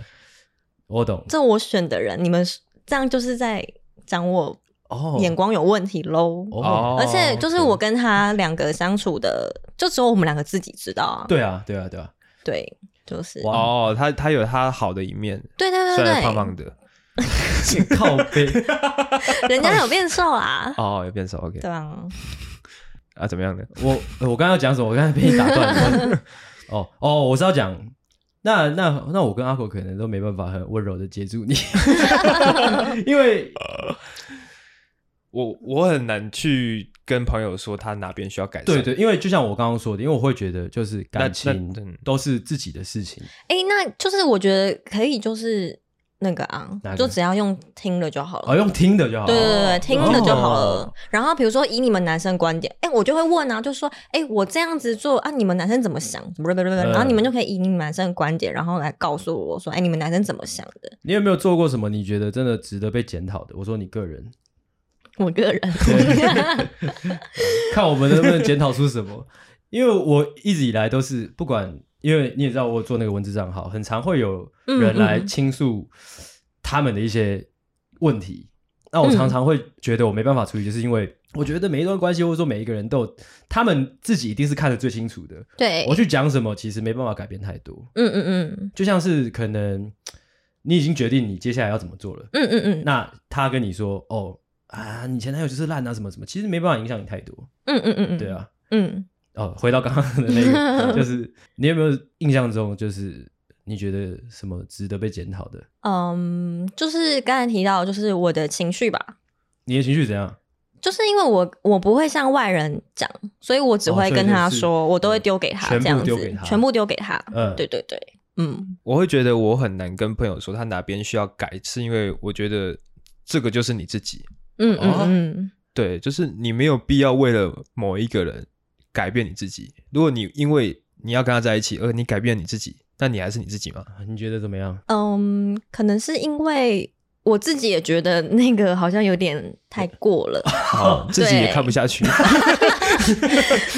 Speaker 1: 我懂。
Speaker 3: 这我选的人，你们是这样就是在讲我
Speaker 1: 哦，
Speaker 3: 眼光有问题喽。
Speaker 1: 哦，
Speaker 3: 而且就是我跟他两个相处的，就只有我们两个自己知道啊。
Speaker 1: 对啊，对啊，对啊，
Speaker 3: 对，就是
Speaker 1: 哇
Speaker 2: 哦，他他有他好的一面，
Speaker 3: 对对
Speaker 2: 虽
Speaker 3: 对
Speaker 2: 然
Speaker 3: 对，
Speaker 2: 胖胖的，，
Speaker 1: 靠背。 [LAUGHS]
Speaker 3: 人家有变瘦啊
Speaker 2: 哦，有变瘦，OK
Speaker 3: 对啊，
Speaker 2: 啊，怎么样呢？
Speaker 1: 我我刚刚要讲什么？我刚才被你打断
Speaker 3: [LAUGHS]
Speaker 1: 了。哦哦，我是要讲，那那那我跟阿狗可能都没办法很温柔的接住
Speaker 3: [LAUGHS]
Speaker 1: 你，因为
Speaker 2: 我我很难去跟朋友说他哪边需要改善。
Speaker 1: 对对，因为就像我刚刚说的，因为我会觉得就是
Speaker 2: 那，
Speaker 1: 感情
Speaker 2: 那嗯
Speaker 1: 都是自己的事情。
Speaker 3: 哎、那就是我觉得可以，就是那个啊
Speaker 1: 哪，个
Speaker 3: 就只要用听了就好了。
Speaker 1: 哦，用听的就好。
Speaker 3: 对对对，对听了就好了。
Speaker 1: 哦
Speaker 3: 然后比如说以你们男生观点，哎、我就会问啊，就说，哎、我这样子做啊，你们男生怎么想？怎么不不不不？
Speaker 1: 嗯
Speaker 3: 然后你们就可以以你们男生的观点，然后来告诉我说，哎、你们男生怎么想的？
Speaker 1: 你有没有做过什么你觉得真的值得被检讨的？我说你个
Speaker 3: [LAUGHS]
Speaker 1: 人，
Speaker 3: 我个人，
Speaker 1: [LAUGHS] 看我们能不能检讨出什么。因为我一直以来都是不管，因为你也知道我有做那个文字账号，很常会有人来
Speaker 3: 嗯嗯
Speaker 1: 倾诉他们的一些问题。那我常常会觉得我没办法处理，就是因为我觉得每一段关系或者说每一个人都有他们自己一定是看得最清楚的。
Speaker 3: 对，
Speaker 1: 我去讲什么，其实没办法改变太多。
Speaker 3: 嗯嗯嗯
Speaker 1: 就像是可能你已经决定你接下来要怎么做了，
Speaker 3: 嗯嗯嗯
Speaker 1: 那他跟你说哦啊，你前男友就是烂啊什么什么，其实没办法影响你太多，
Speaker 3: 嗯嗯嗯嗯，
Speaker 1: 对，啊。
Speaker 3: 嗯。
Speaker 1: 哦，回到刚刚的那个，就是你有没有印象中，就是你觉得什么值得被检讨的？
Speaker 3: 嗯，就是刚才提到，就是我的情绪吧，
Speaker 1: 你的情绪怎样？
Speaker 3: 就是因为我我不会向外人讲，所以我只
Speaker 1: 哦
Speaker 3: 会
Speaker 1: 所以
Speaker 3: 跟
Speaker 1: 就
Speaker 3: 他
Speaker 1: 是嗯
Speaker 3: 说，我都会丢给他
Speaker 1: 全
Speaker 3: 这
Speaker 1: 部
Speaker 3: 样
Speaker 1: 丢给
Speaker 3: 子
Speaker 1: 他，
Speaker 3: 全部丢给他。
Speaker 1: 嗯
Speaker 3: 对对对，嗯，
Speaker 2: 我会觉得我很难跟朋友说他哪边需要改，是因为我觉得这个就是你自己，
Speaker 3: 嗯嗯
Speaker 1: 哦
Speaker 3: 嗯，
Speaker 2: 对，就是你没有必要为了某一个人改变你自己。如果你因为你要跟他在一起而你改变你自己，那你还是你自己吗？
Speaker 1: 啊你觉得怎么样？
Speaker 3: 嗯，可能是因为我自己也觉得那个好像有点太
Speaker 1: [LAUGHS]
Speaker 3: 过了，
Speaker 2: 好，哦自己也
Speaker 3: 对
Speaker 2: 看不下去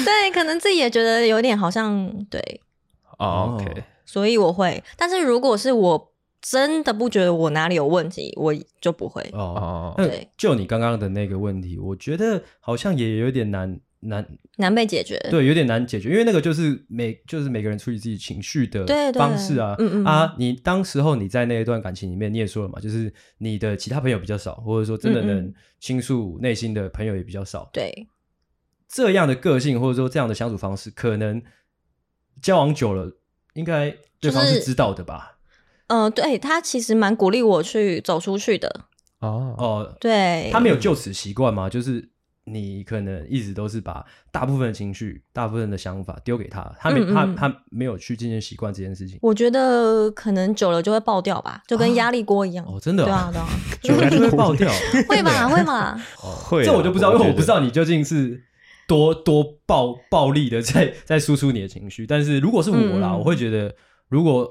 Speaker 3: 对，可能自己也觉得有点好像对，
Speaker 2: 哦 OK，
Speaker 3: 所以我会，但是如果是我真的不觉得我哪里有问题，我就不会。
Speaker 1: 哦，
Speaker 2: 哦，
Speaker 1: 那
Speaker 3: 对
Speaker 1: 就你刚刚的那个问题，我觉得好像也有点难难，
Speaker 3: 难被解决。
Speaker 1: 对，有点难解决，因为那个就是每就是每个人处理自己情绪的
Speaker 3: 对对
Speaker 1: 方式啊，
Speaker 3: 嗯嗯
Speaker 1: 啊，你当时候你在那一段感情里面，你也说了嘛，就是你的其他朋友比较少，或者说真的
Speaker 3: 嗯嗯
Speaker 1: 能倾诉内心的朋友也比较少，
Speaker 3: 对
Speaker 1: 这样的个性或者说这样的相处方式，可能交往久了，应该对方
Speaker 3: 就是
Speaker 1: 是知道的吧？
Speaker 3: 嗯、呃对他其实蛮鼓励我去走出去的。
Speaker 2: 哦，
Speaker 1: 哦、
Speaker 3: 对，
Speaker 1: 他们有就此习惯吗？就是你可能一直都是把大部分的情绪、大部分的想法丢给他，他没
Speaker 3: 嗯嗯
Speaker 1: 他
Speaker 3: 嗯
Speaker 1: 他没有去渐渐习惯这件事情。
Speaker 3: 我觉得可能久了就会爆掉吧，就跟压力锅一样。
Speaker 1: 哦，真的
Speaker 3: 对
Speaker 1: 哦，
Speaker 3: 啊，对啊，
Speaker 1: 久了就会爆掉。
Speaker 3: [LAUGHS] 会
Speaker 1: 啊
Speaker 3: 吧，会吧。
Speaker 2: 会
Speaker 1: 哦
Speaker 2: 啊，
Speaker 1: 这我就不知道，因为我不知
Speaker 2: 觉得。
Speaker 1: 道你究竟是多多暴暴力的在在输出你的情绪。但是如果是我啦，
Speaker 3: 嗯嗯
Speaker 1: 我会觉得，如果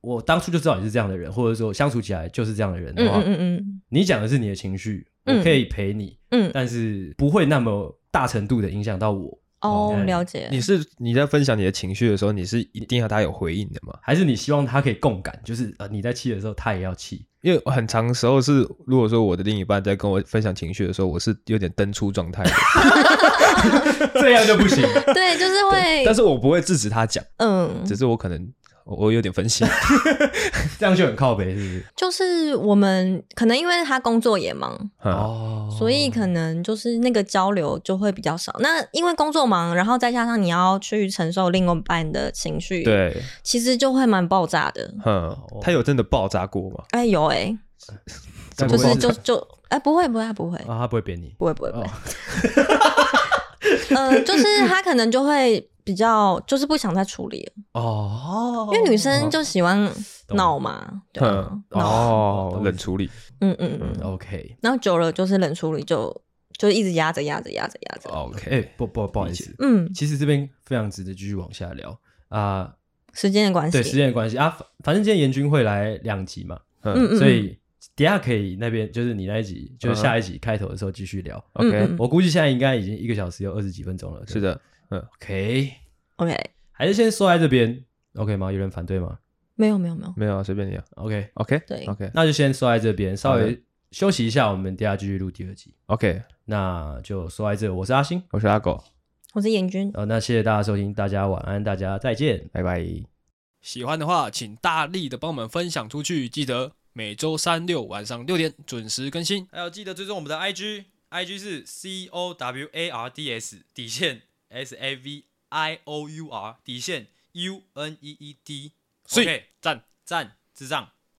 Speaker 1: 我当初就知道你是这样的人，或者说相处起来就是这样的人
Speaker 3: 嗯
Speaker 1: 的话，
Speaker 3: 嗯嗯
Speaker 1: 你讲的是你的情绪，
Speaker 3: 嗯
Speaker 1: 我可以陪你，
Speaker 3: 嗯嗯。
Speaker 1: 但是不会那么大程度的影响到我。
Speaker 3: 哦，
Speaker 1: 嗯
Speaker 3: 了解。
Speaker 2: 你是你在分享你的情绪的时候，你是一定要他有回应的嘛？
Speaker 1: 还是你希望他可以共感，就是呃你在气的时候，他也要气。
Speaker 2: 因为很长时候是，如果说我的另一半在跟我分享情绪的时候，我是有点登出状态的，
Speaker 1: 这样就不行。
Speaker 3: [LAUGHS] 对，就是会
Speaker 2: 但，是我不会制止他讲，
Speaker 3: 嗯，
Speaker 2: 只是我可能我我有点分心。
Speaker 1: 这样就很靠北，是不是？
Speaker 3: 就是我们可能因为他工作也忙，
Speaker 2: 哦，
Speaker 1: [LAUGHS] 哦
Speaker 3: 所以可能就是那个交流就会比较少。那因为工作忙，然后再加上你要去承受另外一半的情绪，，
Speaker 2: 对，
Speaker 3: 其实就会蛮爆炸的。
Speaker 2: 哼，
Speaker 1: 哦
Speaker 2: 他有真的爆炸过吗？
Speaker 3: 哎，有哎、
Speaker 1: 但
Speaker 3: 就
Speaker 1: 不
Speaker 3: 是
Speaker 1: 会
Speaker 3: 就就哎、不会不会不会
Speaker 1: 啊，他不会扁你。
Speaker 3: 不会不会不会 [LAUGHS]
Speaker 1: 哦，
Speaker 3: 呃，就是他可能就会比较就是不想再处理了，
Speaker 1: 哦，嗯
Speaker 3: 因为女生就喜欢
Speaker 1: 懂
Speaker 3: 闹嘛，对啊
Speaker 4: 嗯
Speaker 2: 哼，，
Speaker 3: 闹，
Speaker 2: 哦
Speaker 1: 懂，
Speaker 2: 冷处理，
Speaker 3: 嗯嗯嗯，
Speaker 1: OK
Speaker 3: 然后久了就是冷处理就。就一直压着压着压着压
Speaker 4: 哦
Speaker 3: 着，
Speaker 1: OK，哎、不不不好意
Speaker 2: 理
Speaker 1: 思，
Speaker 3: 嗯，
Speaker 1: 其实这边非常值得继续往下聊啊、
Speaker 3: 时间的关系，
Speaker 1: 对时间的关系啊，反反正今天严君会来两集嘛，
Speaker 3: 嗯嗯，
Speaker 1: 所以等一下可以那边就是你那一集，就是下一集开头的时候继续聊。
Speaker 3: 嗯
Speaker 2: OK，
Speaker 3: 嗯
Speaker 1: 我估计现在应该已经一个小时有二十几分钟了，
Speaker 2: 是的，嗯，
Speaker 1: ，OK，
Speaker 3: OK，
Speaker 1: 还是先说在这边 OK 吗？有人反对吗
Speaker 3: 没有没有没有，
Speaker 2: 没有啊，随便你啊
Speaker 1: ？OK，
Speaker 2: ，OK，
Speaker 3: 对
Speaker 2: ，OK，
Speaker 1: 那就先说在这边，稍
Speaker 2: 好
Speaker 1: 微休息一下，我们等一下继续录第二集。
Speaker 2: OK，
Speaker 1: 那就说在这，我是阿星，
Speaker 2: 我是阿狗，
Speaker 3: 我是严君，
Speaker 1: 呃，那谢谢大家收听，大家晚安，大家再见。
Speaker 2: 拜拜。
Speaker 4: 喜欢的话，请大力的帮我们分享出去。记得每周三六晚上六点准时更新。
Speaker 5: 还有记得追踪我们的 IG，IG 是 C O W A R D S 底线 S A V I O U R 底线 U N E E D，
Speaker 4: 所以
Speaker 5: OK，赞赞智障。